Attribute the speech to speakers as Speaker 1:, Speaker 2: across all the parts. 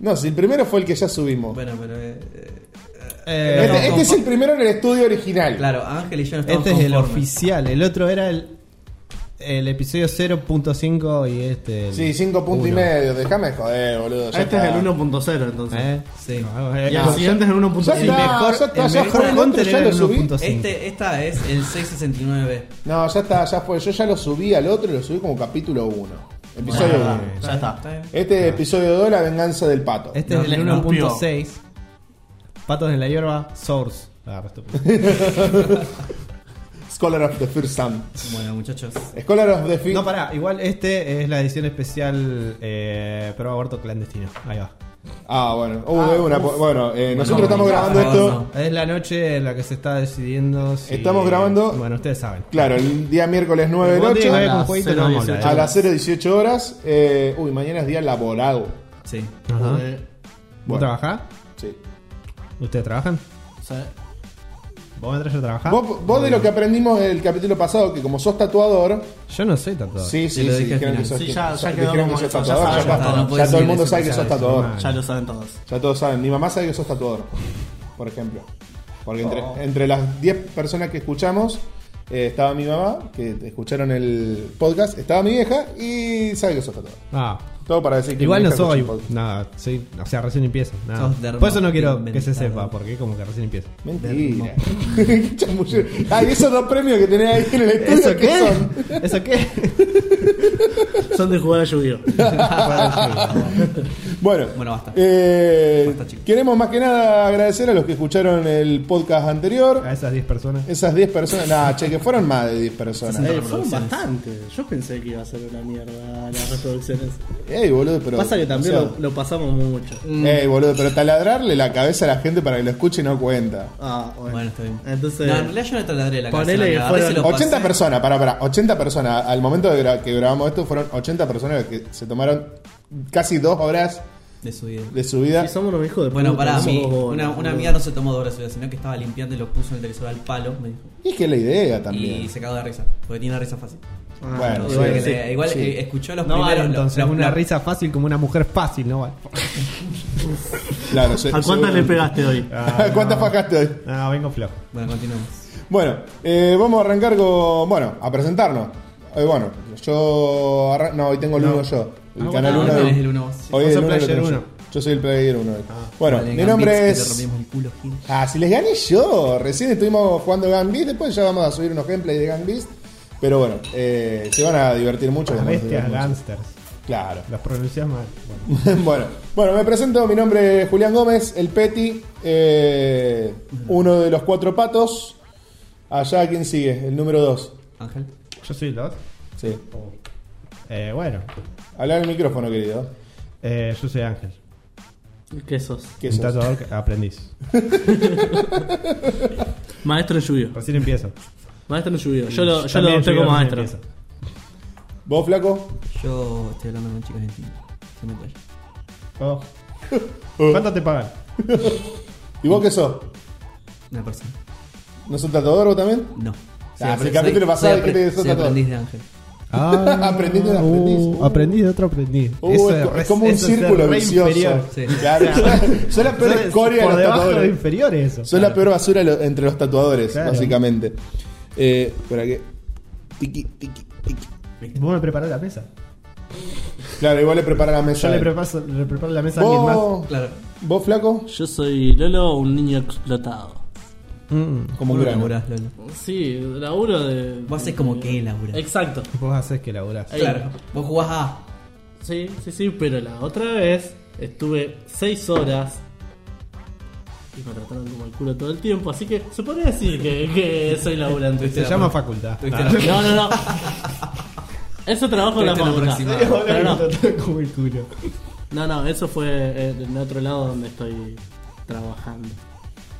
Speaker 1: No, si el primero fue el que ya subimos.
Speaker 2: Bueno, pero. eh, eh,
Speaker 3: Eh,
Speaker 1: este
Speaker 2: no,
Speaker 1: este
Speaker 2: no,
Speaker 1: es el primero en el estudio original.
Speaker 2: Claro, Ángel y yo no estamos
Speaker 3: Este es el
Speaker 2: conformes.
Speaker 3: oficial, el otro era el, el episodio 0.5 y este. el
Speaker 1: Sí, 5 puntos y
Speaker 3: uno. Ah,
Speaker 1: medio. Déjame joder, boludo. ya
Speaker 4: Este es el
Speaker 1: está.
Speaker 4: 1.0 entonces.
Speaker 3: ¿Eh?
Speaker 2: Sí.
Speaker 3: No, eh,
Speaker 4: Y el
Speaker 3: no,
Speaker 4: siguiente es el 1.0.
Speaker 1: Ya está,
Speaker 3: mejor-
Speaker 1: ya está,
Speaker 3: el
Speaker 1: ya
Speaker 3: mejor
Speaker 1: fue el otro,
Speaker 3: content
Speaker 1: ya
Speaker 3: era
Speaker 1: lo
Speaker 3: el
Speaker 1: subí.
Speaker 3: 1.5.
Speaker 2: Este, esta es el 669B.
Speaker 1: No, ya está, ya fue. Yo ya lo subí al otro y lo subí como capítulo 1. Episodio 1.
Speaker 4: Ya está.
Speaker 1: Este episodio 2, la venganza del pato.
Speaker 3: Este
Speaker 4: No,
Speaker 3: es el
Speaker 4: le escupió.
Speaker 3: 1.6. Patos en la hierba, Source. Ah, resto-
Speaker 1: Scholar of the First Sun.
Speaker 2: Bueno, muchachos.
Speaker 1: Scholar of the First
Speaker 3: no, pará, igual este es la edición especial eh, Pro Aborto Clandestino. Ahí va.
Speaker 1: Ah, bueno. Uh, es una po- bueno, eh, nosotros
Speaker 2: no,
Speaker 1: estamos
Speaker 2: no,
Speaker 1: grabando
Speaker 2: no,
Speaker 1: esto.
Speaker 2: no.
Speaker 3: Es la noche en la que se está decidiendo si.
Speaker 1: Estamos grabando-
Speaker 3: Bueno, ustedes saben.
Speaker 1: Claro, el día miércoles 9 del
Speaker 3: Vos digas,
Speaker 1: 8.
Speaker 3: eh, con
Speaker 4: las
Speaker 3: jueguito no
Speaker 4: 0.18.
Speaker 3: vamos a hablar,
Speaker 1: A
Speaker 3: eh.
Speaker 1: las 0, 18 horas. eh, uy, mañana es día laborado.
Speaker 2: Sí.
Speaker 3: Ajá. ¿Vos
Speaker 4: Eh,
Speaker 1: Bueno.
Speaker 3: trabajás?
Speaker 1: Sí.
Speaker 3: ¿Ustedes trabajan?
Speaker 4: sí.
Speaker 3: ¿Vos me traes a trabajar?
Speaker 1: Vos, vos de lo que aprendimos en el capítulo pasado, que como sos tatuador,
Speaker 3: Yo no soy tatuador.
Speaker 1: sí, sí,
Speaker 2: lo
Speaker 1: sí,
Speaker 2: dije al
Speaker 1: dijeron que
Speaker 2: final.
Speaker 1: sos,
Speaker 4: Sí, ya-
Speaker 1: que-
Speaker 4: ya
Speaker 1: dijeron
Speaker 4: quedó
Speaker 1: que
Speaker 4: como
Speaker 1: sos
Speaker 4: eso, ya
Speaker 1: tatuador, ya,
Speaker 4: sabe,
Speaker 1: está.
Speaker 4: ya
Speaker 2: no
Speaker 4: está,
Speaker 2: puede
Speaker 1: Ya todo el
Speaker 2: decir
Speaker 1: mundo
Speaker 2: eso,
Speaker 1: sabe que
Speaker 2: ya
Speaker 1: sos
Speaker 3: sabe,
Speaker 1: tatuador.
Speaker 3: ya
Speaker 4: Ya lo saben todos.
Speaker 1: Ya todos saben, mi mamá sabe que sos tatuador, por ejemplo. Porque entre,
Speaker 4: Oh.
Speaker 1: entre las 10 personas que escuchamos, eh, estaba mi mamá, que escucharon el podcast, estaba mi vieja y sabe que sos tatuador.
Speaker 3: Ah.
Speaker 1: Todo para decir que
Speaker 3: Igual
Speaker 1: mi
Speaker 3: no
Speaker 1: vieja escucha
Speaker 3: soy.
Speaker 1: Este el podcast.
Speaker 3: Nada, soy. O sea, recién empiezo. Nada.
Speaker 2: Sos dermo-
Speaker 3: Por eso no quiero que se
Speaker 2: inventado.
Speaker 3: sepa, porque como que recién empiezo.
Speaker 1: Mentira. Chamullero. Ay, esos dos premios que tenés ahí en el estudio, ¿qué, son?
Speaker 3: ¿Eso qué?
Speaker 4: Son de jugar a yu
Speaker 1: Bueno,
Speaker 2: Bueno, basta.
Speaker 1: eh,
Speaker 2: Basta, chicos.
Speaker 1: queremos más que nada agradecer a los que escucharon el podcast anterior.
Speaker 3: A esas 10 personas.
Speaker 1: Esas 10 personas, nah, che, que fueron más de 10 personas.
Speaker 4: fueron bastante. Yo pensé que iba a ser una mierda las reproducciones.
Speaker 1: Ey, boludo, pero.
Speaker 4: Pasa que también
Speaker 1: o sea,
Speaker 4: lo, lo pasamos mucho.
Speaker 2: mm.
Speaker 1: Ey, boludo, pero taladrarle la cabeza a la gente para que lo escuche no cuenta.
Speaker 4: Ah, bueno.
Speaker 2: Bueno, está bien.
Speaker 4: Entonces,
Speaker 2: No, en realidad yo no te ladré la
Speaker 4: Ponele
Speaker 2: cabeza,
Speaker 4: que
Speaker 2: la agarré,
Speaker 4: fueron
Speaker 2: se lo pasé.
Speaker 1: 80 personas, para, para, 80 personas. Al momento de gra- que grabamos esto, fueron 80 personas que se tomaron casi dos horas
Speaker 2: De su vida.
Speaker 1: de su vida.
Speaker 4: si somos los hijos de
Speaker 2: Bueno,
Speaker 4: puta,
Speaker 2: para
Speaker 4: no
Speaker 2: mí,
Speaker 4: somos vos,
Speaker 2: una,
Speaker 4: boludo.
Speaker 2: una mía no se tomó dos horas de vida, sino que estaba limpiando y lo puso en el televisor al palo, me dijo.
Speaker 1: Y es que es la idea también.
Speaker 2: Y se cagó de risa, porque tiene una risa fácil.
Speaker 4: Ah,
Speaker 1: Bueno,
Speaker 4: no,
Speaker 1: sí,
Speaker 2: igual
Speaker 4: bueno,
Speaker 2: que
Speaker 4: sí.
Speaker 2: le- igual,
Speaker 1: sí.
Speaker 2: eh, escuchó los
Speaker 3: No vale,
Speaker 2: primeros. los-
Speaker 3: entonces
Speaker 2: los-
Speaker 3: una
Speaker 2: los-
Speaker 3: risa fácil como una mujer fácil, no vale.
Speaker 1: Claro, se-
Speaker 4: ¿A cuántas
Speaker 1: se-
Speaker 4: le pegaste Ah. hoy?
Speaker 1: ¿A ¿Cuántas fajaste hoy?
Speaker 3: No, vengo flojo.
Speaker 2: Bueno, continuamos.
Speaker 1: Bueno, eh, vamos a arrancar con. Bueno, a presentarnos. Eh, bueno, yo. arran- No, hoy tengo el 1 yo. El
Speaker 3: Ah,
Speaker 1: canal
Speaker 3: bueno,
Speaker 1: 1.
Speaker 3: hoy
Speaker 2: tenés el uno vos. Sí,
Speaker 1: Hoy
Speaker 3: vos
Speaker 1: es el
Speaker 3: sos
Speaker 1: 1.
Speaker 3: player
Speaker 1: Yo.
Speaker 3: uno.
Speaker 1: Yo soy el player 1. bueno,
Speaker 2: Vale,
Speaker 1: mi
Speaker 2: Gambits,
Speaker 1: nombre
Speaker 2: que
Speaker 1: es.
Speaker 2: te rompimos el culo, Gil.
Speaker 1: Ah, si les gané yo. Recién estuvimos jugando Gun Beast, después ya vamos a subir unos gameplays de Gun Beast. Pero bueno, eh, se van a divertir mucho.
Speaker 2: Ah,
Speaker 3: Las
Speaker 1: como nos
Speaker 3: bestias,
Speaker 1: divertimos.
Speaker 3: gangsters.
Speaker 1: Claro.
Speaker 3: Las pronuncias mal. Bueno.
Speaker 1: bueno, bueno, me presento. Mi nombre es Julián Gómez, el Peti, eh, uno de los cuatro patos. Allá, ¿quién sigue? El número 2.
Speaker 2: Ángel.
Speaker 3: Yo soy los.
Speaker 1: Sí.
Speaker 3: Eh, bueno,
Speaker 1: Habla en el micrófono, querido.
Speaker 3: eh, yo soy Ángel.
Speaker 4: ¿Qué sos?
Speaker 1: ¿Qué
Speaker 3: un
Speaker 1: sos?
Speaker 3: tatuador que- aprendiz.
Speaker 4: Maestro en yu
Speaker 3: Recién empiezo.
Speaker 4: Maestro en yu Yo lo, yo lo
Speaker 3: También
Speaker 4: adopté
Speaker 3: llegué
Speaker 4: como
Speaker 3: recién
Speaker 4: maestro.
Speaker 3: empiezo.
Speaker 1: ¿Vos, flaco?
Speaker 2: Yo estoy hablando con chicos en Tinder. Se me cuelga.
Speaker 3: Oh.
Speaker 1: Oh.
Speaker 3: ¿Cuánto te pagan?
Speaker 1: ¿Y vos qué sos?
Speaker 2: Una persona.
Speaker 1: ¿No sos tatuador vos también?
Speaker 2: No.
Speaker 1: Ah,
Speaker 2: Soy
Speaker 1: el
Speaker 2: apre-
Speaker 1: capítulo
Speaker 2: soy-
Speaker 1: pasado
Speaker 2: soy
Speaker 1: que
Speaker 2: apre-
Speaker 1: te- sos
Speaker 2: soy
Speaker 1: tatuador.
Speaker 2: aprendiz de Ángel.
Speaker 3: Ah,
Speaker 1: Aprendí de un aprendiz. Uh.
Speaker 3: aprendí de otro aprendiz.
Speaker 1: Uh, es, co- es como un círculo vicioso.
Speaker 2: Sí.
Speaker 1: Claro. Son las peores escoria de
Speaker 3: por
Speaker 1: los
Speaker 3: debajo de
Speaker 1: tatuadores.
Speaker 3: inferiores eso.
Speaker 1: Son la peor basura lo- entre los tatuadores,
Speaker 3: Claro.
Speaker 1: básicamente. Eh, para que. Tiki, tiki, tiki.
Speaker 3: Vos me preparás la mesa.
Speaker 1: Claro, igual le prepara la mesa.
Speaker 3: Yo le
Speaker 1: a él.
Speaker 3: preparo, le preparo la mesa a alguien más.
Speaker 1: ¿Vos,
Speaker 2: Claro.
Speaker 1: ¿Vos, flaco?
Speaker 4: Yo soy Lolo, un niño explotado.
Speaker 3: Mm,
Speaker 1: Como un
Speaker 2: Vos
Speaker 1: grano.
Speaker 2: laburás, Lolo.
Speaker 4: Sí, laburo de.
Speaker 2: Vos haces como que laburás.
Speaker 4: Exacto.
Speaker 3: Vos haces que laburás.
Speaker 4: Ey.
Speaker 2: Claro. Vos jugás a.
Speaker 4: Sí, sí, sí, pero la otra vez estuve 6 horas y me trataron como el culo todo el tiempo, así que se podría decir que, que soy laburante.
Speaker 3: Se llama facultad.
Speaker 2: Tuviste
Speaker 3: Ah.
Speaker 2: la-
Speaker 4: No, no, no. Eso Este trabajo en la
Speaker 2: Tuviste la
Speaker 4: facultad.
Speaker 2: aproximada.
Speaker 4: Pero no.
Speaker 3: Como el culo.
Speaker 4: No, no, eso fue eh, en otro lado donde estoy trabajando.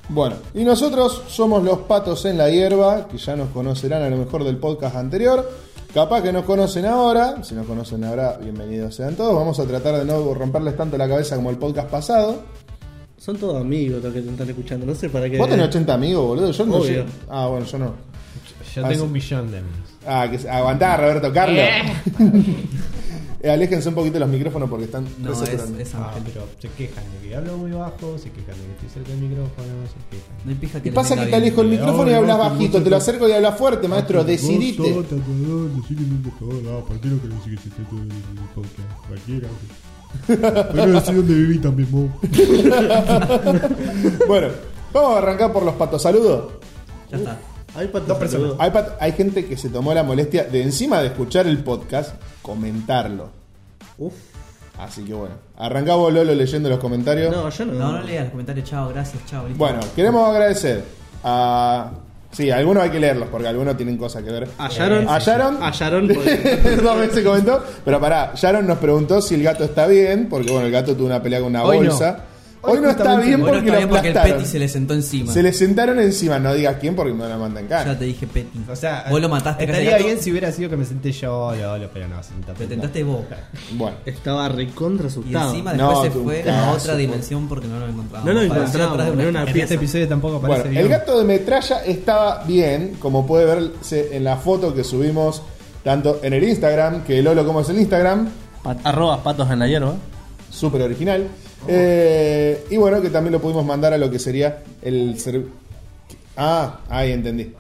Speaker 1: Bueno, y nosotros somos los patos en la hierba, que ya nos conocerán a lo mejor del podcast anterior. Capaz que nos conocen ahora, si nos conocen ahora, bienvenidos sean todos. Vamos a tratar de no romperles tanto la cabeza como el podcast pasado.
Speaker 4: Son todos amigos los que te están escuchando, no sé para qué.
Speaker 1: Vos tenés 80 amigos, boludo. Yo no
Speaker 4: Obvio.
Speaker 1: llego- Ah, bueno, yo no.
Speaker 3: Yo
Speaker 1: Ah, sí.
Speaker 3: tengo un millón de amigos.
Speaker 1: Ah, que se- aguantá, Roberto Carlos. Eh, Aléjense un poquito los micrófonos porque están
Speaker 2: No, es,
Speaker 1: resaturando.
Speaker 2: es
Speaker 3: Ah,
Speaker 2: Ángel.
Speaker 3: pero se quejan de que hablo muy bajo, se quejan de que estoy cerca del micrófono, se quejan.
Speaker 2: No hay pija que
Speaker 1: Y
Speaker 2: les
Speaker 1: pasa que
Speaker 2: venga
Speaker 1: te
Speaker 2: bien.
Speaker 1: alejo el micrófono y
Speaker 3: Ahora,
Speaker 1: hablas
Speaker 3: vos,
Speaker 1: bajito,
Speaker 3: vos,
Speaker 1: te lo
Speaker 3: vos,
Speaker 1: acerco y hablas fuerte, maestro, decidite.
Speaker 5: Vos sos tatuador, decí que no es tatuador. Ah, cualquiera que dice que se tatúa en el podcast. Cualquiera. güey. Pero decí dónde viví también vos.
Speaker 1: Bueno, vamos a arrancar por los patos. Saludos.
Speaker 2: Ya está.
Speaker 4: Hay patos
Speaker 1: Dos personas.
Speaker 4: saludos.
Speaker 1: Hay, pat- hay gente que se tomó la molestia de encima de escuchar el podcast, comentarlo.
Speaker 4: Uf.
Speaker 1: Así que bueno, arrancamos Lolo leyendo los comentarios.
Speaker 4: No, yo no.
Speaker 2: No, no leas los comentarios, chao, gracias, chao. listo.
Speaker 1: Bueno, queremos agradecer a... Sí, algunos hay que leerlos porque algunos tienen cosas que ver.
Speaker 4: A Sharon.
Speaker 1: A Sharon.
Speaker 4: A Sharon. porque-
Speaker 1: Dos veces comentó. Pero pará, Sharon nos preguntó si el gato está bien, porque bueno, el gato tuvo una pelea con una
Speaker 3: Hoy no.
Speaker 1: bolsa.
Speaker 3: Hoy
Speaker 1: Hoy, no está
Speaker 3: justamente
Speaker 1: bien
Speaker 3: no.
Speaker 1: porque
Speaker 2: Bueno, está
Speaker 1: lo
Speaker 2: bien porque el
Speaker 1: aplastaron.
Speaker 2: Petty se
Speaker 1: se,
Speaker 2: le sentó encima.
Speaker 1: le sentaron encima, no digas quién porque me la mandan cara.
Speaker 2: Ya te dije Petty.
Speaker 3: O sea,
Speaker 2: vos lo mataste.
Speaker 3: Estaría
Speaker 2: casi gato,
Speaker 3: bien si hubiera sido que me senté yo, Lolo, pero no, se sentó
Speaker 2: Te tentaste vos.
Speaker 1: Bueno.
Speaker 4: Estaba recontra
Speaker 2: Y
Speaker 4: asustado.
Speaker 2: encima
Speaker 1: No, pues.
Speaker 2: después
Speaker 1: tú,
Speaker 2: se fue
Speaker 1: cagazo,
Speaker 2: a otra
Speaker 1: vos.
Speaker 2: dimensión porque no lo encontramos.
Speaker 4: No lo
Speaker 2: Apareció
Speaker 4: encontramos,
Speaker 2: atrás de
Speaker 4: era
Speaker 2: una
Speaker 4: una
Speaker 3: En
Speaker 2: pieza.
Speaker 3: este episodio tampoco aparece
Speaker 1: Bueno,
Speaker 3: bien.
Speaker 1: el gato de metralla estaba bien, como puede verse en la foto que subimos tanto en el Instagram, que Lolo como es el Instagram,
Speaker 4: Pa- arroba patos en la hierba.
Speaker 1: súper original. Eh, y bueno, que también lo pudimos mandar a lo que sería el serv- Ah, ahí entendí.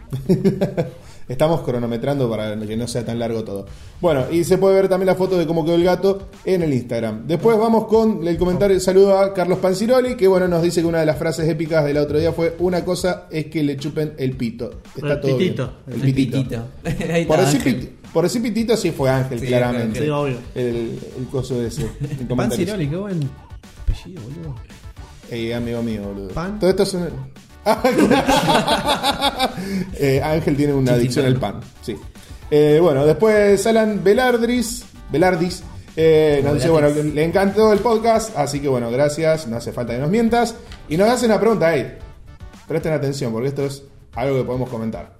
Speaker 1: Estamos cronometrando para que no sea tan largo todo. Bueno, y se puede ver también la foto de cómo quedó el gato en el Instagram. Después vamos con el comentario, saludo a Carlos Panciroli, que bueno, nos dice que una de las frases épicas del otro día fue una cosa es que le chupen el pito. Está
Speaker 4: El
Speaker 1: todo bien.
Speaker 4: pitito.
Speaker 1: El pitito.
Speaker 2: Ahí está
Speaker 1: Por, decir
Speaker 2: Ángel.
Speaker 1: piti- por decir pitito sí fue Ángel,
Speaker 2: Sí,
Speaker 1: claramente.
Speaker 4: Sí, obvio.
Speaker 1: El, el coso de ese. el
Speaker 3: Pan
Speaker 1: comentario.
Speaker 3: Ciroli, qué buen apellido, boludo.
Speaker 1: Eh, amigo mío, boludo.
Speaker 3: ¿Pan?
Speaker 1: Todo esto es un- Ah, Eh, Ángel tiene una adicción al pan. Sí. Eh, bueno, después Alan Velardris. Velardis. eh, nos dice, bueno,
Speaker 2: Velardis.
Speaker 1: que le encantó el podcast, así que bueno, gracias, no hace falta que nos mientas. Y nos hace una pregunta ahí. Presten atención, porque esto es algo que podemos comentar.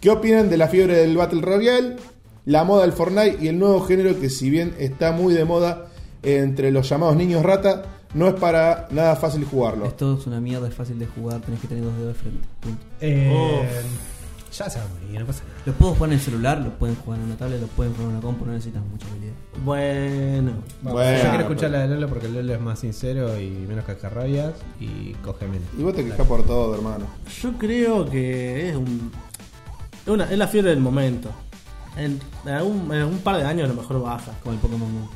Speaker 1: ¿Qué opinan de la fiebre del Battle Royale, la moda del Fortnite y el nuevo género que si bien está muy de moda entre los llamados niños rata, no es para nada fácil jugarlo?
Speaker 2: Esto es una mierda, es fácil de jugar, tenés que tener dos dedos de frente. punto.
Speaker 3: Eh, ya se va a morir, no pasa nada.
Speaker 2: Lo puedo jugar en el celular, lo pueden jugar en una tablet, lo pueden jugar en una compu, no necesitas mucha habilidad.
Speaker 4: Bueno.
Speaker 1: Bueno,
Speaker 3: Yo quiero escuchar la de Lolo porque Lolo es más sincero y menos cacarrabias y coge menos.
Speaker 1: Y vos te quejas por todo, hermano.
Speaker 4: Yo creo que es un. Es, una- es la fiebre del momento. En, en algún, en algún par de años a lo mejor baja.
Speaker 2: Como el Pokémon Go.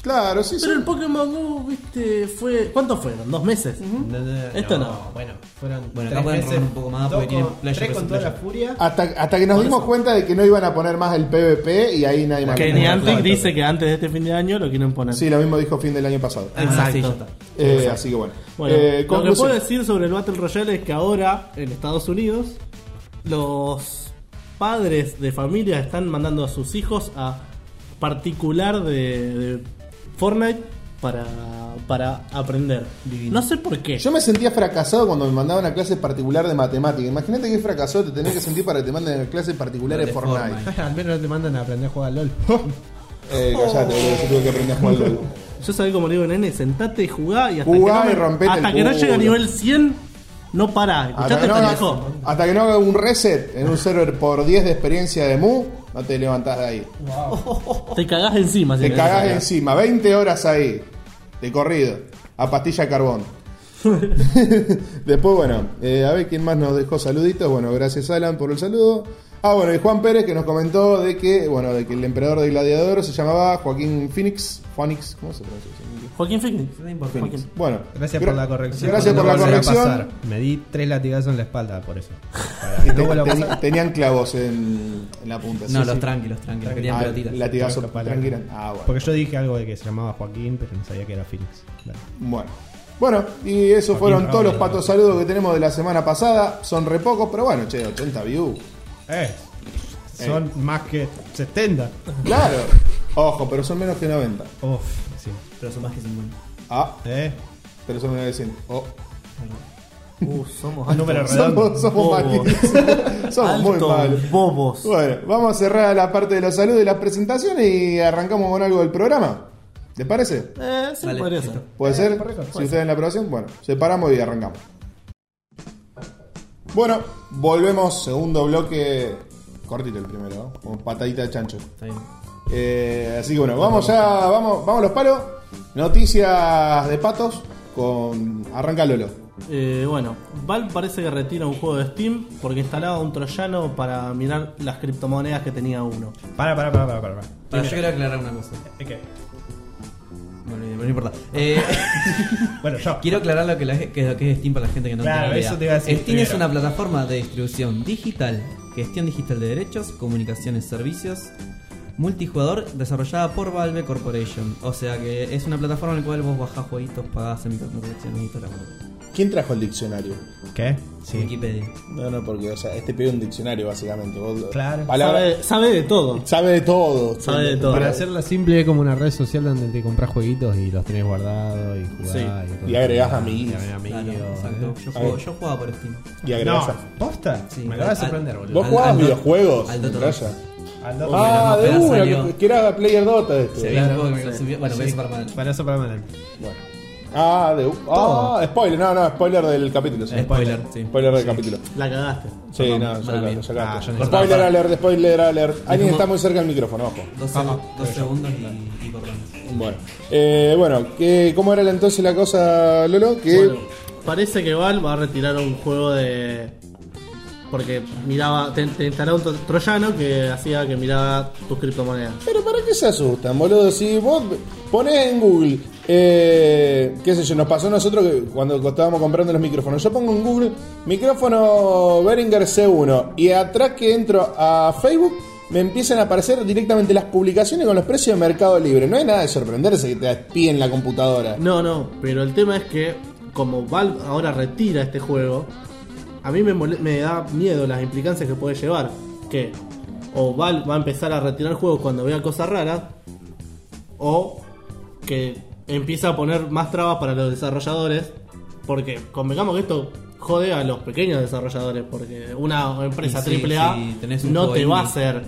Speaker 1: Claro, sí, sí.
Speaker 4: Pero el Pokémon Go, viste, fue. ¿Cuánto fueron? ¿Dos meses?
Speaker 3: No, no, no,
Speaker 4: Esto no.
Speaker 3: Bueno, fueron
Speaker 2: Bueno,
Speaker 3: tres
Speaker 2: acá pueden
Speaker 3: meses,
Speaker 2: robar un poco más
Speaker 3: dos
Speaker 2: porque tienen
Speaker 3: con-
Speaker 2: Playa
Speaker 3: tres con
Speaker 2: versus
Speaker 3: toda la
Speaker 2: Playa.
Speaker 3: furia.
Speaker 1: Hasta, hasta que nos dimos cuenta de que no iban a poner más el PvP y ahí nadie más.
Speaker 4: Que ni
Speaker 1: Bueno,
Speaker 4: antes
Speaker 1: claro,
Speaker 4: dice que antes de este fin de año lo quieren poner.
Speaker 1: Sí, lo mismo dijo fin del año pasado.
Speaker 4: Ah, Exacto.
Speaker 2: sí, ya está.
Speaker 1: Eh, así que bueno.
Speaker 4: Bueno,
Speaker 1: Eh,
Speaker 4: lo que
Speaker 1: conclusión.
Speaker 4: puedo decir sobre el Battle Royale es que ahora en Estados Unidos los padres de familia están mandando a sus hijos a particular de, de Fortnite para, para aprender.
Speaker 2: Divino.
Speaker 4: No sé por qué.
Speaker 1: Yo me sentía fracasado cuando me mandaban a clase particular de matemática. Imagínate qué fracasado te tenés que sentir para que te manden a clase particular de
Speaker 2: De
Speaker 1: Fortnite.
Speaker 2: Fortnite.
Speaker 3: Al menos no te mandan a aprender a jugar al LOL.
Speaker 1: Eh, callate, boludo, yo tuve que aprender a jugar al LOL.
Speaker 4: Yo sabía como le digo, nene, sentate y jugá y hasta
Speaker 1: Jugá
Speaker 4: que no,
Speaker 1: y rompete
Speaker 4: hasta
Speaker 1: el
Speaker 4: que no
Speaker 1: culo.
Speaker 4: llega a nivel 100, no pará.
Speaker 1: Hasta que,
Speaker 4: Escuchate,
Speaker 1: no hagas,
Speaker 4: pendejo.
Speaker 1: hasta que no haga un reset en un server por 10 de experiencia de Mu, no te levantás de ahí.
Speaker 4: Te cagás encima. si
Speaker 1: Te
Speaker 4: me
Speaker 1: cagás
Speaker 4: decís.
Speaker 1: encima, 20 horas ahí, de corrido, a pastilla de carbón. Después, bueno, eh, a ver quién más nos dejó saluditos. Bueno, gracias Alan por el saludo. Ah, bueno, y Juan Pérez que nos comentó de que, bueno, de que el emperador de Gladiador se llamaba Joaquín Phoenix. Phoenix, ¿cómo se pronuncia?
Speaker 4: Joaquín Phoenix.
Speaker 2: No importa.
Speaker 4: Joaquín.
Speaker 1: Bueno,
Speaker 3: Gracias
Speaker 1: gra-
Speaker 3: por la corrección.
Speaker 1: Gracias
Speaker 3: No
Speaker 1: por la
Speaker 3: volverá a
Speaker 1: corrección.
Speaker 3: pasar. Me di tres latigazos en la espalda por eso.
Speaker 1: Y te-
Speaker 3: No vuelvo a
Speaker 1: teni-
Speaker 3: pasar.
Speaker 1: tenían clavos en, en la punta.
Speaker 2: No,
Speaker 1: sí,
Speaker 2: los
Speaker 1: sí.
Speaker 2: tranquilos, tranquilos. Querían ¿eh?
Speaker 1: Ah,
Speaker 2: pelotitas.
Speaker 1: latigazo,
Speaker 3: Capaz,
Speaker 1: tranquila. Ah, bueno.
Speaker 3: Porque yo dije algo de que se llamaba Joaquín, pero no sabía que era Phoenix. Dale.
Speaker 1: Bueno. Bueno, y esos fueron todos los patos saludos que tenemos de la semana pasada. Son re pocos, pero bueno, che, 80 views.
Speaker 3: Eh, son más que 70.
Speaker 1: Claro. Ojo, pero son menos que 90.
Speaker 3: Uf, sí.
Speaker 2: pero son más que 50.
Speaker 1: Ah,
Speaker 3: ¿Eh?
Speaker 1: pero son 9 de 100. Oh.
Speaker 4: Uh, somos
Speaker 2: Ah,
Speaker 3: Un número
Speaker 4: altos.
Speaker 3: redondo.
Speaker 1: Somos, somos malísimos. Somos muy
Speaker 4: Altos
Speaker 1: malos.
Speaker 4: bobos.
Speaker 1: Bueno, vamos a cerrar la parte de la salud y las presentaciones y arrancamos con algo del programa. ¿Te parece?
Speaker 4: Eh, sí,
Speaker 2: Vale,
Speaker 4: podría
Speaker 2: listo.
Speaker 4: ser.
Speaker 1: ¿Puede ser?
Speaker 3: correcto,
Speaker 1: si
Speaker 3: puede
Speaker 1: ustedes en la aprobación, bueno, separamos y arrancamos. Bueno, volvemos, segundo bloque. Cortito el primero, ¿no? Como patadita de chancho.
Speaker 2: Está bien.
Speaker 1: Eh, así que bueno, vamos ya, vamos, vamos a los palos. Noticias de patos con Arranca Lolo.
Speaker 4: Eh, bueno, Valve parece que retira un juego de Steam porque instalaba un troyano para mirar las criptomonedas que tenía uno.
Speaker 3: Para, para, para, para, para. para.
Speaker 2: Para, yo quiero aclarar una cosa.
Speaker 3: Es que-
Speaker 2: Bueno, no importa.
Speaker 1: Ah.
Speaker 2: Eh,
Speaker 3: Bueno, yo.
Speaker 2: quiero aclarar lo que, la ge- que lo que es Steam para la gente que no
Speaker 3: Claro,
Speaker 2: tiene idea.
Speaker 3: eso te iba a decir
Speaker 2: Steam es
Speaker 3: primero.
Speaker 2: una plataforma de distribución digital, gestión digital de derechos, comunicaciones, servicios, multijugador, desarrollada por Valve Corporation. O sea que es una plataforma en la cual vos bajás jueguitos, pagás en microtransacciones y toda la mierda.
Speaker 1: ¿Quién trajo el diccionario?
Speaker 3: ¿Qué? Sí.
Speaker 2: Wikipedia.
Speaker 1: No, no, porque, o sea, este pidió un diccionario básicamente. Vos-
Speaker 3: Claro.
Speaker 1: palabra-
Speaker 4: Sabe, sabe de todo.
Speaker 1: Sabe de todo.
Speaker 4: Sabe de todo.
Speaker 1: Para
Speaker 6: Para
Speaker 1: hacer-
Speaker 6: hacerla simple es como una red social donde te compras jueguitos y los tenés guardados y jugás
Speaker 4: Sí.
Speaker 6: y, todo
Speaker 1: Y agregás
Speaker 6: eso. Ah,
Speaker 1: amiguis.
Speaker 6: Y agregás amigos,
Speaker 2: Claro, exacto.
Speaker 6: ¿eh?
Speaker 2: Yo, juego- yo jugaba por Steam.
Speaker 1: y
Speaker 3: No,
Speaker 1: agregás a-
Speaker 3: ¿posta?
Speaker 2: Sí,
Speaker 3: Me acabas de
Speaker 2: al-
Speaker 3: sorprender, boludo.
Speaker 1: ¿Vos
Speaker 2: Al-
Speaker 1: jugabas
Speaker 2: al-
Speaker 1: videojuegos?
Speaker 2: al Dota
Speaker 1: Andrés?
Speaker 2: dos.
Speaker 3: Al Dota-
Speaker 1: Ah,
Speaker 2: Uy,
Speaker 1: de
Speaker 2: no,
Speaker 1: una,
Speaker 2: salió.
Speaker 1: que, que era Player Dota este.
Speaker 2: Se ve un juego que me consumió. Bueno,
Speaker 3: Sí.
Speaker 2: sí. Superman.
Speaker 3: Para eso, para Manuel.
Speaker 1: Bueno. Ah, de Ah, spoiler, no, no, spoiler del capítulo. Eh, sí.
Speaker 2: Spoiler, sí.
Speaker 1: Spoiler del capítulo.
Speaker 4: La cagaste.
Speaker 1: Sí, no, ya
Speaker 2: mala
Speaker 1: lo-
Speaker 2: mía.
Speaker 1: ya lo-
Speaker 3: Ah, yo no-
Speaker 1: Spoiler alert, spoiler alert. Alguien está muy cerca del micrófono, ojo.
Speaker 2: Dos, seg- dos segundos y, y cortamos.
Speaker 1: Bueno, eh, bueno ¿qué- ¿cómo era la- entonces la cosa, Lolo? Que
Speaker 4: Bueno, parece que Valve va a retirar un juego de. Porque miraba. Te, te instalaba un tro- troyano que hacía que miraba tus criptomonedas.
Speaker 1: Pero ¿para qué se asustan, boludo? Si vos ponés en Google, eh, qué sé yo, nos pasó a nosotros que cuando estábamos comprando los micrófonos. Yo pongo en Google micrófono Behringer C1 y atrás que entro a Facebook me empiezan a aparecer directamente las publicaciones con los precios de Mercado Libre. No hay nada de sorprenderse que te espíen la computadora.
Speaker 4: No, no, pero el tema es que como Valve ahora retira este juego, a mí me, mole- me da miedo las implicancias que puede llevar. Que o Valve va a empezar a retirar juegos cuando vea cosas raras, o que empieza a poner más trabas para los desarrolladores, porque convengamos que esto jode a los pequeños desarrolladores, porque una empresa
Speaker 2: Y sí,
Speaker 4: AAA
Speaker 2: sí, tenés un
Speaker 4: no
Speaker 2: juego
Speaker 4: te va a
Speaker 2: indie.
Speaker 4: hacer,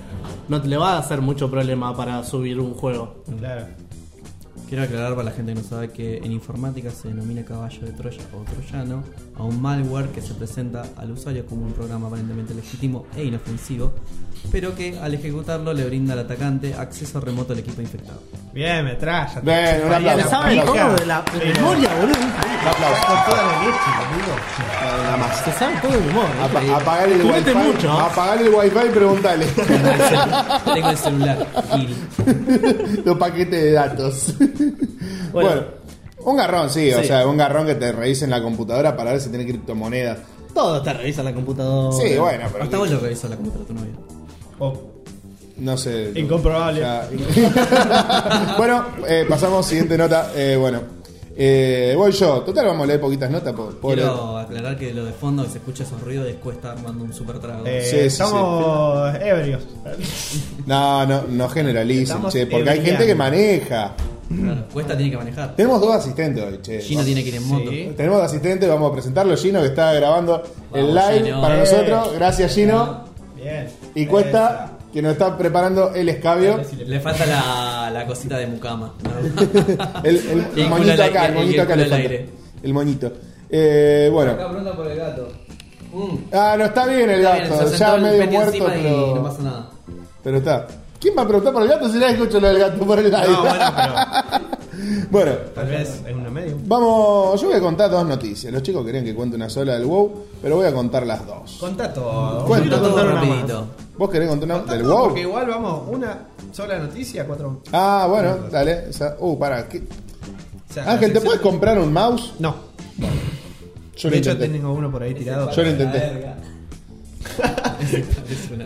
Speaker 4: no te le va a hacer mucho problema para subir un juego.
Speaker 3: Claro.
Speaker 2: Quiero aclarar para la gente que no sabe que en informática se denomina caballo de Troya o troyano a un malware que se presenta al usuario como un programa aparentemente legítimo e inofensivo, pero que al ejecutarlo le brinda al atacante acceso remoto al equipo infectado.
Speaker 3: Bien, metralla.
Speaker 1: Bien, un
Speaker 3: Mariana,
Speaker 1: aplauso.
Speaker 4: ¿Saben
Speaker 3: hija.
Speaker 4: todo de la de memoria, boludo?
Speaker 1: Un aplauso.
Speaker 3: Con toda la leche, boludo.
Speaker 4: Se sabe todo de memoria.
Speaker 1: Apa- apagar el
Speaker 4: Jugate
Speaker 1: wifi,
Speaker 4: mucho, ¿no?
Speaker 1: apagar el wifi y preguntale
Speaker 2: Tengo el celular, Gil.
Speaker 1: los paquetes de datos. Bueno.
Speaker 4: Bueno.
Speaker 1: un garrón, sí, o sea, un garrón que te revisen la computadora para ver si tiene criptomonedas.
Speaker 4: Todo te revisa la computadora.
Speaker 1: Sí, bueno, pero.
Speaker 2: Hasta vos lo revisó la computadora tu novio.
Speaker 3: Oh,
Speaker 1: No sé.
Speaker 3: Incomprobable.
Speaker 1: Ya, in- bueno, eh, pasamos siguiente nota. Eh, bueno, eh, voy yo. Total, vamos a leer poquitas notas. po- pobre.
Speaker 2: Quiero aclarar que lo de fondo que se escucha esos ruidos es cuesta armando un super trago.
Speaker 3: eh,
Speaker 1: sí, sí.
Speaker 3: estamos ebrios.
Speaker 1: No, no, no generalicen,
Speaker 3: Estamos
Speaker 1: che, porque hay
Speaker 3: ebriando.
Speaker 1: gente que maneja.
Speaker 2: Claro, cuesta tiene que manejar.
Speaker 1: Tenemos dos asistentes hoy, che.
Speaker 2: Gino tiene que ir en moto.
Speaker 3: Sí.
Speaker 1: Tenemos de asistente, vamos a presentarlo, Gino, que está grabando el
Speaker 2: Vamos,
Speaker 1: live
Speaker 2: Gino.
Speaker 1: para
Speaker 3: Eh.
Speaker 1: nosotros. Gracias, Gino.
Speaker 3: Bien.
Speaker 1: Y Cuesta, que nos está preparando el escabio.
Speaker 2: Le falta la, la cosita de mucama.
Speaker 1: El, el
Speaker 2: Y el culo
Speaker 1: moñito
Speaker 2: al aire,
Speaker 1: acá, el
Speaker 2: y el
Speaker 1: moñito acá
Speaker 2: culo
Speaker 1: le
Speaker 2: al
Speaker 1: falta.
Speaker 2: aire.
Speaker 1: El moñito. Eh, bueno.
Speaker 2: pregunta por el gato.
Speaker 1: Ah, no está bien el
Speaker 2: Está bien,
Speaker 1: gato,
Speaker 2: se
Speaker 1: ya
Speaker 2: sentó el
Speaker 1: medio
Speaker 2: pene
Speaker 1: muerto,
Speaker 2: encima y no
Speaker 1: pero,
Speaker 2: pasa nada.
Speaker 1: pero está. ¿Quién va a preguntar por el gato si nadie escucha lo del gato por el live?
Speaker 3: No, bueno, pero
Speaker 1: bueno,
Speaker 3: tal vez es una media.
Speaker 1: vamos, yo voy a contar dos noticias. Los chicos querían que cuente una sola del WoW, pero voy a contar las dos.
Speaker 3: Contá todo.
Speaker 1: Cuenta
Speaker 3: Yo quiero
Speaker 2: todo
Speaker 3: contar una más.
Speaker 2: rapidito.
Speaker 1: ¿Vos querés contar una
Speaker 3: Contá
Speaker 1: del
Speaker 3: todo,
Speaker 1: WoW?
Speaker 3: Porque igual vamos, una sola noticia, cuatro.
Speaker 1: Ah, bueno, dale. esa- Uh, para.
Speaker 3: o sea,
Speaker 1: Ángel,
Speaker 3: la
Speaker 1: ¿te
Speaker 3: sección-
Speaker 1: puedes comprar un mouse?
Speaker 3: No.
Speaker 1: Yo lo
Speaker 3: de hecho,
Speaker 1: intenté.
Speaker 3: tengo uno por ahí tirado.
Speaker 1: Yo lo intenté.
Speaker 2: Verga.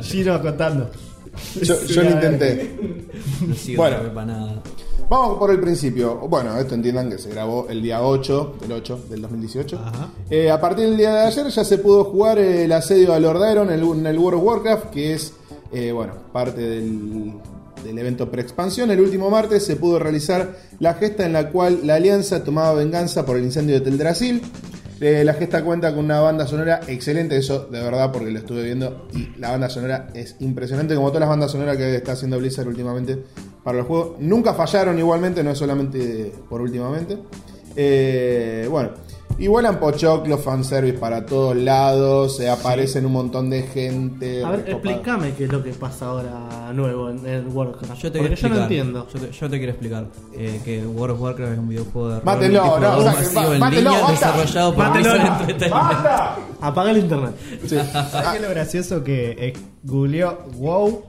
Speaker 3: Giro contando.
Speaker 1: Yo, yo lo intenté.
Speaker 2: No sigo
Speaker 1: Bueno.
Speaker 2: para nada.
Speaker 1: Vamos por el principio. Bueno, esto entiendan que se grabó el día 8 del 8 del 2018.
Speaker 3: Ajá.
Speaker 1: Eh, a partir del día de ayer ya se pudo jugar el asedio a Lord Iron en el, en el World of Warcraft, que es, eh, bueno, parte eh, del del evento preexpansión, el último martes se pudo realizar la gesta en la cual la Alianza tomaba venganza por el incendio de Teldrasil. Eh, la gesta cuenta con una banda sonora excelente, eso de verdad, porque lo estuve viendo y la banda sonora es impresionante, como todas las bandas sonoras que está haciendo Blizzard últimamente para los juegos. Nunca fallaron igualmente, no es solamente por últimamente. Eh, bueno, igual han pochoclos, fanservice para todos lados, se aparecen un montón de gente.
Speaker 4: A ver,
Speaker 1: recopada.
Speaker 4: explícame qué es lo que pasa ahora nuevo en, en Warcraft.
Speaker 2: Yo te quiero
Speaker 4: porque yo
Speaker 2: explicar.
Speaker 4: no entiendo.
Speaker 2: Yo te, yo te quiero explicar eh, que World of Warcraft es un videojuego de rol
Speaker 1: Mátelo,
Speaker 2: tipo
Speaker 1: no,
Speaker 2: rol
Speaker 1: o sea, que
Speaker 2: masivo
Speaker 1: ma-
Speaker 2: en
Speaker 1: mátelo,
Speaker 2: línea
Speaker 1: basta.
Speaker 2: desarrollado por
Speaker 4: Mátelo,
Speaker 2: Blizzard
Speaker 4: no.
Speaker 2: Entertainment.
Speaker 4: Apaga el internet.
Speaker 1: Sí.
Speaker 3: ¿Sabes
Speaker 1: Ah.
Speaker 3: qué es lo gracioso que eh, googleó wow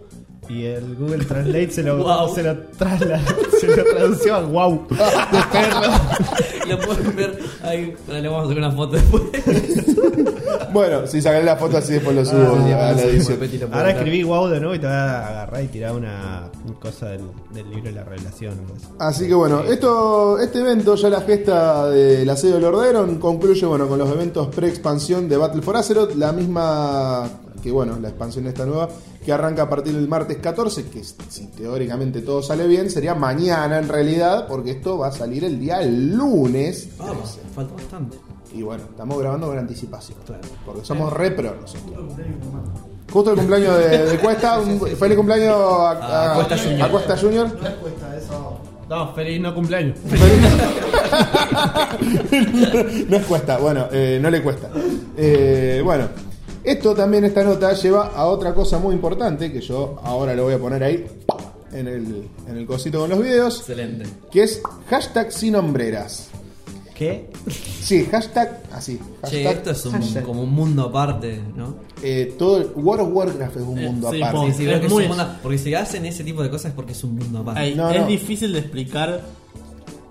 Speaker 3: y el Google Translate se lo,
Speaker 2: Wow.
Speaker 3: se lo, trasla- se lo tradució a wow?
Speaker 2: Lo pueden ver ahí, pero le vamos a sacar una foto después.
Speaker 1: Bueno, si sacaré la foto así después lo
Speaker 4: Ah,
Speaker 1: subo a la edición.
Speaker 3: Ahora escribí wow de nuevo y te va a agarrar y tirar una cosa del, del libro de la revelación. algo así.
Speaker 1: Así que bueno, esto, este evento, ya la gesta del aseo del Orderon, concluye bueno, con los eventos pre-expansión de Battle for Azeroth, la misma que bueno, la expansión esta nueva, que arranca a partir del martes 14, que si teóricamente todo sale bien, sería mañana en realidad, porque esto va a salir el día lunes.
Speaker 2: Vamos, Ah, falta bastante.
Speaker 1: Y bueno, estamos grabando con anticipación,
Speaker 2: Claro.
Speaker 1: porque somos repro nosotros. Justo el cumpleaños de, de Cuesta, un- feliz cumpleaños a,
Speaker 2: A Cuesta Junior.
Speaker 1: a Cuesta Junior.
Speaker 6: No, feliz no cumpleaños.
Speaker 1: no es cuesta, bueno, eh, no le cuesta. Eh, bueno, esto también, esta nota, lleva a otra cosa muy importante que yo ahora lo voy a poner ahí en el, en el cosito con los videos,
Speaker 2: Excelente.
Speaker 1: que es hashtag sin hombreras.
Speaker 3: ¿Qué?
Speaker 1: Sí, hashtag así.
Speaker 2: Che,
Speaker 1: hashtag-
Speaker 2: esto es un,
Speaker 1: hashtag.
Speaker 2: como un mundo aparte, ¿no?
Speaker 1: Eh, todo el- World of Warcraft es un
Speaker 4: Eh,
Speaker 1: mundo
Speaker 4: sí,
Speaker 1: aparte.
Speaker 4: po-
Speaker 2: Sí, sí, creo que es
Speaker 4: muy-
Speaker 2: un mundo- porque si hacen ese tipo de cosas es porque es un mundo aparte.
Speaker 4: Ey,
Speaker 1: No,
Speaker 4: es
Speaker 1: no.
Speaker 4: difícil de explicar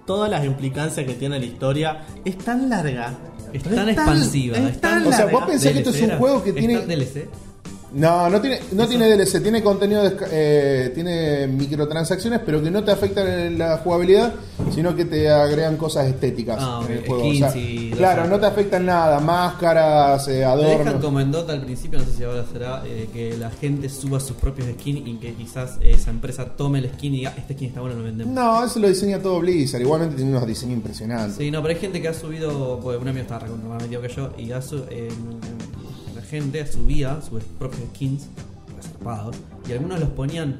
Speaker 4: todas las implicancias que tiene la historia. Es tan larga.
Speaker 2: Es tan expansiva,
Speaker 4: Es
Speaker 2: es
Speaker 4: tan
Speaker 2: tan-
Speaker 1: O sea,
Speaker 4: larga.
Speaker 1: vos pensás que esto es un
Speaker 2: era.
Speaker 1: juego que
Speaker 2: ¿Está
Speaker 1: tiene-
Speaker 2: en DLC?
Speaker 1: No, no tiene, no tiene DLC, tiene contenido, desca- eh, tiene microtransacciones, pero que no te afectan en la jugabilidad, sino que te agregan cosas estéticas
Speaker 2: Ah,
Speaker 1: en el
Speaker 2: ok,
Speaker 1: juego.
Speaker 2: skins
Speaker 1: o sea,
Speaker 2: y todo
Speaker 1: claro,
Speaker 2: eso.
Speaker 1: no te afectan nada, máscaras, eh,
Speaker 2: Te dejan
Speaker 1: adornos.
Speaker 2: como en Dota al principio, no sé si ahora será, eh, que la gente suba sus propios skins y que quizás esa empresa tome el skin y diga, este skin está bueno, lo vendemos.
Speaker 1: No, eso lo diseña todo Blizzard, igualmente tiene unos diseños impresionantes.
Speaker 2: Sí, no, pero hay gente que ha subido, porque un amigo estaba recontra más metido que yo, y ha su- eh, la gente subía sus propios skins, zarpados, y algunos los ponían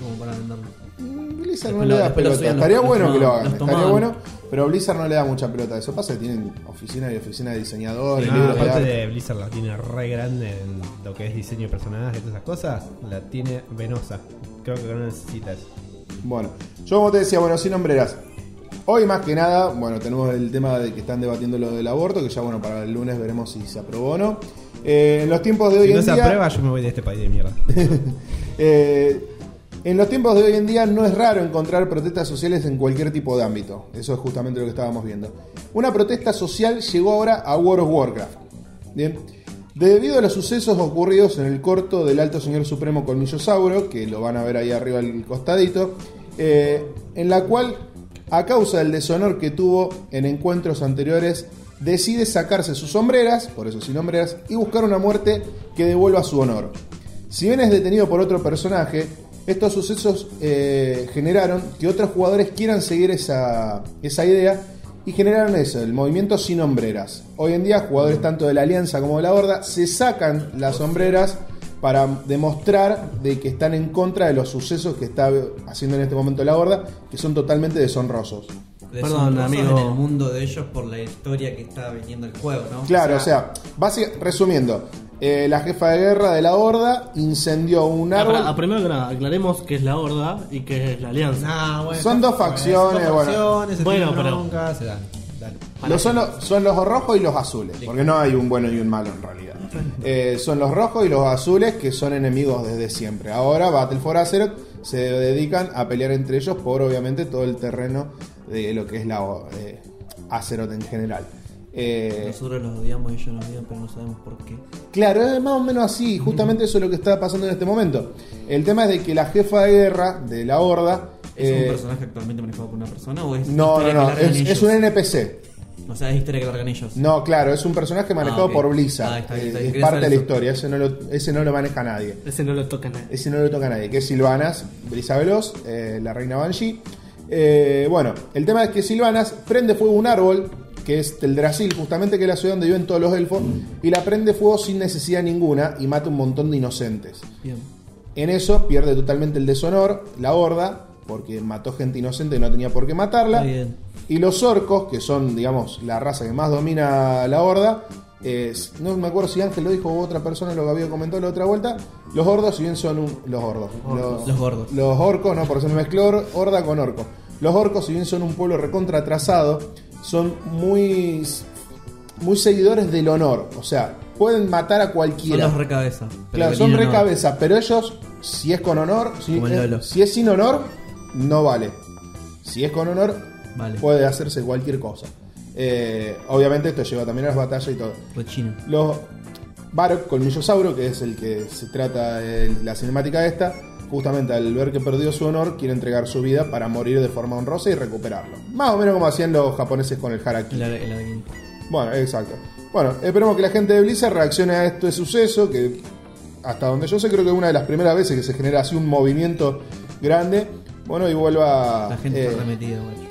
Speaker 2: como para venderlos.
Speaker 1: Mm, Blizzard no
Speaker 2: Después
Speaker 1: le
Speaker 2: lo-
Speaker 1: da
Speaker 2: después lo
Speaker 1: pelota,
Speaker 2: subían, los-
Speaker 1: estaría
Speaker 2: los
Speaker 1: bueno que lo
Speaker 2: tomaban,
Speaker 1: hagan,
Speaker 2: los
Speaker 1: estaría
Speaker 2: tomaban.
Speaker 1: bueno, pero Blizzard no le da mucha pelota. Eso pasa que tienen oficina y oficina de diseñadores,
Speaker 3: Ah,
Speaker 1: libros de
Speaker 3: aparte
Speaker 1: arte.
Speaker 3: de Blizzard la tiene re grande en lo que es diseño de personajes y todas esas cosas, la tiene venosa. Creo que no necesitas.
Speaker 1: Bueno, yo como te decía, bueno, sin hombreras. Hoy más que nada, bueno, tenemos el tema de que están debatiendo lo del aborto, que ya bueno, para el lunes veremos si se aprobó o no. Eh, en los tiempos de hoy
Speaker 3: Si no
Speaker 1: en
Speaker 3: se
Speaker 1: día.
Speaker 3: aprueba, yo me voy de este país de mierda.
Speaker 1: Eh, en los tiempos de hoy en día no es raro encontrar protestas sociales en cualquier tipo de ámbito. Eso es justamente lo que estábamos viendo. Una protesta social llegó ahora a World of Warcraft. Bien. Debido a los sucesos ocurridos en el corto del alto señor supremo Colmillosauro, que lo van a ver ahí arriba al costadito, eh, en la cual, a causa del deshonor que tuvo en encuentros anteriores, decide sacarse sus sombreras, por eso sin sombreras, y buscar una muerte que devuelva su honor. Si bien es detenido por otro personaje, estos sucesos eh, generaron que otros jugadores quieran seguir esa, esa idea y generaron eso, el movimiento sin hombreras. Hoy en día jugadores tanto de la Alianza como de la Horda se sacan las sombreras para demostrar de que están en contra de los sucesos que está haciendo en este momento la Horda, que son totalmente deshonrosos.
Speaker 4: Perdón,
Speaker 2: Deshonrosos
Speaker 4: amigo.
Speaker 2: En el mundo de ellos por la historia que está vendiendo el juego, ¿no?
Speaker 1: Claro, o sea, básica- resumiendo, eh, la jefa de guerra de la Horda incendió un
Speaker 4: Ah,
Speaker 1: árbol...
Speaker 4: pará, primero que nada, aclaremos qué es la horda y qué es la alianza.
Speaker 3: Ah,
Speaker 1: Son dos facciones, bueno.
Speaker 3: facciones, se
Speaker 4: Bueno,
Speaker 3: tiran
Speaker 4: pero-
Speaker 3: bronca, se dan. Dale.
Speaker 1: Los son, los, son los rojos y los azules, porque no hay un bueno y un malo en realidad. Eh, son los rojos y los azules que son enemigos desde siempre. Ahora Battle for Azeroth se dedican a pelear entre ellos por obviamente todo el terreno de lo que es la eh, Azeroth en general. Eh,
Speaker 2: Nosotros los odiamos y ellos nos odian, pero no sabemos por qué.
Speaker 1: Claro, es más o menos así, justamente eso es lo que está pasando en este momento. El tema es de que la jefa de guerra de la horda...
Speaker 2: ¿Es
Speaker 1: eh,
Speaker 2: un personaje actualmente manejado por una persona o es
Speaker 1: no, no,
Speaker 2: historia
Speaker 1: no,
Speaker 2: que largan
Speaker 1: es,
Speaker 2: ellos?
Speaker 1: es un NPC.
Speaker 2: O sea, es historia que largan ellos.
Speaker 1: No, claro, es un personaje manejado
Speaker 2: ok.
Speaker 1: por Blizzard.
Speaker 2: Ah, está,
Speaker 1: Eh,
Speaker 2: está,
Speaker 1: es
Speaker 2: quería
Speaker 1: parte
Speaker 2: saber
Speaker 1: de la
Speaker 2: eso.
Speaker 1: historia, ese no, lo, ese no lo maneja nadie.
Speaker 4: Ese no lo toca nadie.
Speaker 1: Ese no lo toca nadie, que es Silvanas, Brisa Veloz, eh, la reina Banshee. Eh, bueno, el tema es que Silvanas prende fuego a un árbol, que es Teldrassil, justamente que es la ciudad donde viven todos los elfos, y la prende fuego sin necesidad ninguna y mata un montón de inocentes.
Speaker 2: Bien.
Speaker 1: En eso pierde totalmente el deshonor, la horda, porque mató gente inocente y no tenía por qué matarla.
Speaker 2: Está bien.
Speaker 1: Y los orcos, que son, digamos, la raza que más domina la horda, es- no me acuerdo si Ángel lo dijo o otra persona lo había comentado la otra vuelta, los hordos, si bien son un- los hordos, los,
Speaker 2: Los gordos.
Speaker 1: los orcos, no, por eso me mezcló or- horda con orco. Los orcos, si bien son un pueblo recontra atrasado, son muy, muy seguidores del honor, o sea, pueden matar a
Speaker 2: Son
Speaker 1: cualquiera.
Speaker 2: los recabezas. pero
Speaker 1: Claro,
Speaker 2: que
Speaker 1: son
Speaker 2: tienen honor.
Speaker 1: recabezas, pero ellos, si es con honor, si,
Speaker 2: Como el
Speaker 1: eh,
Speaker 2: Lolo.
Speaker 1: si es sin honor, no vale. Si es con honor,
Speaker 2: Vale.
Speaker 1: puede hacerse cualquier cosa. Eh, obviamente esto lleva también a las batallas y todo.
Speaker 2: Rechina.
Speaker 1: Los Barok, Colmillosauro, que es el que se trata el- la cinemática esta, justamente al ver que perdió su honor, quiere entregar su vida para morir de forma honrosa y recuperarlo. Más o menos como hacían los japoneses con el Haraki.
Speaker 2: El, ar- el arquín.
Speaker 1: Bueno, exacto. Bueno, esperemos que la gente de Blizzard reaccione a este suceso, que hasta donde yo sé creo que es una de las primeras veces que se genera así un movimiento grande. Bueno, y vuelva...
Speaker 2: La gente
Speaker 1: eh,
Speaker 2: está remetida, güey.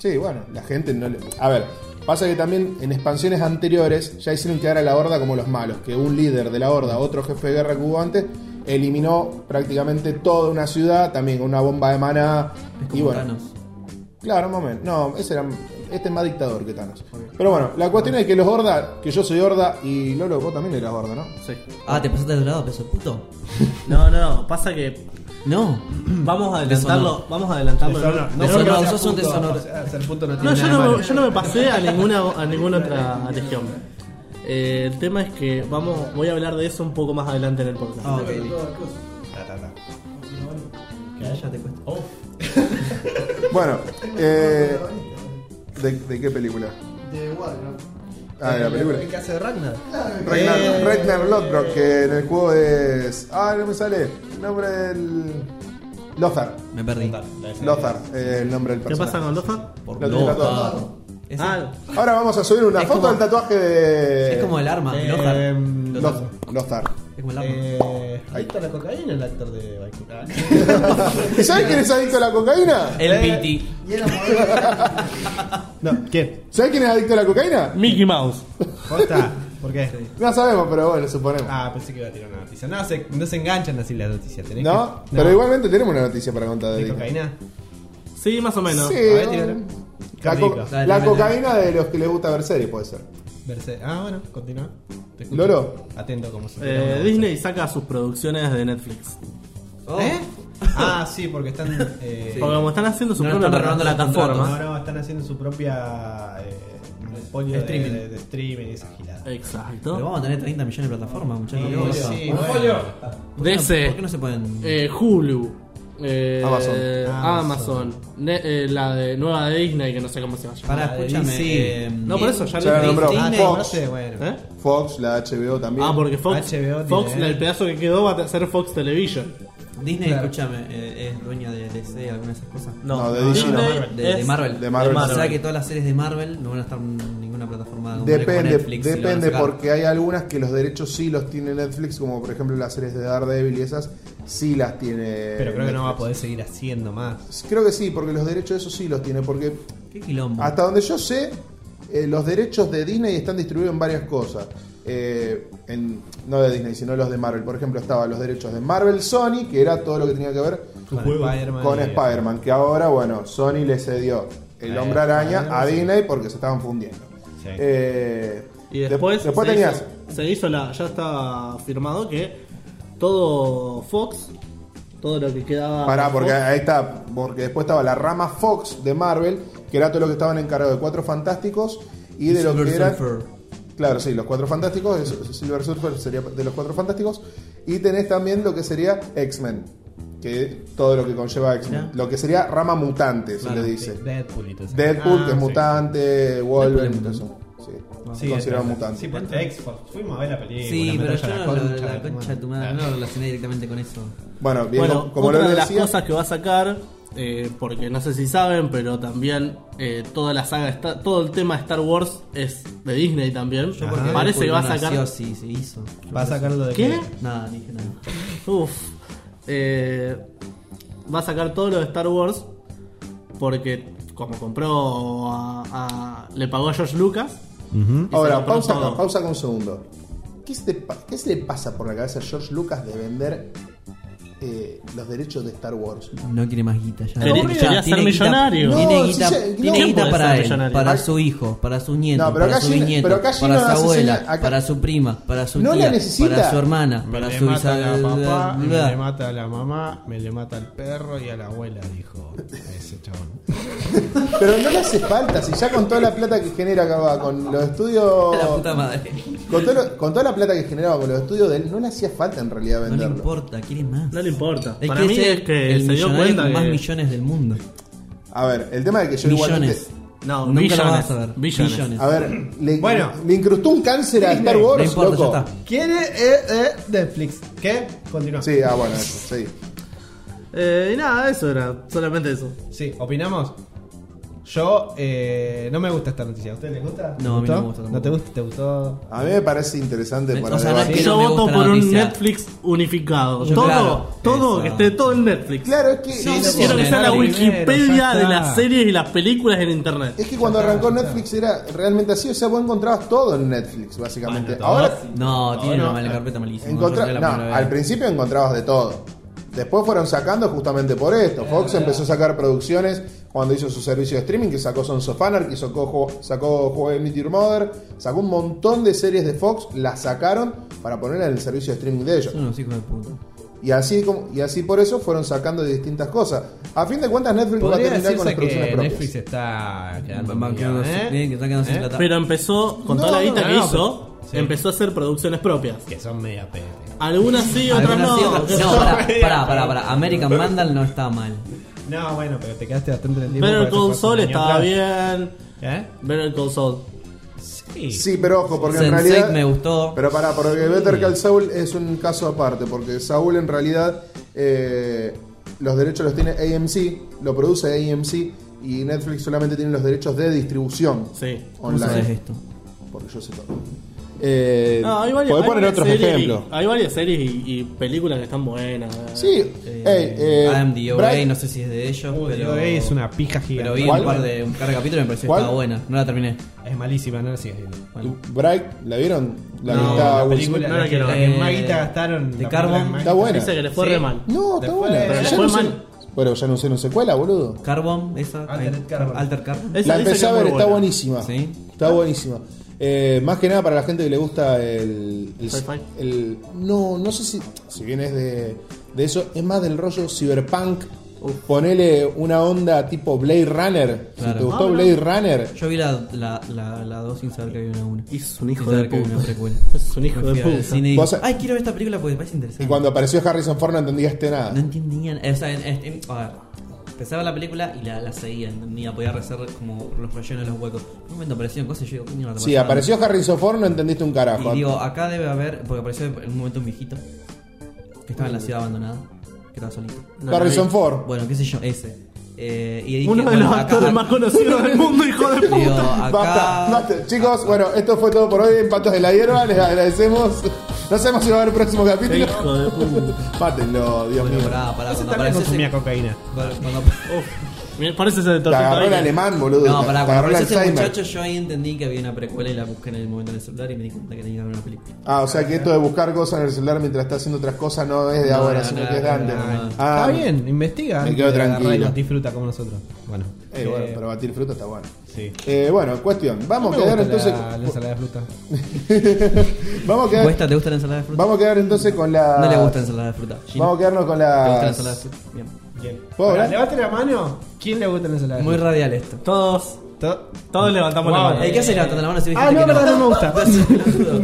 Speaker 1: Sí, bueno, la gente no le... A ver, pasa que también en expansiones anteriores ya hicieron quedar a la horda como los malos, que un líder de la horda, otro jefe de guerra que hubo antes, eliminó prácticamente toda una ciudad, también con una bomba de maná.
Speaker 2: Es
Speaker 1: Y
Speaker 2: como
Speaker 1: bueno,
Speaker 2: Thanos.
Speaker 1: Claro, un momento. No, ese era. Este es más dictador que Thanos. Pero bueno, la cuestión es que los Horda, que yo soy Horda y Lolo, vos también eras Horda, ¿no?
Speaker 4: Sí.
Speaker 2: Ah, ¿te pasaste de otro lado, peso de puto?
Speaker 4: No, no, pasa que
Speaker 2: No.
Speaker 4: vamos a adelantarlo. Vamos a adelantarlo. No, no, no,
Speaker 2: sos un deshonor.
Speaker 4: No, yo no, me, yo no me pasé a ninguna, a ninguna otra región. Eh, el tema es que vamos, voy a hablar de eso un poco más adelante en el podcast.
Speaker 2: Ah, ok, listo. Cállate, cuesta.
Speaker 3: Oh,
Speaker 1: Bueno, eh, ¿de, de qué película?
Speaker 7: De Warner.
Speaker 1: Ah, de la película.
Speaker 3: ¿Qué hace Ragnar?
Speaker 1: Ragnar,
Speaker 3: Eh.
Speaker 1: Ragnar Lodbrok, que en el juego es. Ah, no me sale. El nombre del. Lothar.
Speaker 2: Me perdí.
Speaker 1: Lothar, eh, el nombre del
Speaker 4: ¿Qué pasa
Speaker 1: personaje.
Speaker 4: con Lofa?
Speaker 2: Por
Speaker 1: Lo tenés
Speaker 2: Lothar.
Speaker 1: tatuado.
Speaker 2: Ese-
Speaker 4: Ah,
Speaker 1: Ahora vamos a subir una
Speaker 2: Es
Speaker 1: foto
Speaker 2: como-
Speaker 1: del tatuaje de.
Speaker 2: es como el
Speaker 4: Ah,
Speaker 2: arma,
Speaker 3: Eh,
Speaker 2: Lothar.
Speaker 3: em,
Speaker 2: Lothar.
Speaker 1: Lothar. Lothar.
Speaker 2: Es como el arma.
Speaker 3: Eh, ¿Adicto a la cocaína el actor de Baikun? Ah,
Speaker 1: ¿Y sabés quién es adicto a la cocaína?
Speaker 2: el Piti.
Speaker 7: Y era modelo.
Speaker 3: No, ¿quién?
Speaker 1: ¿Sabés quién es adicto a la cocaína?
Speaker 4: Mickey Mouse.
Speaker 3: ¿Jota? ¿Por qué?
Speaker 1: No sabemos, pero bueno, suponemos.
Speaker 3: Ah, pensé que iba a tirar una noticia. No se, no se enganchan así las noticias. tenés
Speaker 1: ¿No?
Speaker 3: que-
Speaker 1: pero igualmente tenemos una noticia para contar de
Speaker 3: ¿De
Speaker 1: Dick.
Speaker 3: cocaína?
Speaker 4: Sí, más o menos.
Speaker 1: Sí,
Speaker 3: A ver, tírala.
Speaker 1: la,
Speaker 3: Qué
Speaker 1: co-
Speaker 3: rico.
Speaker 2: Dale,
Speaker 1: la
Speaker 2: dale.
Speaker 1: cocaína de los que les gusta ver series puede ser.
Speaker 3: Verse- Ah, bueno, continúa. Te escucho.
Speaker 1: Lolo.
Speaker 3: Atento como se tira una
Speaker 4: Eh,
Speaker 3: bolsa.
Speaker 4: Disney saca sus producciones de Netflix.
Speaker 2: Oh.
Speaker 3: ¿Eh? Ah, sí, porque están. eh,
Speaker 2: Sí.
Speaker 4: Porque como están haciendo su
Speaker 2: No,
Speaker 4: propia
Speaker 2: están renovando la
Speaker 4: plataforma.
Speaker 3: No, no, están haciendo su propia. Eh, monopolio de-
Speaker 2: Streaming.
Speaker 3: De, de streaming y esa gilada.
Speaker 2: Pero
Speaker 4: Exacto.
Speaker 2: vamos a tener 30 millones de plataformas, muchachos.
Speaker 3: Sí,
Speaker 2: boludo.
Speaker 3: sí,
Speaker 2: ¿Por
Speaker 3: bueno. Ah,
Speaker 2: qué no-
Speaker 4: DC.
Speaker 2: ¿Por qué no se pueden.?
Speaker 4: Eh, Hulu. eh,
Speaker 1: Amazon.
Speaker 4: Amazon. Ne- eh, la de nueva de Disney, que no sé cómo se va a llamar.
Speaker 2: Pará,
Speaker 3: la de
Speaker 2: escúchame.
Speaker 3: DC.
Speaker 2: eh,
Speaker 4: No, por eso ya
Speaker 1: Ya la
Speaker 4: lo
Speaker 1: nombró.
Speaker 3: Ah,
Speaker 1: Disney.
Speaker 3: no,
Speaker 1: Fox.
Speaker 3: sé, bueno.
Speaker 4: ¿Eh?
Speaker 1: Fox, la HBO también.
Speaker 4: Ah, porque Fox,
Speaker 3: HBO
Speaker 4: Fox
Speaker 3: tiene-
Speaker 4: el pedazo que quedó va a ser Fox Television.
Speaker 2: Disney,
Speaker 3: Claro.
Speaker 2: escúchame, eh, es dueña de DC, alguna de esas cosas.
Speaker 1: No, de Disney no.
Speaker 2: De, de
Speaker 4: es-
Speaker 2: Marvel.
Speaker 1: de Marvel.
Speaker 2: O sea que todas las series de Marvel no van a estar en ninguna plataforma. como
Speaker 1: Depende,
Speaker 2: Netflix, y la van a
Speaker 1: depende
Speaker 2: sacar.
Speaker 1: porque hay algunas que los derechos sí los tiene Netflix, como por ejemplo las series de Daredevil y esas sí las tiene.
Speaker 3: Pero creo que no va a
Speaker 1: Netflix.
Speaker 3: poder seguir haciendo más.
Speaker 1: Creo que sí, porque los derechos de esos sí los tiene, porque
Speaker 2: Qué quilombo.
Speaker 1: Hasta donde yo sé, eh, los derechos de Disney están distribuidos en varias cosas. Eh, en- no de Disney, sino los de Marvel. Por ejemplo, estaban los derechos de Marvel Sony, que era todo lo que tenía que ver
Speaker 3: Con Spider-Man
Speaker 1: con
Speaker 3: y-
Speaker 1: Spider-Man, que ahora, bueno, Sony le cedió el
Speaker 3: Eh,
Speaker 1: hombre araña a
Speaker 3: Spider-Man, sí.
Speaker 1: Disney porque se estaban fundiendo.
Speaker 3: Sí.
Speaker 1: Eh,
Speaker 4: Y
Speaker 1: de-
Speaker 4: después,
Speaker 1: después
Speaker 4: se
Speaker 1: tenías.
Speaker 4: hizo- se hizo la. Ya está firmado que todo Fox, todo lo que quedaba.
Speaker 1: Pará,
Speaker 4: de
Speaker 1: porque
Speaker 4: Fox-
Speaker 1: ahí está. Porque después estaba la rama Fox de Marvel, que era todo lo que estaban encargados de Cuatro Fantásticos y de lo
Speaker 2: Silver
Speaker 1: que eran.
Speaker 2: Surfer.
Speaker 1: Claro, sí, los cuatro fantásticos, es- Silver Surfer sería de los cuatro fantásticos. Y tenés también lo que sería X-Men, que todo lo que conlleva X-Men. Lo que sería rama mutante, se le dice.
Speaker 3: Deadpool y todo eso.
Speaker 1: Deadpool,
Speaker 3: Ah,
Speaker 1: que es
Speaker 3: sí.
Speaker 1: mutante, Wolverine,
Speaker 2: Deadpool
Speaker 1: todo
Speaker 2: es
Speaker 1: eso. Sí,
Speaker 3: Sí,
Speaker 1: se considera
Speaker 3: es-
Speaker 1: mutante.
Speaker 3: Sí, pues Xbox. Fuimos a ver la película.
Speaker 2: Sí, pero
Speaker 3: metralla,
Speaker 2: yo no
Speaker 3: la
Speaker 2: lo-
Speaker 3: concha
Speaker 2: la,
Speaker 3: de tu
Speaker 2: concha de tu
Speaker 3: madre.
Speaker 2: madre no lo relacioné directamente con eso.
Speaker 1: Bueno, bien,
Speaker 4: Bueno,
Speaker 1: como- como
Speaker 4: otra
Speaker 1: lo
Speaker 4: de las
Speaker 1: decía,
Speaker 4: cosas que va a sacar eh, porque no sé si saben, pero también eh, toda la saga, está, todo el tema de Star Wars es de Disney también.
Speaker 2: Yo porque
Speaker 4: Parece que va a
Speaker 2: Deadpool no nació,
Speaker 4: sacar...
Speaker 2: Sí, se hizo.
Speaker 3: Va a sacar lo de
Speaker 4: ¿Qué?
Speaker 2: Nada, ni dije nada.
Speaker 4: Uf. Eh, va a sacar todo lo de Star Wars. Porque como compró a, a- le pagó a George Lucas. y se
Speaker 1: Ahora,
Speaker 4: compró
Speaker 1: pausa
Speaker 4: todo.
Speaker 1: acá, pausa acá un segundo. ¿Qué se, te pa- qué se le pasa por la cabeza a George Lucas de vender eh, los derechos de Star Wars?
Speaker 2: No quiere más guita ya.
Speaker 4: Quería-
Speaker 2: Ya,
Speaker 4: quería ser
Speaker 2: tiene guita-
Speaker 4: millonario.
Speaker 1: No,
Speaker 2: Tiene guita,
Speaker 1: sí, sí,
Speaker 2: tiene
Speaker 4: no.
Speaker 2: guita
Speaker 4: ¿Quién puede
Speaker 2: para
Speaker 4: ser
Speaker 2: él,
Speaker 4: millonario?
Speaker 2: para
Speaker 1: Ay.
Speaker 2: su hijo, para su nieto,
Speaker 1: No, pero
Speaker 2: para
Speaker 1: acá
Speaker 2: su
Speaker 1: Gina-
Speaker 2: bisnieto,
Speaker 1: pero acá Gina
Speaker 2: para su
Speaker 1: hace
Speaker 2: abuela,
Speaker 1: señal- acá-
Speaker 2: para su prima, para su
Speaker 1: No la
Speaker 2: tía,
Speaker 1: necesita.
Speaker 2: para su hermana,
Speaker 3: Me
Speaker 2: para
Speaker 3: le
Speaker 2: su
Speaker 3: mata a la
Speaker 2: bisab-
Speaker 3: papá, me
Speaker 2: bla.
Speaker 3: le mata a la mamá, me le mata al perro y a la abuela, dijo ese chabón.
Speaker 1: Pero no le hace falta, si ya con toda la plata que genera acá, con los estudios.
Speaker 2: La puta madre.
Speaker 1: Con, todo lo- con toda la plata que generaba con los estudios de él, no le hacía falta en realidad
Speaker 2: No le
Speaker 1: venderlo.
Speaker 2: importa, quiere más.
Speaker 4: No le importa.
Speaker 2: Él
Speaker 4: Para
Speaker 2: quiere
Speaker 4: mí
Speaker 2: ser
Speaker 4: es que
Speaker 2: el
Speaker 4: se dio
Speaker 2: millonario
Speaker 4: cuenta
Speaker 2: con más
Speaker 4: que-
Speaker 2: millones del mundo.
Speaker 1: a ver, el tema de que yo
Speaker 2: Millones.
Speaker 1: igualmente.
Speaker 4: No,
Speaker 2: Nunca lo
Speaker 4: billones,
Speaker 2: vas a ver.
Speaker 4: billones.
Speaker 1: A ver, le,
Speaker 3: Bueno.
Speaker 1: le incrustó un cáncer a Star Wars,
Speaker 2: No importa,
Speaker 1: loco.
Speaker 2: ya está.
Speaker 3: ¿Quiere eh, eh, Netflix? ¿Qué? Continúa.
Speaker 1: Sí, ah, bueno, eso, sí.
Speaker 4: Eh, y nada, eso era. Solamente eso.
Speaker 3: Sí, ¿opinamos? Yo eh, no me gusta esta noticia. ¿A ustedes les gusta?
Speaker 2: No, a mí no me
Speaker 3: ¿Gustó?
Speaker 2: gusta
Speaker 3: ¿No te
Speaker 2: tampoco.
Speaker 3: gusta? ¿Te gustó?
Speaker 1: A mí me parece interesante para
Speaker 2: O sea, no es
Speaker 1: debatir.
Speaker 2: que
Speaker 4: Yo
Speaker 2: no me
Speaker 4: voto
Speaker 2: gusta la
Speaker 4: por un
Speaker 2: noticia.
Speaker 4: Netflix unificado.
Speaker 2: Yo,
Speaker 4: todo,
Speaker 2: claro,
Speaker 4: todo,
Speaker 2: esa.
Speaker 4: que esté todo en Netflix.
Speaker 1: Claro, es que.
Speaker 2: No,
Speaker 1: es
Speaker 2: sí,
Speaker 1: que-
Speaker 4: Quiero que
Speaker 2: sí,
Speaker 4: sea la
Speaker 2: primero,
Speaker 4: Wikipedia
Speaker 3: ya
Speaker 4: de
Speaker 3: está.
Speaker 4: las series y las películas en internet.
Speaker 1: Es que cuando arrancó Netflix era realmente así, o sea, vos encontrabas todo en Netflix, básicamente.
Speaker 3: Bueno, todo
Speaker 1: Ahora
Speaker 3: sí.
Speaker 2: No, tiene
Speaker 3: no,
Speaker 2: una mala carpeta malísima.
Speaker 1: encontra-
Speaker 2: Yo soy la
Speaker 1: no,
Speaker 2: primera
Speaker 1: al
Speaker 2: vez.
Speaker 1: principio encontrabas de todo. Después fueron sacando justamente por esto.
Speaker 2: Ah.
Speaker 1: Fox empezó a sacar producciones cuando hizo su servicio de streaming, que sacó Sons of Anarchy, sacó, Ju- sacó Juego de Meet Your Mother, sacó un montón de series de Fox, las sacaron para poner en el servicio de streaming de ellos.
Speaker 2: Son unos hijos de puta.
Speaker 1: Y así, como, y así por eso fueron sacando distintas cosas. A fin de cuentas, Netflix va a terminar con las producciones
Speaker 3: que
Speaker 1: propias.
Speaker 3: Netflix está quedando
Speaker 2: Más que unos-
Speaker 3: ¿eh?
Speaker 2: bien, que sacan sin
Speaker 3: ¿Eh?
Speaker 2: plata.
Speaker 4: Pero empezó, con
Speaker 1: No,
Speaker 4: toda la guita
Speaker 3: no,
Speaker 4: que
Speaker 3: no,
Speaker 4: hizo,
Speaker 3: pero- sí.
Speaker 4: empezó a hacer producciones propias.
Speaker 3: Que son media pete.
Speaker 4: Algunas sí, otras
Speaker 2: Algunas
Speaker 4: no.
Speaker 2: sí, otras- No, pará, pará, pará, pará. American Vandal no está mal.
Speaker 3: No, bueno, pero te quedaste bastante en el tiempo.
Speaker 4: Better
Speaker 3: porque
Speaker 4: Call
Speaker 3: eso fue
Speaker 4: Saul
Speaker 3: hace un año
Speaker 4: estaba
Speaker 3: atrás.
Speaker 4: bien.
Speaker 3: ¿Eh?
Speaker 4: Better Call Saul.
Speaker 3: Sí.
Speaker 1: Sí, pero ojo, porque en
Speaker 2: Sense8
Speaker 1: realidad.
Speaker 2: me gustó.
Speaker 1: Pero pará, porque Better Call Saul es un caso aparte, porque Saul en realidad eh, los derechos los tiene AMC, lo produce AMC y Netflix solamente tiene los derechos de distribución
Speaker 4: Sí.
Speaker 2: ¿Cómo sabes
Speaker 1: online.
Speaker 2: esto?
Speaker 1: Porque yo sé todo. Eh,
Speaker 4: No, hay varias,
Speaker 1: podés
Speaker 4: hay
Speaker 1: poner
Speaker 4: varias
Speaker 1: otros
Speaker 4: series
Speaker 1: ejemplos.
Speaker 4: y- hay varias series y, y películas que están buenas.
Speaker 1: Sí, ey, eh,
Speaker 2: Adam DOA,
Speaker 1: Brian-
Speaker 2: no sé si es de ellos,
Speaker 3: Uy,
Speaker 2: pero.
Speaker 3: digo, ey, es una pija
Speaker 2: Pero
Speaker 3: gigante.
Speaker 2: vi
Speaker 1: ¿Cuál?
Speaker 2: un par de un par de capítulos y me pareció que
Speaker 1: ¿Cuál?
Speaker 2: estaba buena. No la terminé.
Speaker 3: Es malísima, no la sigas viendo.
Speaker 2: Bueno.
Speaker 1: Bright, ¿la vieron? La que
Speaker 2: No,
Speaker 1: está
Speaker 3: la
Speaker 1: Will
Speaker 3: película
Speaker 1: Smith.
Speaker 4: no la
Speaker 3: la que,
Speaker 4: quiero
Speaker 3: la
Speaker 4: ver.
Speaker 3: que más guita gastaron.
Speaker 2: De
Speaker 3: la
Speaker 2: Carbon.
Speaker 3: película más
Speaker 1: Está buena.
Speaker 4: Dice que le fue
Speaker 3: Sí.
Speaker 4: re mal.
Speaker 1: No, está
Speaker 3: Después-
Speaker 1: buena.
Speaker 3: Pero
Speaker 1: Ya
Speaker 4: fue
Speaker 1: no sé-
Speaker 4: mal.
Speaker 1: Bueno, ya anunciaron secuela, boludo.
Speaker 2: Carbon, esa.
Speaker 3: Altered
Speaker 2: ahí,
Speaker 3: Carbon.
Speaker 2: Alter Carbon.
Speaker 4: Esa
Speaker 1: La
Speaker 4: dice
Speaker 1: empecé
Speaker 4: que
Speaker 1: a
Speaker 4: es
Speaker 1: ver,
Speaker 4: muy
Speaker 1: está
Speaker 4: buena.
Speaker 1: buenísima.
Speaker 2: Sí.
Speaker 1: Está buenísima. Eh, más que nada para la gente que le gusta el. el-
Speaker 4: Sci-fi.
Speaker 1: el- no, no sé si. Si bien es de, de eso, es más del rollo cyberpunk. Ponele una onda tipo Blade Runner. Si
Speaker 2: Claro.
Speaker 1: te gustó
Speaker 4: Ah,
Speaker 1: Blade Runner,
Speaker 2: Yo vi la, la, la, la dos sin saber que había una una.
Speaker 4: Es un
Speaker 2: Sin
Speaker 4: hijo de
Speaker 2: saber que había
Speaker 4: puta.
Speaker 2: una precuela.
Speaker 4: Es un hijo
Speaker 2: Me fui
Speaker 4: de
Speaker 2: al
Speaker 4: puta.
Speaker 2: cine y
Speaker 1: Vos
Speaker 2: dije,
Speaker 1: sab-
Speaker 2: ay, quiero ver esta película porque me parece interesante.
Speaker 1: y cuando apareció Harrison Ford no entendías
Speaker 2: No
Speaker 1: nada.
Speaker 2: entendían. O sea, en- en- a ver, empezaba la película y la, la seguía, entendía, podía rezar como los rellenos de los huecos. En un momento aparecieron cosas y yo digo, coño, no te
Speaker 1: Sí,
Speaker 2: pasa nada.
Speaker 1: apareció Harrison Ford, no entendiste un
Speaker 2: Y
Speaker 1: carajo.
Speaker 2: digo, acá debe haber, porque apareció en un momento un viejito que estaba en la ciudad abandonada, que estaba solito.
Speaker 1: Harrison Ford.
Speaker 2: Bueno, qué sé yo, ese. Eh, y dije,
Speaker 4: Uno de
Speaker 2: bueno,
Speaker 4: los
Speaker 2: acá-
Speaker 4: actores más conocidos del mundo, hijo de puta.
Speaker 2: Digo, acá-
Speaker 1: Basta, basta. Chicos, bueno, esto fue todo por hoy en Patos de la Hierba. Les agradecemos. No sabemos si va a haber próximo capítulo.
Speaker 4: Hijo de puta.
Speaker 1: Mátenlo, Dios
Speaker 2: Bueno,
Speaker 1: mío.
Speaker 2: pará, pará, cuando
Speaker 3: También
Speaker 2: aparece
Speaker 3: consumía
Speaker 2: ese-
Speaker 3: cocaína.
Speaker 2: cuando- cuando-
Speaker 4: Uf, me parece ese de
Speaker 1: Te agarró el
Speaker 4: Tortuga.
Speaker 1: alemán, boludo.
Speaker 2: No, pará,
Speaker 1: Te- te
Speaker 2: cuando
Speaker 1: agarró el
Speaker 2: aparece ese
Speaker 1: Alzheimer.
Speaker 2: muchacho yo ahí entendí que había una precuela y la busqué en el momento en el celular y me di cuenta que tenía que ver una película.
Speaker 1: Ah, o sea que esto de buscar cosas en el celular mientras estás haciendo otras cosas no es de
Speaker 2: No,
Speaker 1: ahora,
Speaker 2: no,
Speaker 1: sino
Speaker 2: no,
Speaker 1: que es de
Speaker 2: no,
Speaker 1: antes.
Speaker 2: no, no.
Speaker 3: está
Speaker 1: Ah,
Speaker 3: bien, investiga.
Speaker 1: me
Speaker 3: antes
Speaker 1: quedo
Speaker 3: de agarrar y
Speaker 1: tranquilo.
Speaker 3: nos disfruta como nosotros. Bueno.
Speaker 1: Eh, bueno, pero batir fruta está bueno.
Speaker 3: Sí.
Speaker 1: Eh, bueno, cuestión. Vamos a
Speaker 3: Me
Speaker 1: quedar
Speaker 3: gusta
Speaker 1: entonces.
Speaker 3: la, la ensalada de fruta.
Speaker 1: Vamos a quedar.
Speaker 2: ¿Cuesta? ¿Te gusta la ensalada de fruta?
Speaker 1: Vamos a quedar entonces con la.
Speaker 2: No le gusta la ensalada de fruta. Gino.
Speaker 1: Vamos a quedarnos con
Speaker 2: ¿Te gusta la ensalada
Speaker 1: la.
Speaker 2: de fruta? Bien.
Speaker 3: Bien.
Speaker 1: ¿Puedo
Speaker 3: Pará,
Speaker 1: hablar?
Speaker 3: ¿Levaste la mano? ¿Quién le gusta la ensalada? de
Speaker 2: Muy
Speaker 3: fruta?
Speaker 2: radial esto.
Speaker 4: Todos, todos levantamos la
Speaker 3: Wow.
Speaker 4: mano.
Speaker 2: Eh, ¿Qué hace levantando la mano si
Speaker 3: Ah, no,
Speaker 2: que
Speaker 3: verdad, no me gusta.
Speaker 2: Entonces, pelotudo.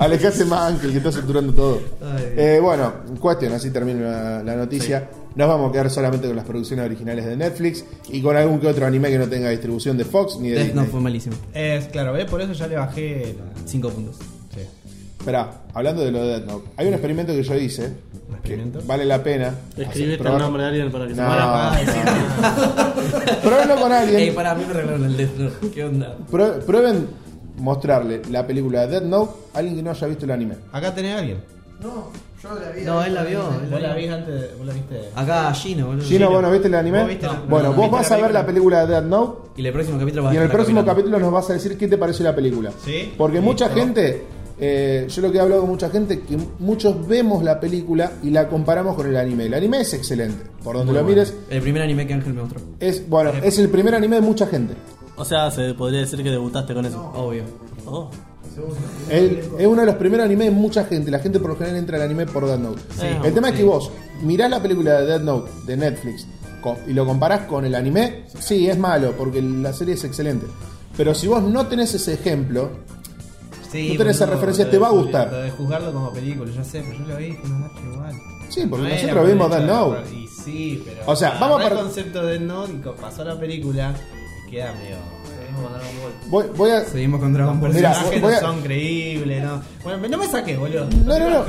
Speaker 1: Alejarse más, Ángel, que está saturando todo.
Speaker 2: Ay.
Speaker 1: Eh, bueno, cuestión, así termina la, la noticia. Nos vamos a quedar solamente con las producciones originales de Netflix y con algún que otro anime que no tenga distribución de Fox ni de
Speaker 2: Death Note
Speaker 1: Disney.
Speaker 2: fue malísimo.
Speaker 3: Es, claro, ¿ves? Por eso ya le bajé la.
Speaker 1: Ah,
Speaker 2: 5 puntos.
Speaker 3: Sí.
Speaker 1: Espera, hablando de lo de Death Note, hay un experimento que yo hice.
Speaker 3: ¿Un experimento?
Speaker 1: Que vale la pena.
Speaker 4: Escribiste
Speaker 1: hacer-
Speaker 4: el este nombre de alguien para que se
Speaker 1: No,
Speaker 4: muera.
Speaker 1: no. Pruébenlo con alguien.
Speaker 2: Ey, para Eh, mí me regalaron el Death Note. ¿Qué onda?
Speaker 1: Prue- prueben mostrarle la película de Death Note a alguien que no haya visto el anime.
Speaker 3: Acá tenés a alguien.
Speaker 7: No, yo la vi.
Speaker 2: No, él la vio. él la
Speaker 3: Vos la
Speaker 2: vio.
Speaker 3: viste antes, vos la viste.
Speaker 2: Acá Gino, boludo.
Speaker 1: Gino, ¿vos no viste el anime?
Speaker 3: ¿Vos viste la-
Speaker 1: bueno,
Speaker 3: no,
Speaker 1: vos
Speaker 3: viste
Speaker 1: vas
Speaker 3: la
Speaker 1: a ver la película de Death Note
Speaker 2: Y en el próximo capítulo vas
Speaker 1: y en
Speaker 2: a
Speaker 1: el
Speaker 2: estar
Speaker 1: próximo
Speaker 2: caminando.
Speaker 1: capítulo nos vas a decir qué te pareció la película.
Speaker 3: Sí.
Speaker 1: Porque mucha
Speaker 3: Listo.
Speaker 1: gente, eh, yo lo que he hablado con mucha gente, que muchos vemos la película y la comparamos con el anime. El anime es excelente. Por donde lo mires,
Speaker 2: El primer anime que Ángel me mostró.
Speaker 1: es bueno, es el primer anime de mucha gente.
Speaker 4: O sea, se podría decir que debutaste con eso.
Speaker 2: Obvio.
Speaker 4: Oh.
Speaker 1: El- es uno de los primeros animes de mucha gente. La gente por lo general entra al anime por Death Note. el tema es que vos mirás la película de Death Note de Netflix co- y lo comparás con el anime, sí, es malo, porque la serie es excelente. Pero si vos no tenés ese ejemplo,
Speaker 3: Sí,
Speaker 1: Tú tenés esa
Speaker 3: boludo,
Speaker 1: referencia,
Speaker 3: lo
Speaker 1: te
Speaker 3: de
Speaker 1: va a
Speaker 3: juzgar-
Speaker 1: gustar.
Speaker 3: Lo de juzgarlo como película, ya sé, pero yo lo vi y no gacho igual.
Speaker 1: sí, porque
Speaker 3: No era
Speaker 1: nosotros vimos
Speaker 3: para
Speaker 1: Death
Speaker 3: echarlo,
Speaker 1: Note.
Speaker 3: Y sí, pero.
Speaker 1: O sea,
Speaker 3: agarrá
Speaker 1: vamos a
Speaker 3: el
Speaker 1: par-
Speaker 3: concepto de Death Note y co- pasó la película y queda medio. eh, es como Dragon Ball.
Speaker 1: Voy, voy a.
Speaker 2: Seguimos con Dragon Ball.
Speaker 1: Mirá,
Speaker 3: Personajes
Speaker 1: voy a-
Speaker 3: no son creíbles, no. Bueno, no me saques, boludo.
Speaker 1: No, no, no.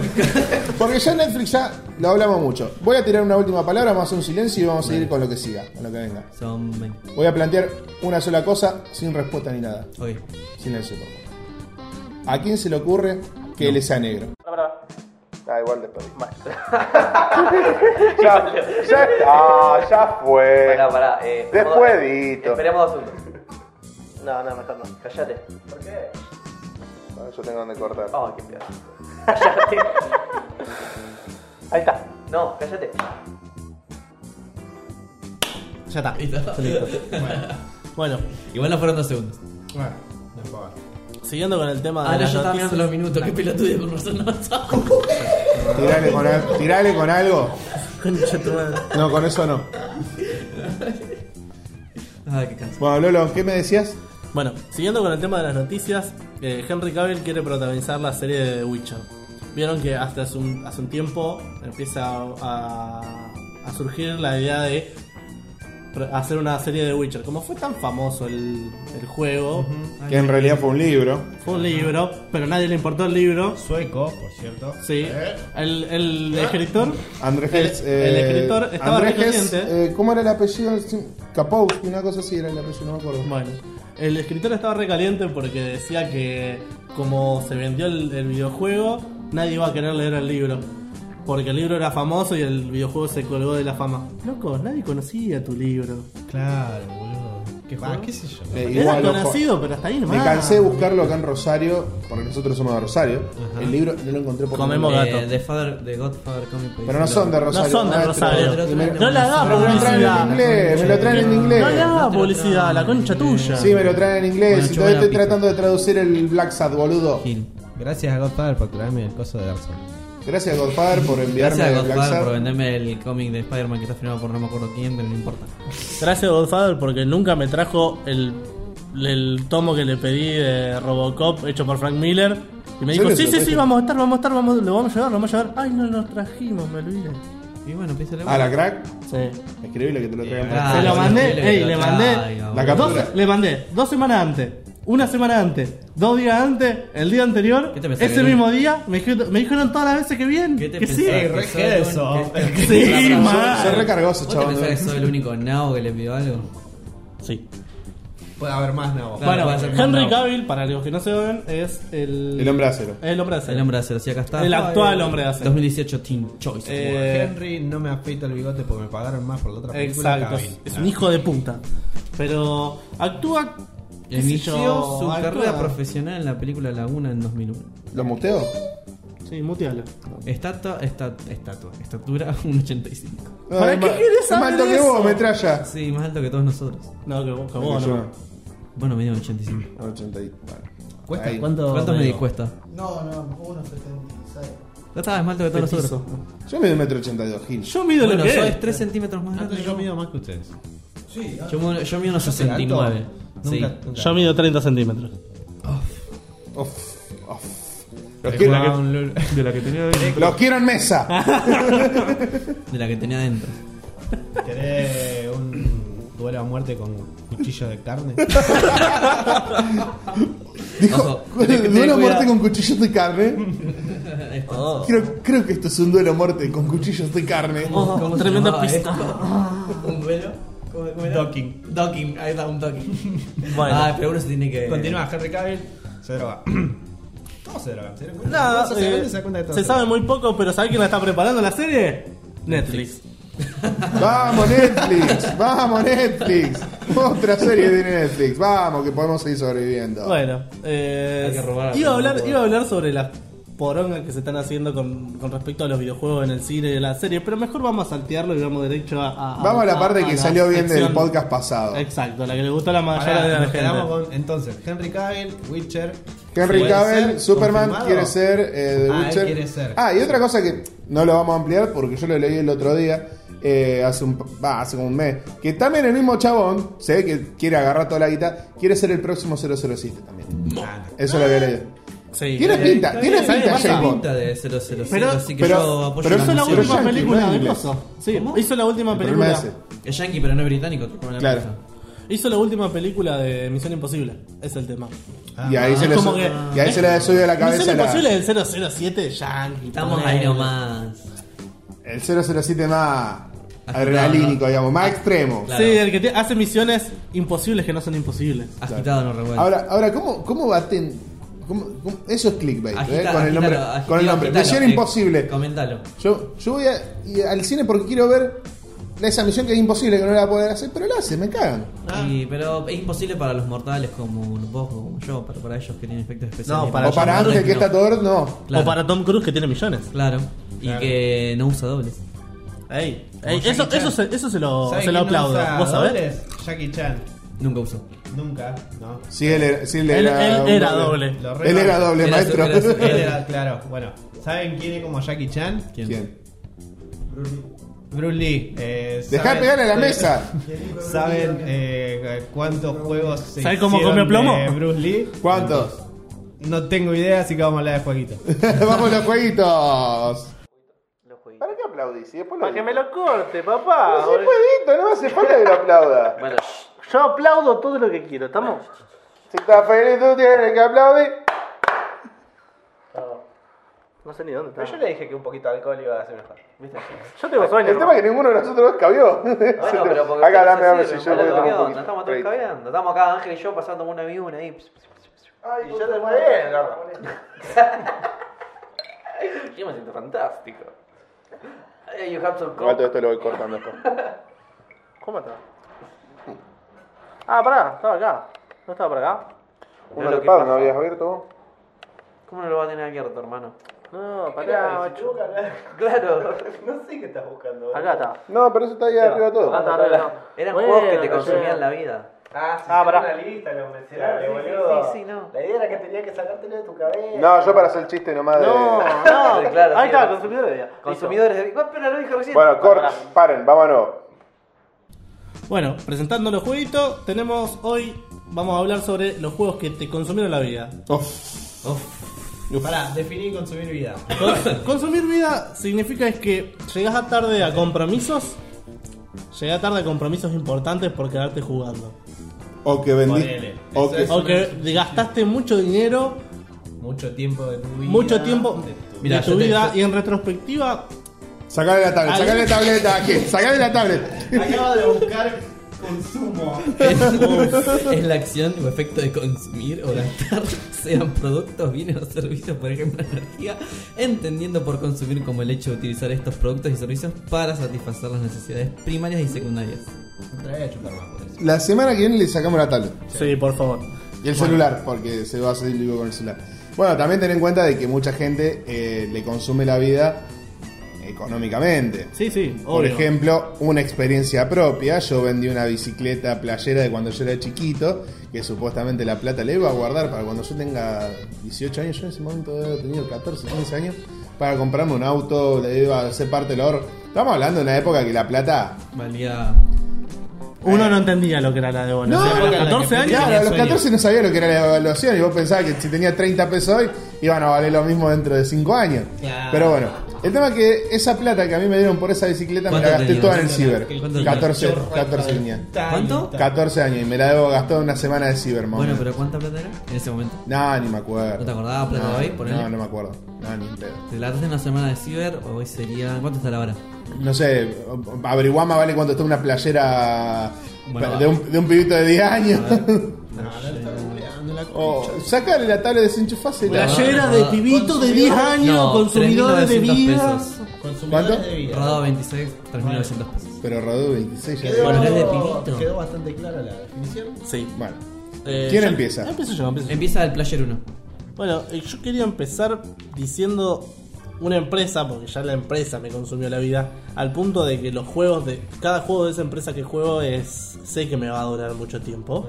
Speaker 1: Porque ya Netflix ya lo hablamos mucho. Voy a tirar una última palabra, vamos a hacer un silencio y vamos a ir con lo que siga, con lo que venga.
Speaker 2: Son 20.
Speaker 1: Voy a plantear una sola cosa sin respuesta ni nada.
Speaker 2: Ok.
Speaker 1: Silencio, por favor. ¿A quién se le ocurre que él sea negro? Ah, igual después. ya, ya está, ya fue.
Speaker 8: Pará, pará, eh,
Speaker 1: Después
Speaker 8: joda-
Speaker 1: edito.
Speaker 8: Esperemos dos segundos. No, no, mejor no. Callate. ¿Por qué?
Speaker 1: Yo tengo donde cortar.
Speaker 8: Oh, qué pedazo. Callate. Ahí está. No, callate.
Speaker 4: Ya está. Bueno,
Speaker 2: Igual no fueron dos segundos.
Speaker 3: Bueno, no importa.
Speaker 4: siguiendo con el tema de
Speaker 2: Ah, no, yo
Speaker 4: las
Speaker 2: estaba
Speaker 4: noticias-
Speaker 2: mirando los minutos. Qué pelotudo con razón no avanzaba.
Speaker 1: Tirale con, al- tirale con algo.
Speaker 4: Concha tu madre.
Speaker 1: No, con eso no.
Speaker 2: Ah, qué canso.
Speaker 1: Bueno, Lolo, ¿qué me decías?
Speaker 4: Bueno, siguiendo con el tema de las noticias, eh, Henry Cavill quiere protagonizar la serie de The Witcher. Vieron que hasta hace un, hace un tiempo empieza a, a surgir la idea de pro- hacer una serie de Witcher. Como fue tan famoso el, el juego,
Speaker 1: Que en realidad fue un libro.
Speaker 4: fue un libro, pero a nadie le importó el libro.
Speaker 3: Sueco, por cierto.
Speaker 4: Sí,
Speaker 3: ¿Eh?
Speaker 4: el, el escritor
Speaker 1: Andrés
Speaker 4: El-
Speaker 1: Hess,
Speaker 4: el
Speaker 1: eh,
Speaker 4: escritor estaba
Speaker 1: Andrés
Speaker 4: recaliente.
Speaker 1: Hess, eh, ¿Cómo era el apellido? Sí, Kapowski, una cosa así era el apellido, no me acuerdo.
Speaker 4: Bueno, el escritor estaba recaliente porque decía que como se vendió el, el videojuego, nadie iba a querer leer el libro. Porque el libro era famoso y el videojuego se colgó de la fama. Loco, nadie conocía tu libro.
Speaker 3: Claro, boludo. ¿Qué, ah, qué sé yo.
Speaker 1: Eh,
Speaker 4: Era
Speaker 1: igual, ojo,
Speaker 4: conocido, Ah. pero hasta ahí nomás.
Speaker 1: Me cansé de buscarlo acá en Rosario, porque nosotros somos de Rosario. El libro no lo encontré por
Speaker 4: Comemos
Speaker 1: ningún lado.
Speaker 4: gato.
Speaker 2: Eh, The Father, The Godfather Comic
Speaker 1: Pero no son de
Speaker 4: No
Speaker 1: Rosario.
Speaker 4: son de
Speaker 1: maestro.
Speaker 4: Rosario.
Speaker 1: Y me-
Speaker 4: No le
Speaker 1: Pero me
Speaker 4: hagas
Speaker 1: lo traen en
Speaker 4: publicidad.
Speaker 1: inglés, me lo traen en
Speaker 4: No le
Speaker 1: inglés.
Speaker 4: hagas publicidad, la concha tuya.
Speaker 1: Sí, me lo traen en inglés.
Speaker 2: Bueno,
Speaker 1: y
Speaker 2: yo
Speaker 1: todavía
Speaker 2: voy a
Speaker 1: estoy
Speaker 2: pico.
Speaker 1: tratando de traducir el Black Sad, boludo.
Speaker 2: Gil.
Speaker 3: Gracias a Godfather por traerme el coso de Dark Souls.
Speaker 1: Gracias, Godfather, por enviarme
Speaker 2: Gracias a
Speaker 1: el Black
Speaker 2: Godfather por
Speaker 1: Sad.
Speaker 2: venderme el cómic de Spider-Man que está firmado por no me acuerdo quién, pero no importa.
Speaker 4: Gracias Godfather porque nunca me trajo el, el tomo que le pedí de Robocop hecho por Frank Miller. Y me
Speaker 1: ¿En
Speaker 4: dijo, sí,
Speaker 1: serio te lo
Speaker 4: sí, sí,
Speaker 1: trajiste?
Speaker 4: vamos a estar, vamos a estar, vamos, lo vamos a llevar, lo vamos a llevar. Ay, no lo trajimos, me olvidé.
Speaker 2: Y bueno, empieza la
Speaker 1: A Ah, la crack,
Speaker 4: Sí.
Speaker 1: escribile que te lo traigan.
Speaker 2: Ah,
Speaker 4: Se lo
Speaker 2: sí,
Speaker 4: mandé,
Speaker 2: sí,
Speaker 4: ey,
Speaker 2: lo
Speaker 4: le
Speaker 2: traiga,
Speaker 4: mandé.
Speaker 1: La captura.
Speaker 4: dos- le mandé dos semanas antes, una semana antes, dos días antes, el día anterior,
Speaker 2: ¿Qué te pensás,
Speaker 4: ese
Speaker 2: que no?
Speaker 4: mismo día, me, dijeron- me dijeron todas las veces que bien,
Speaker 2: ¿Qué te
Speaker 4: que sí.
Speaker 2: pensás?
Speaker 3: re que eso.
Speaker 4: Sí,
Speaker 2: Yo-
Speaker 4: mal.
Speaker 1: Se recargó ese
Speaker 2: ¿Vos te
Speaker 1: chabón.
Speaker 2: pensás que soy el único nao que le pidió algo?
Speaker 4: Sí.
Speaker 3: Puede haber más, no.
Speaker 2: Claro, va a ser
Speaker 4: bueno, Henry
Speaker 2: mandado.
Speaker 4: Cavill, para los que no se ven, es el...
Speaker 1: El hombre de acero.
Speaker 4: El hombre de acero.
Speaker 2: El hombre de acero, sí, acá está.
Speaker 4: El actual hombre de acero.
Speaker 2: 2018 Teen Choice. Award.
Speaker 4: Eh,
Speaker 3: Henry no me afeito el bigote porque me pagaron más por la otra película.
Speaker 4: Exacto,
Speaker 3: Cavill.
Speaker 4: es un hijo de puta. Pero actúa... qué sé
Speaker 2: Inició
Speaker 4: yo,
Speaker 2: su
Speaker 4: actúa-
Speaker 2: carrera profesional en la película Laguna en 2001.
Speaker 1: ¿Lo muteo?
Speaker 4: Sí, mutealo.
Speaker 2: Estatua, esta, estatua, estatura 1.85.
Speaker 4: ¿Para
Speaker 1: Ay,
Speaker 4: qué
Speaker 1: ma-
Speaker 4: querés saber
Speaker 1: Más alto que
Speaker 4: eso?
Speaker 1: vos, metralla.
Speaker 2: Sí, más alto que todos nosotros.
Speaker 4: No, que vos, que vos
Speaker 1: Yo
Speaker 4: no.
Speaker 2: Bueno, me dio 85.
Speaker 1: 80 y- bueno.
Speaker 3: ¿Cuesta
Speaker 1: Ahí.
Speaker 3: cuánto?
Speaker 2: ¿Cuánto me di
Speaker 3: digo?
Speaker 2: cuesta?
Speaker 7: No, no, 1.76.
Speaker 2: Ya está, es más alto que todos nosotros.
Speaker 1: Yo mido un metro ochenta y dos, Gil.
Speaker 4: Yo mido
Speaker 2: Bueno,
Speaker 4: lo que
Speaker 2: soy
Speaker 4: es.
Speaker 2: 3 centímetros más grande.
Speaker 3: Antes yo mido más que ustedes.
Speaker 7: Sí,
Speaker 2: Yo mido, yo mido unos 69.
Speaker 3: ¿Alto?
Speaker 2: Sí.
Speaker 3: Nunca, nunca.
Speaker 4: Yo mido 30 centímetros.
Speaker 1: Uf, uf. Los, quiero, los quiero en mesa.
Speaker 2: De la que tenía adentro.
Speaker 3: ¿Querés un duelo a muerte con cuchillo de carne?
Speaker 1: Dijo,
Speaker 2: Ojo, tenés que tener
Speaker 1: duelo a muerte
Speaker 2: cuidado.
Speaker 1: con cuchillos de carne.
Speaker 2: Esto.
Speaker 1: Creo, creo que esto es un duelo a muerte con cuchillos de carne.
Speaker 2: ¿Cómo- cómo se
Speaker 4: tremenda
Speaker 2: llamaba
Speaker 4: pista.
Speaker 2: esto? ¿Un duelo? ¿Cómo, cómo era?
Speaker 3: Docking.
Speaker 2: Docking, ahí está, un docking.
Speaker 4: Bueno.
Speaker 2: Ah, pero uno se tiene que.
Speaker 3: Continúa, Henry Cavill se droga. Todos se drogan, ¿se dan cuenta?
Speaker 4: Nada,
Speaker 3: Todos se dan
Speaker 4: eh,
Speaker 3: cuenta, se dan cuenta de todo.
Speaker 4: se sabe muy poco, pero ¿sabés quién la está preparando la serie? Netflix.
Speaker 1: Vamos Netflix, vamos Netflix. Otra serie de Netflix, vamos que podemos seguir sobreviviendo.
Speaker 4: Bueno, eh,
Speaker 2: Hay que robar a
Speaker 4: iba, a
Speaker 2: todo el
Speaker 4: hablar,
Speaker 2: mundo.
Speaker 4: iba a hablar sobre las porongas que se están haciendo con, con respecto a los videojuegos en el cine y la serie, pero mejor vamos a saltearlo y vamos derecho a. a-
Speaker 1: vamos a la parte que salió bien del
Speaker 4: sección-
Speaker 1: podcast pasado.
Speaker 4: Exacto, la que le gustó a la mayoría
Speaker 3: Pará,
Speaker 4: de la
Speaker 3: nos
Speaker 4: gente.
Speaker 3: quedamos con. Entonces, Henry Cavill, Witcher.
Speaker 1: Henry
Speaker 3: ¿Puede
Speaker 1: Cavill,
Speaker 3: ser
Speaker 1: Superman,
Speaker 3: confirmado?
Speaker 1: quiere ser eh, The
Speaker 3: Ah, él
Speaker 1: Witcher.
Speaker 3: quiere ser.
Speaker 1: Ah, y otra cosa que no lo vamos a ampliar porque yo lo leí el otro día, eh, hace un va, hace como un mes, que también el mismo chabón, se ve que quiere agarrar toda la guita, quiere ser el próximo 007 también.
Speaker 3: Ah,
Speaker 1: Eso lo había leído.
Speaker 4: Sí,
Speaker 1: Tiene
Speaker 4: eh,
Speaker 1: pinta, tiene
Speaker 4: bien,
Speaker 1: pinta
Speaker 4: pasa.
Speaker 1: James Bond.
Speaker 2: Pinta de 007,
Speaker 4: Pero-
Speaker 2: así que
Speaker 1: pero-
Speaker 2: yo apoyo
Speaker 1: pero
Speaker 4: Hizo la
Speaker 1: Pero
Speaker 2: noción.
Speaker 4: última
Speaker 1: yankee,
Speaker 4: película
Speaker 1: no
Speaker 4: de
Speaker 1: inglés.
Speaker 4: Coso. Sí, hizo la última
Speaker 1: El problema
Speaker 4: película.
Speaker 1: es ese.
Speaker 2: Es yankee, pero no es británico. te ponen la
Speaker 1: Claro.
Speaker 2: cosa.
Speaker 4: Hizo la última película de Misión Imposible. Es el tema.
Speaker 1: Y ahí se le,
Speaker 4: como
Speaker 1: su-
Speaker 4: que-
Speaker 1: y ahí se le sube a la cabeza
Speaker 4: Misión
Speaker 1: la-
Speaker 4: Imposible es el 007 de Yankee.
Speaker 2: Estamos
Speaker 4: ponele.
Speaker 2: ahí nomás.
Speaker 1: el 007 más adrenalínico, digamos, más extremo.
Speaker 2: Claro.
Speaker 4: Sí, el que te- hace misiones imposibles que no son imposibles.
Speaker 2: Agitado, no revuelto.
Speaker 1: Ahora, ahora ¿cómo, cómo baten? cómo- cómo- eso es clickbait,
Speaker 2: Agita-
Speaker 1: ¿eh? Con el nombre.
Speaker 2: agitalo,
Speaker 1: con el nombre.
Speaker 2: agitalo,
Speaker 1: Misión
Speaker 2: eh,
Speaker 1: Imposible.
Speaker 2: Comentalo.
Speaker 1: Yo, yo voy a- y al cine porque quiero ver esa misión que es imposible, que no la voy a poder hacer, pero la hace, me cagan.
Speaker 2: Y- pero es imposible para los mortales como vos o como yo, pero para ellos que tienen efectos especiales.
Speaker 4: No, para
Speaker 1: o para
Speaker 4: John
Speaker 1: Ángel que está
Speaker 2: no.
Speaker 1: todo no.
Speaker 2: Claro,
Speaker 4: O para Tom Cruise que tiene millones.
Speaker 2: Claro. Y que no usa dobles.
Speaker 4: Ey, ey,
Speaker 3: Como
Speaker 4: eso,
Speaker 3: Jackie
Speaker 4: eso,
Speaker 3: Chan.
Speaker 4: se, eso se lo,
Speaker 3: ¿Sabe
Speaker 4: se lo
Speaker 3: quién no
Speaker 4: aplaudo.
Speaker 3: usa
Speaker 4: ¿Vos sabés?
Speaker 3: dobles? Jackie Chan.
Speaker 2: Nunca usó.
Speaker 3: Nunca, ¿no?
Speaker 1: Sí, él era, sí, él
Speaker 4: Él-
Speaker 1: era,
Speaker 4: él
Speaker 1: un
Speaker 4: era doble.
Speaker 3: Lo
Speaker 1: Él
Speaker 3: rebanco.
Speaker 1: era doble,
Speaker 2: Era su-
Speaker 1: maestro.
Speaker 2: era su-
Speaker 3: Él era, claro, bueno. ¿Saben quién es como Jackie Chan?
Speaker 2: ¿Quién?
Speaker 1: ¿Quién?
Speaker 3: Bruce Lee. Eh,
Speaker 1: Dejá de
Speaker 3: ¿saben-
Speaker 1: pegarle a la mesa.
Speaker 3: ¿Saben eh, cuántos juegos se
Speaker 4: ¿Saben cómo
Speaker 3: hicieron
Speaker 4: comió plomo?
Speaker 3: de Bruce Lee?
Speaker 1: ¿Cuántos?
Speaker 3: No tengo idea, así que vamos a hablar de jueguitos.
Speaker 1: Vamos los jueguitos.
Speaker 8: Los jueguitos.
Speaker 1: ¿Para qué aplaudís? Después lo
Speaker 4: lo corte, papá.
Speaker 1: jueguito, no hace falta que lo aplauda.
Speaker 8: Bueno, shh,
Speaker 4: Yo aplaudo todo lo que quiero, ¿estamos?
Speaker 1: Si estás feliz, tú tienes que aplaudir.
Speaker 4: No sé ni dónde
Speaker 8: pero yo le dije que un poquito de alcohol iba a ser mejor. ¿Viste?
Speaker 4: Yo tengo sueño.
Speaker 1: El tema es que ninguno de nosotros dos cabió.
Speaker 8: Bueno, pero porque.
Speaker 1: Acá,
Speaker 8: ustedes
Speaker 1: dame,
Speaker 8: se
Speaker 1: dame, si
Speaker 8: sirven,
Speaker 1: yo
Speaker 8: boludo,
Speaker 1: voy
Speaker 8: ¿qué
Speaker 1: a tomar un
Speaker 8: onda?
Speaker 1: poquito.
Speaker 8: Estamos todos caviando. Estamos acá, Ángel y yo, pasando una y una ahí.
Speaker 1: Ay,
Speaker 8: Y
Speaker 1: vos
Speaker 8: yo
Speaker 1: te
Speaker 8: te
Speaker 1: morís,
Speaker 8: bien,
Speaker 1: garra.
Speaker 8: Yo me siento fantástico. Hey, you have some
Speaker 1: Igual
Speaker 8: coke.
Speaker 1: todo esto lo voy cortando. después.
Speaker 4: ¿Cómo está? Ah, pará, estaba acá. ¿No estaba por acá?
Speaker 8: Mirá
Speaker 1: Uno
Speaker 8: lo
Speaker 1: de
Speaker 8: que
Speaker 1: par,
Speaker 8: pasa.
Speaker 1: ¿no habías abierto vos?
Speaker 8: ¿Cómo no lo va a tener abierto, hermano?
Speaker 4: No,
Speaker 8: Claro. No sé qué estás buscando.
Speaker 4: Acá está.
Speaker 1: No, pero eso está ahí arriba todo.
Speaker 4: Ah, está arriba, no.
Speaker 8: Eran
Speaker 4: Bueno,
Speaker 8: juegos que te
Speaker 4: no sé.
Speaker 8: consumían la vida.
Speaker 7: Ah, sí,
Speaker 4: Ah, pará.
Speaker 7: una lista, lo mencionaste,
Speaker 8: Claro, sí,
Speaker 7: boludo.
Speaker 8: sí, sí, sí, no.
Speaker 7: La idea era que tenía que sacártelo de tu cabeza.
Speaker 1: No, yo para hacer el chiste nomás de.
Speaker 4: No, no.
Speaker 8: Claro,
Speaker 4: Ahí
Speaker 8: sí,
Speaker 4: está,
Speaker 8: no.
Speaker 4: consumidor de vida.
Speaker 8: Consumidores de. Bueno, pero lo dije recién.
Speaker 1: Bueno, corta, paren, vámonos.
Speaker 4: Bueno, presentando los jueguitos, tenemos hoy. Vamos a hablar sobre los juegos que te consumieron la vida.
Speaker 3: Oh. Pará, definí consumir vida.
Speaker 4: Con- Consumir vida significa es que llegas a tarde a compromisos. Llegas tarde a compromisos importantes por quedarte jugando.
Speaker 1: O que vendí.
Speaker 3: Ponele.
Speaker 1: O
Speaker 3: Eso
Speaker 1: que-
Speaker 3: es
Speaker 4: O que
Speaker 3: una-
Speaker 4: gastaste mucho dinero,
Speaker 3: Mucho tiempo de tu vida.
Speaker 4: mucho tiempo
Speaker 3: de tu-
Speaker 4: de
Speaker 2: Mirá,
Speaker 4: tu
Speaker 2: yo te-
Speaker 4: vida
Speaker 2: yo-
Speaker 4: y en retrospectiva
Speaker 1: Sacale la tablet,
Speaker 4: Ahí.
Speaker 1: sacale la tableta, aquí, sacale la tablet.
Speaker 3: Acaba de buscar consumo.
Speaker 2: Es, es la acción o efecto de consumir o gastar, sean productos, bienes o servicios, por ejemplo, energía, entendiendo por consumir como el hecho de utilizar estos productos y servicios para satisfacer las necesidades primarias y secundarias.
Speaker 3: Otra vez a chupar más por eso.
Speaker 1: La semana que viene le sacamos la tablet.
Speaker 4: Sí, por favor.
Speaker 1: Y el celular, porque se va a hacer vivo con el celular. Bueno, también ten en cuenta de que mucha gente eh, le consume la vida económicamente.
Speaker 4: Sí, sí,
Speaker 1: Por
Speaker 4: obvio.
Speaker 1: ejemplo, una experiencia propia. Yo vendí una bicicleta playera de cuando yo era chiquito, que supuestamente la plata le iba a guardar para cuando yo tenga 18 años. Yo en ese momento he tenido 14, 15 años. Para comprarme un auto, le iba a hacer parte del ahorro. Estamos hablando de una época que la plata.
Speaker 2: Valía.
Speaker 4: Uno no entendía lo que era la de bola. O sea, a los 14 años. tenía
Speaker 1: Claro, a los
Speaker 4: sueño.
Speaker 1: 14 no sabía lo que era la evaluación. Y vos pensabas que si tenía 30 pesos hoy, iban a valer lo mismo dentro de 5 años. Pero bueno, El tema es que esa plata que a mí me dieron por esa bicicleta me la
Speaker 2: ¿Cuánto
Speaker 1: gasté
Speaker 2: tenías?
Speaker 1: toda en el ciber.
Speaker 2: ¿Cuánto tenías?
Speaker 1: 14, 14 niñas.
Speaker 2: ¿Cuánto?
Speaker 1: 14 años y me la debo gastar una semana de ciber, más o
Speaker 2: Bueno,
Speaker 1: menos.
Speaker 2: pero ¿cuánta plata era en ese momento?
Speaker 1: No, ni me acuerdo.
Speaker 2: ¿No te acordabas, plata
Speaker 1: no,
Speaker 2: de hoy? Ponele.
Speaker 1: No, no me acuerdo. No, ni en pedo.
Speaker 2: ¿Te la gastaste en una semana de ciber o hoy sería... ¿Cuánto está la hora?
Speaker 1: No sé, averiguama vale cuánto está una playera
Speaker 2: Bueno,
Speaker 1: de, un, de un pibito de 10 años.
Speaker 3: No la
Speaker 1: O sacale la tablet desenchufase la.
Speaker 4: Playera
Speaker 2: no,
Speaker 4: de
Speaker 2: no.
Speaker 4: pibito de 10 años,
Speaker 2: No,
Speaker 4: consumidores de
Speaker 2: 3.900
Speaker 4: vida.
Speaker 2: pesos.
Speaker 1: ¿Cuánto?
Speaker 3: Consumidores de vida.
Speaker 2: Rodado 26, 3.900 pesos.
Speaker 1: Pero Radu 26 ya
Speaker 3: Quedó,
Speaker 2: Bueno,
Speaker 1: tiene.
Speaker 2: es de pibito.
Speaker 3: quedó bastante clara la definición.
Speaker 4: Sí.
Speaker 1: Bueno,
Speaker 4: Eh,
Speaker 1: ¿Quién
Speaker 4: yo-
Speaker 1: empieza?
Speaker 4: Ah, Empiezo yo, empiezo yo.
Speaker 2: Empieza el Player 1.
Speaker 4: Bueno, eh, yo quería empezar diciendo una empresa, porque ya la empresa me consumió la vida, al punto de que los juegos de. Cada juego de esa empresa que juego es. sé que me va a durar mucho tiempo.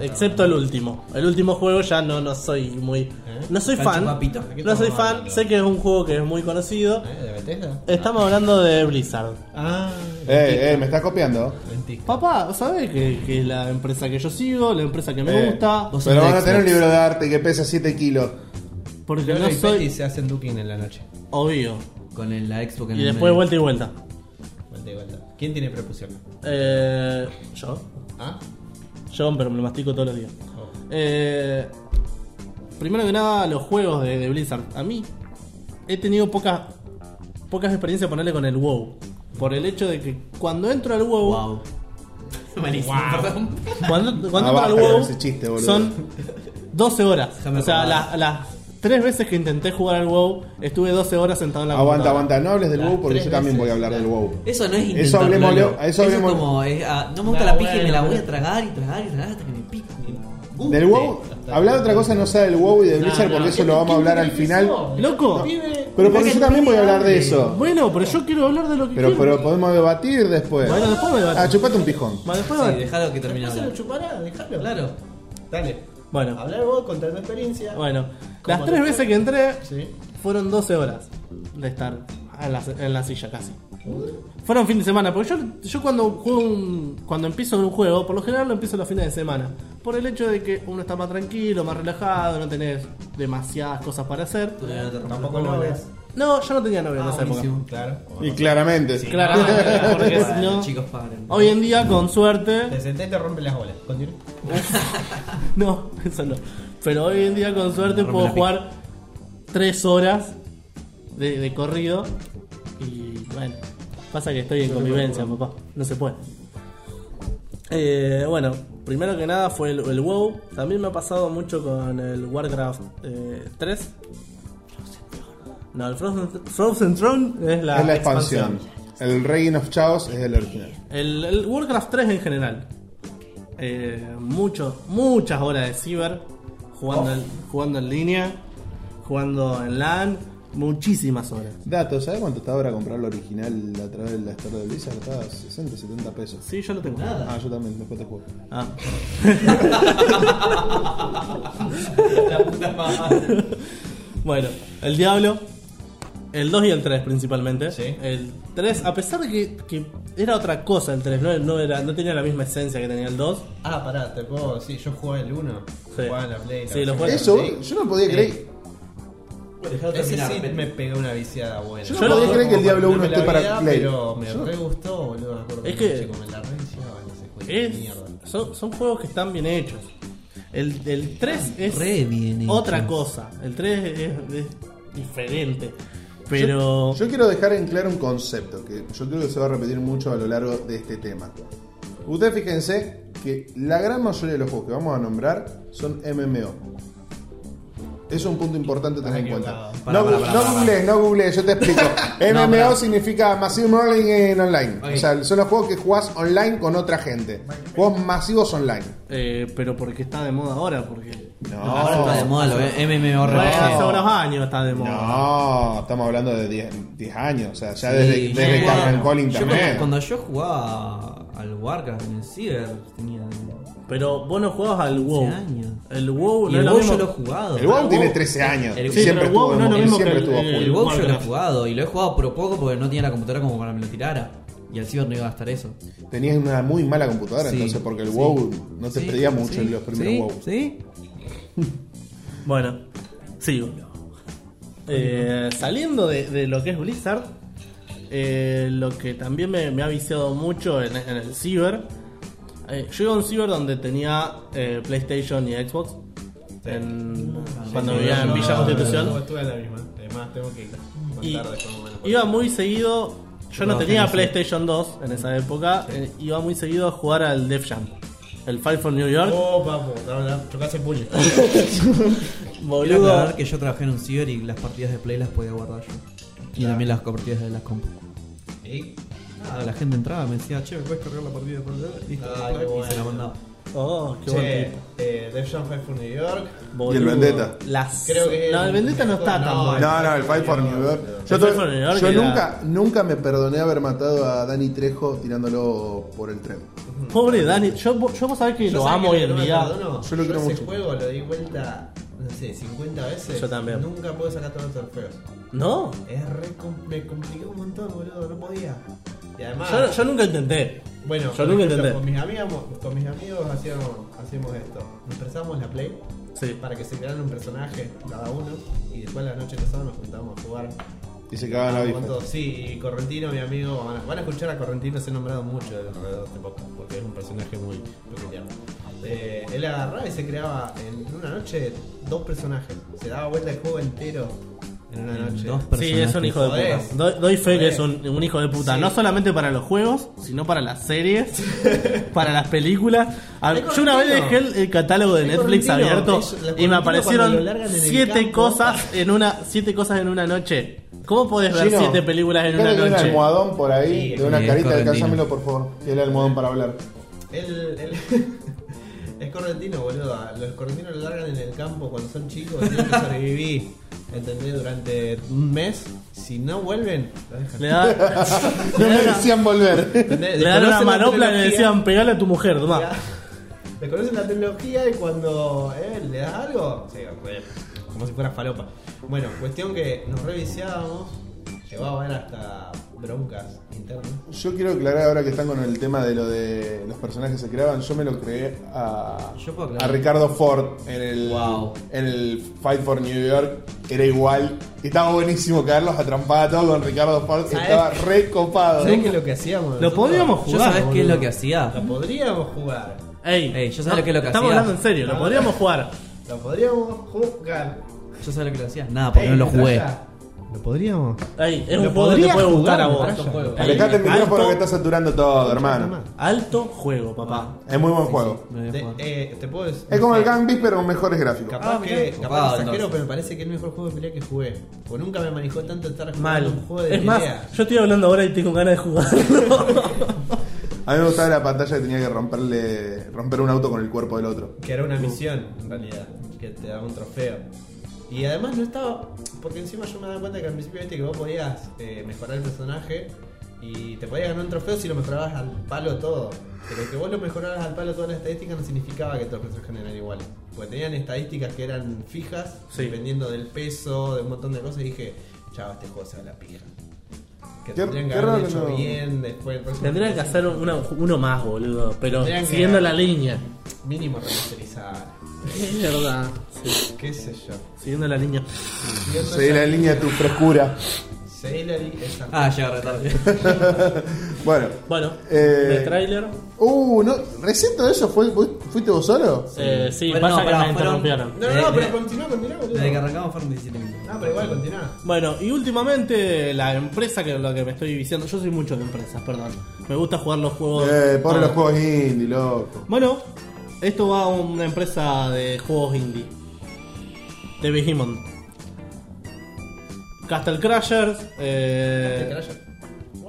Speaker 4: Excepto el último. El último juego ya no, no soy muy. No soy
Speaker 2: ¿Eh? Pancho
Speaker 4: fan.
Speaker 2: Papito.
Speaker 4: No soy fan. Sé que es un juego que es muy conocido.
Speaker 3: ¿Eh? ¿De Bethesda?
Speaker 4: Estamos hablando de Blizzard.
Speaker 3: Ah,
Speaker 1: eh, eh, me estás copiando.
Speaker 3: mentí.
Speaker 4: Papá, ¿sabes que, que la empresa que yo sigo, la empresa que me
Speaker 1: Eh,
Speaker 4: gusta?
Speaker 2: vos sos
Speaker 1: Pero
Speaker 2: de
Speaker 1: van a tener un
Speaker 2: Xbox.
Speaker 1: libro de arte que pesa 7 kilos.
Speaker 4: Porque
Speaker 3: Yo
Speaker 4: no
Speaker 3: y Petty
Speaker 4: soy.
Speaker 3: se hacen duking en la noche.
Speaker 4: Obvio.
Speaker 2: Con el, la Xbox en
Speaker 4: Y
Speaker 2: el
Speaker 4: después
Speaker 2: medio.
Speaker 4: vuelta y vuelta.
Speaker 3: Vuelta y vuelta. ¿Quién tiene prepución?
Speaker 4: Eh, yo.
Speaker 3: ¿Ah?
Speaker 4: Yo, pero me lo mastico todos los días.
Speaker 3: Oh.
Speaker 4: Eh, primero que nada, los juegos de, de Blizzard. A mí he tenido pocas pocas experiencias ponerle con el WoW. Por el hecho de que cuando entro al WoW,
Speaker 2: Wow. Malísimo, perdón.
Speaker 4: cuando, cuando entro
Speaker 1: Ah,
Speaker 4: al
Speaker 1: basta con
Speaker 4: WoW
Speaker 1: ese chiste, boludo.
Speaker 4: son 12 horas.
Speaker 2: Déjame
Speaker 4: o sea,
Speaker 2: acordar.
Speaker 4: la- las tres veces que intenté jugar al Wow, estuve 12 horas sentado en la
Speaker 1: Aguanta,
Speaker 4: computadora.
Speaker 1: aguanta. No hables del
Speaker 3: Las
Speaker 1: WoW porque
Speaker 3: tres
Speaker 1: yo también voy a
Speaker 3: veces,
Speaker 1: hablar del WoW.
Speaker 2: Eso no es intentar.
Speaker 1: Eso hablemos,
Speaker 2: Lalo.
Speaker 1: Leo, a eso hablemos.
Speaker 2: es como, es, ah, no me gusta
Speaker 3: No,
Speaker 2: la pija y me la
Speaker 3: bueno,
Speaker 2: voy a
Speaker 3: pero-
Speaker 2: tragar y tragar y tragar hasta que me pique.
Speaker 1: Del WoW, hablar otra cosa no sea del WoW y de Blizzard
Speaker 3: Ah,
Speaker 1: porque eso lo vamos a hablar al final.
Speaker 4: Loco,
Speaker 1: Pero porque yo también voy a hablar de eso.
Speaker 4: bueno, pero yo quiero hablar de lo que
Speaker 1: Pero,
Speaker 4: quiero.
Speaker 1: pero podemos debatir después.
Speaker 4: Bueno, después me
Speaker 1: Ah,
Speaker 4: debatimos.
Speaker 1: chupate un pijón.
Speaker 4: Bueno, después
Speaker 2: Sí,
Speaker 4: debatimos.
Speaker 2: dejalo que termine de hablar.
Speaker 3: chupará, dejalo.
Speaker 2: Claro.
Speaker 3: Dale.
Speaker 4: Bueno.
Speaker 3: Hablar vos, contar tu experiencia.
Speaker 4: Bueno,
Speaker 3: ¿Cómo
Speaker 4: las
Speaker 3: te
Speaker 4: tres
Speaker 3: fue?
Speaker 4: veces que entré
Speaker 3: Sí.
Speaker 4: fueron 12 horas de estar en la, en la silla casi. Fueron fin de semana, porque yo, yo cuando juego un- cuando empiezo un juego, por lo general lo empiezo los fines de semana. Por el hecho de que uno está más tranquilo, más relajado, no tenés demasiadas cosas para hacer.
Speaker 3: Tampoco lo ves. Ah,
Speaker 4: No, yo no tenía novia en esa época.
Speaker 3: Claro.
Speaker 1: Y claramente.
Speaker 4: Claramente, porque si
Speaker 2: Bueno,
Speaker 4: no-
Speaker 2: chicos, paren.
Speaker 4: Hoy en día, con
Speaker 3: Te
Speaker 4: suerte.
Speaker 3: sentás y te rompen las bolas. Continúa.
Speaker 4: No, eso no. Pero hoy en día, con suerte, puedo
Speaker 2: la pica.
Speaker 4: jugar 3 horas de, de corrido. Y bueno, pasa que estoy en convivencia, papá. No se puede. Eh, bueno, primero que nada fue el, el WoW. También me ha pasado mucho con el Warcraft eh, 3. No, el Frozen, Frozen Throne es la,
Speaker 1: es la expansión. El Reign of Chaos es el original.
Speaker 4: El, el Warcraft 3 en general. Eh, mucho- muchas horas de ciber, jugando, en, jugando en línea, jugando en LAN, muchísimas horas.
Speaker 1: Dato, ¿sabes cuánto está ahora comprar el original a través de la Store de Blizzard? Está a 60, 70 pesos.
Speaker 4: Sí, yo lo tengo.
Speaker 1: Ah, yo también, después te juego.
Speaker 4: Ah. bueno, el Diablo, el 2 y el 3 principalmente.
Speaker 3: Sí.
Speaker 4: El 3, a pesar de que, que era otra cosa el 3, no, no era, no tenía la misma esencia que tenía el 2.
Speaker 3: Ah, pará, te puedo. Sí, yo jugaba el 1. Jugaba en la Play. la
Speaker 4: Sí, lo
Speaker 3: versión
Speaker 4: jugué.
Speaker 1: Eso,
Speaker 3: Play.
Speaker 1: yo no podía creer.
Speaker 2: Dejalo
Speaker 3: Ese
Speaker 2: terminar,
Speaker 3: sí
Speaker 2: Peti.
Speaker 3: me pegó una viciada buena.
Speaker 1: Yo no podía creer que el Diablo
Speaker 3: No
Speaker 1: 1
Speaker 3: me la
Speaker 1: esté para
Speaker 3: veía,
Speaker 1: Play.
Speaker 3: Pero me
Speaker 1: Yo-
Speaker 3: re gustó, boludo. Me acuerdo
Speaker 4: Es que-
Speaker 3: chico me la re llevaba en ese juego.
Speaker 4: Es-
Speaker 3: Mierda.
Speaker 4: son, son juegos que están bien hechos. El, el 3 es
Speaker 2: re bien hechos.
Speaker 4: otra cosa. El 3 es, es diferente. Pero.
Speaker 1: Yo quiero dejar en claro un concepto que yo creo que se va a repetir mucho a lo largo de este tema. Ustedes fíjense que la gran mayoría de los juegos que vamos a nombrar son MMO. Es un punto importante a tener en cuenta.
Speaker 2: Pará,
Speaker 1: no
Speaker 2: pará,
Speaker 1: gu-
Speaker 2: pará,
Speaker 1: no
Speaker 2: pará.
Speaker 1: googlees, no googlees, yo te explico. MMO
Speaker 2: pará.
Speaker 1: significa Massive Modeling en online.
Speaker 2: Ok.
Speaker 1: O sea, son los juegos que jugás online con otra gente. Juegos masivos online.
Speaker 4: eh, pero porque está de moda ahora. Porque.
Speaker 2: Ahora está de
Speaker 1: No,
Speaker 2: moda lo
Speaker 4: Bueno, Hace
Speaker 2: MMORPG.
Speaker 4: unos años está de moda.
Speaker 1: no, estamos hablando de 10 10 años. O sea, ya
Speaker 2: Sí,
Speaker 1: desde,
Speaker 2: yo
Speaker 1: desde que
Speaker 2: jugaba-
Speaker 1: arrancó el
Speaker 2: yo
Speaker 1: internet.
Speaker 2: cuando- Cuando yo jugaba al Warcraft en el Ciber, tenía.
Speaker 4: Pero vos no jugabas al WoW.
Speaker 2: años.
Speaker 4: El WoW
Speaker 2: Y el
Speaker 4: no es lo
Speaker 2: WoW
Speaker 4: mismo.
Speaker 2: yo lo he jugado.
Speaker 1: El WoW
Speaker 4: Oh. El
Speaker 1: tiene
Speaker 4: WoW-
Speaker 1: 13 años.
Speaker 2: el-
Speaker 4: sí,
Speaker 1: siempre
Speaker 4: pero el WoW
Speaker 1: estuvo,
Speaker 4: no es lo
Speaker 1: él
Speaker 4: mismo que
Speaker 1: siempre
Speaker 4: el-
Speaker 1: estuvo a full.
Speaker 2: El WoW yo lo he
Speaker 4: Warcraft.
Speaker 2: jugado y lo he jugado por poco porque no tenía la computadora como para que me lo tirara. Y al Ciber no iba a gastar eso.
Speaker 1: Tenías una muy mala computadora,
Speaker 2: Sí,
Speaker 1: entonces, porque el
Speaker 2: sí.
Speaker 1: WoW no te
Speaker 2: Sí,
Speaker 1: pedía mucho
Speaker 2: sí,
Speaker 1: en los primeros
Speaker 2: sí,
Speaker 1: WoW.
Speaker 2: Sí.
Speaker 4: Bueno, sigo. Eh, saliendo de, de lo que es Blizzard, eh, lo que también me, me ha viciado mucho en, en el Cyber. eh, yo iba a un Cyber donde tenía eh, PlayStation y Xbox. en- cuando vivía en Villa Constitución.
Speaker 3: Estuve en la misma. Además, tengo que
Speaker 4: Y
Speaker 3: contar después más o menos.
Speaker 4: iba muy seguido. Yo no
Speaker 3: Yo
Speaker 4: tenía
Speaker 3: trabajé en ese.
Speaker 4: PlayStation 2 en esa época. eh, iba muy seguido a jugar al Def Jam. El Fight for New York.
Speaker 3: Oh, papo, no, no, chocaste el puño.
Speaker 2: Quiero
Speaker 4: Boludo.
Speaker 2: aclarar que yo trabajé en un ciber y las partidas de Play las podía guardar yo. Y también las partidas de las compu.
Speaker 3: ¿Y?
Speaker 2: Nada, la gente entraba, me decía, che, ¿me puedes cargar la partida de Play? Listo,
Speaker 3: Ah,
Speaker 2: y
Speaker 3: qué bueno.
Speaker 2: se la mandaba.
Speaker 4: Oh, qué buen
Speaker 3: Che,
Speaker 4: tipo.
Speaker 3: eh, Def Jam Fight for New York.
Speaker 9: Y el
Speaker 4: Boludo.
Speaker 9: Vendetta.
Speaker 4: Las...
Speaker 3: Creo que-
Speaker 4: No, el Vendetta no está tan
Speaker 3: No,
Speaker 4: bueno.
Speaker 9: No, no, el Fight for New York. Yo,
Speaker 4: El
Speaker 9: to-
Speaker 4: Fight for New York
Speaker 9: yo
Speaker 4: era-
Speaker 9: nunca, nunca me perdoné haber matado a Dani Trejo tirándolo por el tren.
Speaker 4: Pobre Dani, yo, yo vos sabés que
Speaker 3: Yo
Speaker 4: lo
Speaker 3: sabés
Speaker 4: amo
Speaker 3: que
Speaker 4: hoy
Speaker 3: no
Speaker 4: en
Speaker 3: me
Speaker 4: día.
Speaker 3: perdono.
Speaker 9: Yo lo quiero
Speaker 3: ese
Speaker 9: mucho.
Speaker 3: juego lo di vuelta, no sé, 50 veces.
Speaker 4: Yo también.
Speaker 3: Nunca puedo sacar todos los trofeos.
Speaker 4: No,
Speaker 3: Es re com- me compliqué un montón, boludo, no podía. Y además,
Speaker 4: yo, yo nunca intenté.
Speaker 3: Ah. bueno,
Speaker 4: yo
Speaker 3: por
Speaker 4: nunca
Speaker 3: ejemplo,
Speaker 4: entendé.
Speaker 3: con mis amigos, con mis amigos hacíamos, hacíamos esto. Nos prestamos la play
Speaker 4: Sí.
Speaker 3: eh, para que se crearan un personaje cada uno y después a la noche pasada nos juntábamos a jugar.
Speaker 1: Y se cagaban Ah, la
Speaker 3: Con
Speaker 1: vista.
Speaker 3: todos. Sí, y Correntino, mi amigo, van a, van a escuchar a Correntino ser nombrado mucho de alrededor de este podcast, porque es un personaje muy peculiar. Eh, él agarraba y se creaba en una noche dos personajes. Se daba vuelta el juego entero en una noche.
Speaker 2: Dos
Speaker 4: Sí,
Speaker 2: personajes.
Speaker 4: es un hijo de
Speaker 3: Jodés.
Speaker 4: puta. Doy, doy fe que
Speaker 3: Jodés.
Speaker 4: es un, un hijo de puta.
Speaker 3: Sí.
Speaker 4: No solamente para los juegos, sino para las series, para las películas. A-
Speaker 3: Es
Speaker 4: yo una vez dejé
Speaker 3: Correntino.
Speaker 4: el, el catálogo de
Speaker 3: Es
Speaker 4: Netflix
Speaker 3: Correntino.
Speaker 4: abierto
Speaker 3: Es- la
Speaker 4: y
Speaker 3: Correntino
Speaker 4: me
Speaker 3: cuando
Speaker 4: aparecieron
Speaker 3: lo largan en el
Speaker 4: siete
Speaker 3: campo.
Speaker 4: cosas en una siete cosas en una noche. ¿Cómo podés ver
Speaker 1: Gino,
Speaker 4: siete películas en
Speaker 1: creo
Speaker 4: una
Speaker 1: que hay un
Speaker 4: noche?
Speaker 1: almohadón por ahí,
Speaker 3: Sí,
Speaker 1: de una
Speaker 2: sí,
Speaker 1: carita,
Speaker 2: correntino.
Speaker 1: alcánzamelo por favor. Y el almohadón para hablar.
Speaker 3: Él, él- es correntino, boludo. A Los correntinos lo largan en el campo cuando son chicos. Tienen que sobrevivir. ¿Entendés? Durante un mes. Si no vuelven, lo dejan.
Speaker 4: Le da-
Speaker 1: No me decían volver.
Speaker 3: ¿Entendés?
Speaker 4: le dan una
Speaker 3: Desconocen la
Speaker 4: manopla y le
Speaker 3: tecnología.
Speaker 4: decían, pegale a tu mujer,
Speaker 3: Le
Speaker 4: toma.
Speaker 3: da- Desconocen la tecnología y cuando eh, le das algo, sí, re- como si fuera falopa. Bueno, cuestión que nos reviciábamos, llevaba a ver hasta broncas internas.
Speaker 1: Yo quiero aclarar ahora que están con el tema de lo de los personajes que se creaban. Yo me lo creé a,
Speaker 2: Yo puedo aclarar.
Speaker 1: a Ricardo Ford en el,
Speaker 2: Wow.
Speaker 1: en el Fight for New York. Era igual. Estaba buenísimo Carlos atrampaba todo con Ricardo Ford.
Speaker 3: ¿Sabés?
Speaker 1: Estaba re copado.
Speaker 3: ¿Sabés qué es lo que hacíamos?
Speaker 4: Lo podríamos
Speaker 2: Yo
Speaker 4: jugar.
Speaker 2: sabés qué es
Speaker 4: boludo.
Speaker 2: lo que hacía.
Speaker 3: Lo podríamos jugar.
Speaker 4: Ey,
Speaker 2: Ey, yo sabés lo que es lo que
Speaker 4: Estamos
Speaker 2: hacía.
Speaker 4: hablando en serio, lo podríamos jugar.
Speaker 3: Lo podríamos jugar. Eh,
Speaker 2: Yo sabía lo que lo hacía. Nada, Ah, porque
Speaker 3: Ey,
Speaker 2: no lo jugué.
Speaker 3: metralla. ¿Lo podríamos?
Speaker 4: Ey, es un
Speaker 3: Lo
Speaker 4: juego que te
Speaker 3: podrías
Speaker 4: puede gustar
Speaker 3: jugar,
Speaker 4: a vos.
Speaker 3: metralla.
Speaker 4: Es un juego.
Speaker 1: Alejate el
Speaker 4: Ey,
Speaker 1: micrófono
Speaker 4: alto-
Speaker 1: que está saturando todo, hermano.
Speaker 4: Alto juego, papá.
Speaker 1: Es muy buen juego.
Speaker 2: Me lo voy
Speaker 3: Te,
Speaker 2: a jugar.
Speaker 3: eh, te puedo decir.
Speaker 1: Es como el Gang Beast pero con mejores gráficos.
Speaker 3: Capaz
Speaker 2: Ah,
Speaker 3: que,
Speaker 2: mirá.
Speaker 3: capaz que
Speaker 2: Copado,
Speaker 3: saquero,
Speaker 2: entonces.
Speaker 3: pero me parece que es el mejor juego de pelea que jugué. Porque nunca me manejó tanto estar jugando
Speaker 4: Mal.
Speaker 3: un juego de
Speaker 4: es más,
Speaker 3: pelea.
Speaker 4: yo estoy hablando ahora y tengo ganas de jugar.
Speaker 1: A mí me gustaba la pantalla que tenía que romperle romper un auto con el cuerpo del otro.
Speaker 3: Que era una misión, en realidad, que te daba un trofeo. Y además no estaba. Porque encima yo me daba cuenta que al principio viste que vos podías eh, mejorar el personaje y te podías ganar un trofeo si lo mejorabas al palo todo. Pero que vos lo mejoraras al palo todas las estadísticas no significaba que todos los personajes eran iguales. Porque tenían estadísticas que eran fijas,
Speaker 4: Sí.
Speaker 3: dependiendo del peso, de un montón de cosas. Y dije, chao, este juego se va a la pija. Que
Speaker 1: Qué-
Speaker 3: tendrían que
Speaker 1: qué
Speaker 3: haber
Speaker 1: raro
Speaker 3: hecho
Speaker 1: no.
Speaker 3: bien después el próximo
Speaker 4: Tendrían que
Speaker 3: juego,
Speaker 4: hacer una- uno más, boludo. Pero
Speaker 3: Tendrían que-
Speaker 4: siguiendo la línea.
Speaker 3: Mínimo remasterizar.
Speaker 4: Es verdad. Sí,
Speaker 3: ¿Qué sé yo?
Speaker 4: siguiendo la línea.
Speaker 1: Seguí la línea de tu frescura.
Speaker 3: Sailor es
Speaker 2: Ah, ya, retarde.
Speaker 1: Bueno.
Speaker 4: Bueno,
Speaker 1: Eh,
Speaker 4: de trailer.
Speaker 1: Uh, no, recién todo eso fue, vos- fuiste vos solo.
Speaker 4: Eh, sí,
Speaker 2: Bueno,
Speaker 4: pasa
Speaker 2: no,
Speaker 4: que
Speaker 2: pero
Speaker 4: me
Speaker 2: fueron-
Speaker 4: interrumpieron.
Speaker 3: No, no, no, pero continúa, continúa, boludo.
Speaker 2: Desde que arrancamos fueron 17 minutos.
Speaker 3: No, pero igual continúa.
Speaker 4: Bueno, y últimamente la empresa que lo que me estoy diciendo. Yo soy mucho de empresas, perdón. Me gusta jugar los juegos.
Speaker 1: Eh, pobre
Speaker 4: todos.
Speaker 1: los juegos indie, loco.
Speaker 4: Bueno, esto va a una empresa de juegos indie. De Behemoth. Castle Crashers, eh,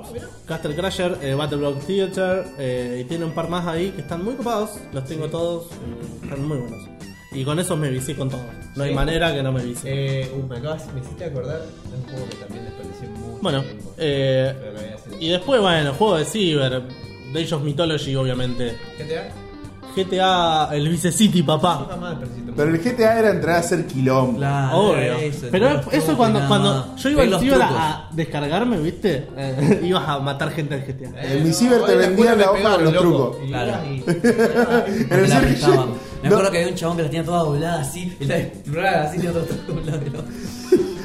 Speaker 3: Ah,
Speaker 4: Castle Crasher, eh, Battle Block Theater eh, y tiene un par más ahí que están muy copados. Los tengo todos, eh, están muy buenos. Y con esos me vicié con todos. No hay
Speaker 3: Sí.
Speaker 4: manera que no me vicié.
Speaker 3: Eh, uh, me acabas, me hiciste acordar de un juego que también les pareció mucho.
Speaker 4: Bueno,
Speaker 3: tiempo.
Speaker 4: eh,
Speaker 3: Pero lo voy a hacer.
Speaker 4: y después, bueno, juego de Cyber, Age of Mythology, obviamente.
Speaker 3: ¿Qué te da?
Speaker 4: GTA, el Vice City, papá.
Speaker 3: Yo jamás percito.
Speaker 1: Pero el GTA era entrar a hacer quilombo.
Speaker 2: Claro,
Speaker 4: Obvio.
Speaker 2: eso,
Speaker 4: pero
Speaker 2: los
Speaker 4: Ah, eso,
Speaker 2: trucos,
Speaker 4: cuando,
Speaker 2: nada
Speaker 4: cuando
Speaker 2: más.
Speaker 4: yo iba
Speaker 2: Ven
Speaker 4: al
Speaker 2: los
Speaker 4: ciber
Speaker 2: trucos.
Speaker 4: a, a descargarme, ¿viste? Eh, ibas a matar gente al GTA.
Speaker 1: en mi ciber te vendían la hoja de los trucos.
Speaker 2: Claro.
Speaker 3: Claro.
Speaker 1: En el
Speaker 2: Me la
Speaker 1: Circle
Speaker 2: prestaban.
Speaker 1: Shop,
Speaker 2: Me
Speaker 1: no.
Speaker 2: acuerdo que había un chabón que la tenía toda doblada así, y la desploraba así, tenía otro truco al lado del otro.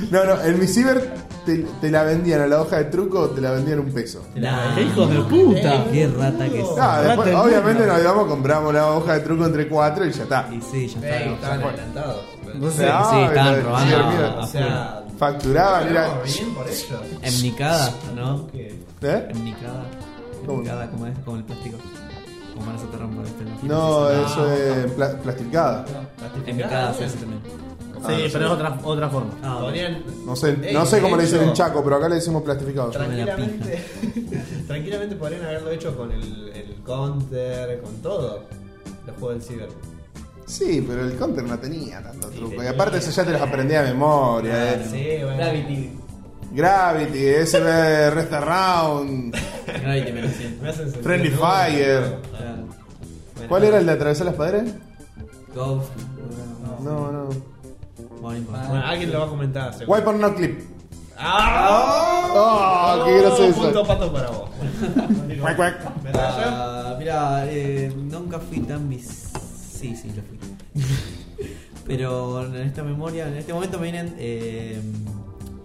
Speaker 1: No, no, en mi ciber te, te la vendían a la hoja de truco, te la vendían un peso.
Speaker 4: ¡Qué hijos de puta!
Speaker 2: Qué rata que
Speaker 1: No,
Speaker 2: son.
Speaker 4: Ah,
Speaker 1: después,
Speaker 4: Rata
Speaker 1: obviamente nos íbamos, compramos la hoja de truco entre cuatro y ya está.
Speaker 2: Y sí, ya está.
Speaker 3: Ey, estaban adelantados.
Speaker 4: No sé.
Speaker 1: Ah,
Speaker 2: sí, estaban
Speaker 1: lo del
Speaker 2: robando.
Speaker 1: ciber,
Speaker 2: Ah,
Speaker 1: mira. Ah,
Speaker 3: O sea,
Speaker 1: Facturaban, era.
Speaker 3: ganamos bien por ellos.
Speaker 2: Emnicada, ¿no?
Speaker 3: Que-
Speaker 1: ¿Eh?
Speaker 2: Emnicada.
Speaker 1: ¿Cómo?
Speaker 2: Emnicada, como es, como el plástico. Como van a sacar por este
Speaker 1: No, eso es pla- plasticada.
Speaker 2: Emnicada se hace también.
Speaker 4: Ah, Sí, pero es otra, otra forma.
Speaker 2: Ah, bueno.
Speaker 3: Ponían-
Speaker 1: No sé,
Speaker 3: Ey,
Speaker 1: no sé
Speaker 3: de
Speaker 1: cómo le dicen
Speaker 3: hecho,
Speaker 1: en Chaco, pero acá le decimos plastificado.
Speaker 3: Tranquilamente, tranquilamente podrían haberlo hecho con el, el counter, con todo. Los juegos del ciber.
Speaker 1: Sí, pero el counter no tenía tanto truco. Y aparte eso ya te los aprendí a
Speaker 3: Ah,
Speaker 1: memoria. eh.
Speaker 3: Sí, bueno.
Speaker 1: Gravity, SB, Rest Around.
Speaker 2: Gravity menos 100.
Speaker 3: Me hacen sentir,
Speaker 1: Friendly
Speaker 3: ¿no?
Speaker 1: Fire.
Speaker 2: Claro.
Speaker 3: Bueno,
Speaker 1: ¿Cuál era el de atravesar las paredes?
Speaker 2: Ghost.
Speaker 1: No, no.
Speaker 2: Bueno, importante.
Speaker 3: Bueno, alguien lo va a comentar. seguro.
Speaker 1: Wipe or no clip.
Speaker 3: ¡Ah!
Speaker 1: ¡Oh! ¡Qué
Speaker 3: Punto
Speaker 1: gracioso!
Speaker 3: pato para vos.
Speaker 1: Cuac, cuac.
Speaker 3: ¿Medalla?
Speaker 2: Ah, mira, eh, nunca fui tan bis. Sí, sí, lo fui. Pero en esta memoria, en este momento me vienen eh,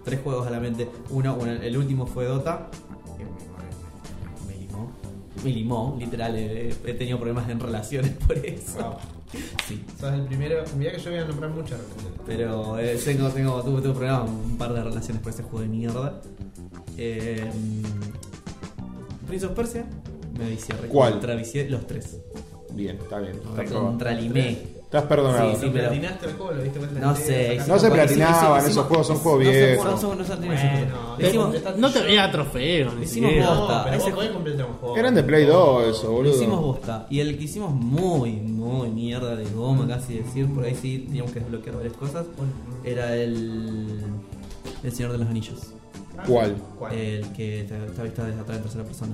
Speaker 2: tres juegos a la mente. Uno, bueno, el último fue Dota. que me- Me limó. Me limó, literal. eh, he tenido problemas en relaciones por eso.
Speaker 3: Wow.
Speaker 2: Sí.
Speaker 3: Sos el primero. Mirá que yo voy a nombrar muchas relaciones.
Speaker 2: Pero eh, tengo, tengo, tuve, tuve problemas, un par de relaciones por ese juego de mierda. Eh, Prince of Persia, me vicié. re-
Speaker 1: ¿Cuál?
Speaker 2: contra vicié los tres.
Speaker 1: Bien, está bien. está aprobado.
Speaker 2: Contralimé.
Speaker 1: Estás perdonado.
Speaker 2: Sí, sí.
Speaker 3: ¿Lo
Speaker 2: pero-
Speaker 3: platinaste el juego? ¿Lo viste vuelta
Speaker 2: No
Speaker 3: entera?
Speaker 2: sé.
Speaker 3: ¿Sacaste
Speaker 1: No se
Speaker 3: la
Speaker 2: Hicimos-
Speaker 1: platinaban
Speaker 2: hicimos-
Speaker 1: esos juegos, son juegos
Speaker 2: no son
Speaker 1: viejos.
Speaker 2: juegos, son- no son- no son-
Speaker 3: Bueno,
Speaker 2: Le hicimos-
Speaker 3: está-
Speaker 4: No te veía trofeos. ni
Speaker 2: Hicimos
Speaker 4: siquiera.
Speaker 2: vos.
Speaker 3: No, pero
Speaker 2: Ese-
Speaker 3: vos podés completar un juego.
Speaker 1: Eran de Play 2 eso,
Speaker 2: Lo hicimos
Speaker 1: boludo.
Speaker 2: bosta. Y el que hicimos muy, muy mierda de goma, casi decir, por ahí sí teníamos que desbloquear varias cosas, era el. El Señor de los Anillos.
Speaker 1: ¿Cuál?
Speaker 3: ¿Cuál?
Speaker 2: El que te- está vista desde atrás en tercera persona.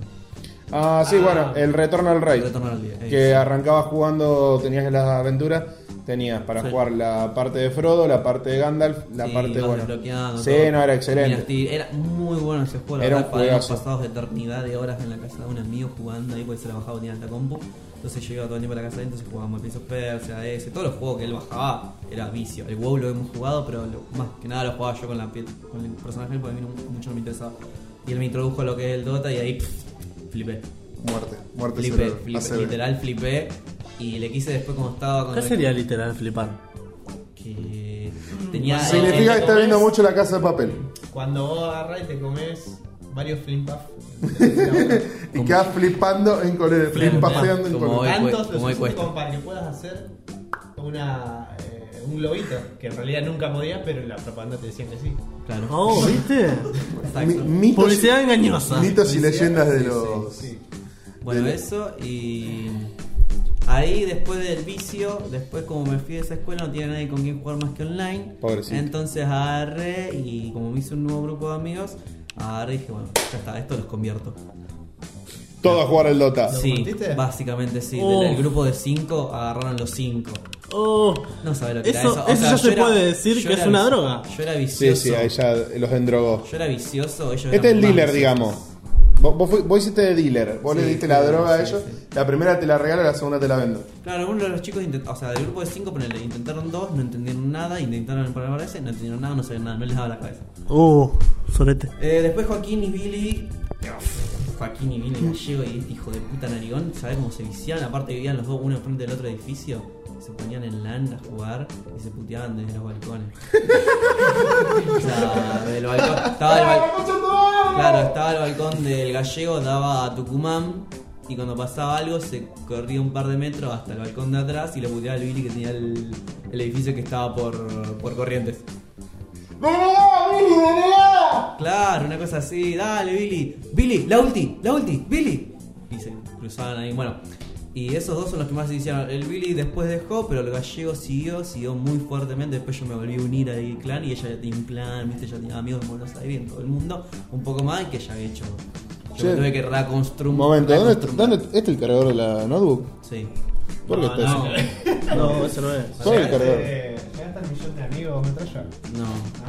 Speaker 1: Ah, sí, bueno, el retorno al rey.
Speaker 2: Retorno al día. eh,
Speaker 1: Que arrancabas jugando, tenías las aventuras, tenías para
Speaker 2: Sí.
Speaker 1: jugar la parte de Frodo, la parte de Gandalf, la
Speaker 2: Sí,
Speaker 1: parte
Speaker 2: ibas
Speaker 1: bueno.
Speaker 2: desbloqueando
Speaker 1: Sí,
Speaker 2: todo.
Speaker 1: no, era excelente.
Speaker 2: Dinastía- Era muy bueno ese juego. la
Speaker 1: Era un
Speaker 2: verdad, para
Speaker 1: juegazo.
Speaker 2: pasados de eternidad de horas en la casa de un amigo jugando ahí porque se la bajaba tenía alta compu. Entonces yo iba todo el tiempo a la casa de él, entonces jugábamos Prince of Persia, ese, todos los juegos que él bajaba era vicio. El WoW lo hemos jugado, pero lo- más que nada lo jugaba yo con, la, piel- con el personaje porque a mí no- mucho no me interesaba. Y él me introdujo a lo que es el Dota y ahí pff, flipé.
Speaker 1: Muerte, muerte
Speaker 2: Flipé,
Speaker 1: cerebral,
Speaker 2: flipé,
Speaker 1: ACB.
Speaker 2: literal flipé. Y le quise después como estaba con
Speaker 4: ¿Qué
Speaker 2: el-
Speaker 4: sería literal flipar?
Speaker 2: que tenía
Speaker 1: Significa que
Speaker 3: ¿Te
Speaker 1: está
Speaker 3: comés?
Speaker 1: viendo mucho la casa de papel.
Speaker 3: Cuando vos agarrás y te comes varios flimpuff.
Speaker 1: Y quedas flipando en colores, flipaseando en
Speaker 2: como
Speaker 1: colores.
Speaker 2: hoy cue-
Speaker 3: Tantos
Speaker 2: como hoy
Speaker 3: los
Speaker 2: cuesta.
Speaker 3: como para que puedas hacer una, eh, un globito. Que en realidad nunca podías, pero en la propaganda te decían que sí.
Speaker 2: Claro.
Speaker 4: Oh, ¿viste?
Speaker 2: Exacto.
Speaker 1: Mi- mitos,
Speaker 4: Publicidad engañosa.
Speaker 1: mitos y leyendas de
Speaker 3: Sí,
Speaker 1: los.
Speaker 3: sí, sí.
Speaker 2: Bueno,
Speaker 1: Dele.
Speaker 2: eso y. Ahí después del vicio, después como me fui de esa escuela, no tenía nadie con quien jugar más que online.
Speaker 1: Pobrecito.
Speaker 2: Entonces agarré y como me hice un nuevo grupo de amigos, agarré y dije, bueno, ya está, esto los convierto.
Speaker 1: Todo a jugar al Dota.
Speaker 3: ¿Lo
Speaker 2: sí,
Speaker 3: convertiste?
Speaker 2: básicamente sí.
Speaker 4: Oh.
Speaker 2: Del grupo de 5 agarraron los 5.
Speaker 4: Oh,
Speaker 2: No sabe lo que era
Speaker 4: eso,
Speaker 2: eso. O
Speaker 4: eso
Speaker 2: sea,
Speaker 4: ya
Speaker 2: yo
Speaker 4: se
Speaker 2: era-
Speaker 4: puede decir
Speaker 2: yo
Speaker 4: que
Speaker 2: era
Speaker 4: es una
Speaker 2: vici-
Speaker 4: droga.
Speaker 2: Yo era vicioso.
Speaker 1: Sí, sí, ahí ya los endrogó.
Speaker 2: Yo era vicioso, ellos
Speaker 1: Este es el
Speaker 2: eran más
Speaker 1: dealer,
Speaker 2: viciosos.
Speaker 1: digamos. Vos, vos fui- vos hiciste de dealer, vos le
Speaker 2: Sí, sí,
Speaker 1: diste la droga a
Speaker 2: sí,
Speaker 1: ellos,
Speaker 2: sí.
Speaker 1: la primera te la regalo, la segunda te la vendo.
Speaker 2: Claro, uno de los chicos, intent- o sea, del grupo de 5, ponele, intentaron dos, no entendieron nada, intentaron poner ese, no entendieron nada, no sabían nada, no les daba la cabeza.
Speaker 4: Oh, solete.
Speaker 2: Eh, después Joaquín y Billy. Joaquín y Billy Gallego y este hijo de puta narigón, ¿sabes cómo se viciaban? Aparte vivían los dos uno enfrente del otro edificio. Se ponían en LAN a jugar y se puteaban desde los balcones. o sea, desde el balcón. Estaba el balcón. Claro, estaba el balcón del gallego, daba a Tucumán. Y cuando pasaba algo, se corría un par de metros hasta el balcón de atrás y lo puteaba el Billy que tenía el, el edificio que estaba por, por corrientes. Claro, una cosa así. Dale, Billy. Billy, la ulti, la ulti, Billy. Y se cruzaban ahí. Bueno, y esos dos son los que más se hicieron. El Billy después dejó, pero el gallego siguió, siguió muy fuertemente. Después yo me volví a unir al clan y ella ya tenía un clan, viste, ya tenía amigos en Buenos Aires, en todo el mundo. Un poco más y que ya había hecho. Yo
Speaker 1: Che,
Speaker 2: me tuve que reconstruir.
Speaker 1: Un momento, ¿dónde,
Speaker 2: reconstru-
Speaker 1: dónde este es el cargador de la notebook?
Speaker 2: Sí.
Speaker 1: ¿Por qué
Speaker 3: No,
Speaker 1: está
Speaker 3: no.
Speaker 1: eso?
Speaker 4: No, eso no es.
Speaker 1: Soy el
Speaker 3: Llegaste-
Speaker 1: cargador.
Speaker 3: ¿Llegaste al millón de amigos, metralla?
Speaker 2: No.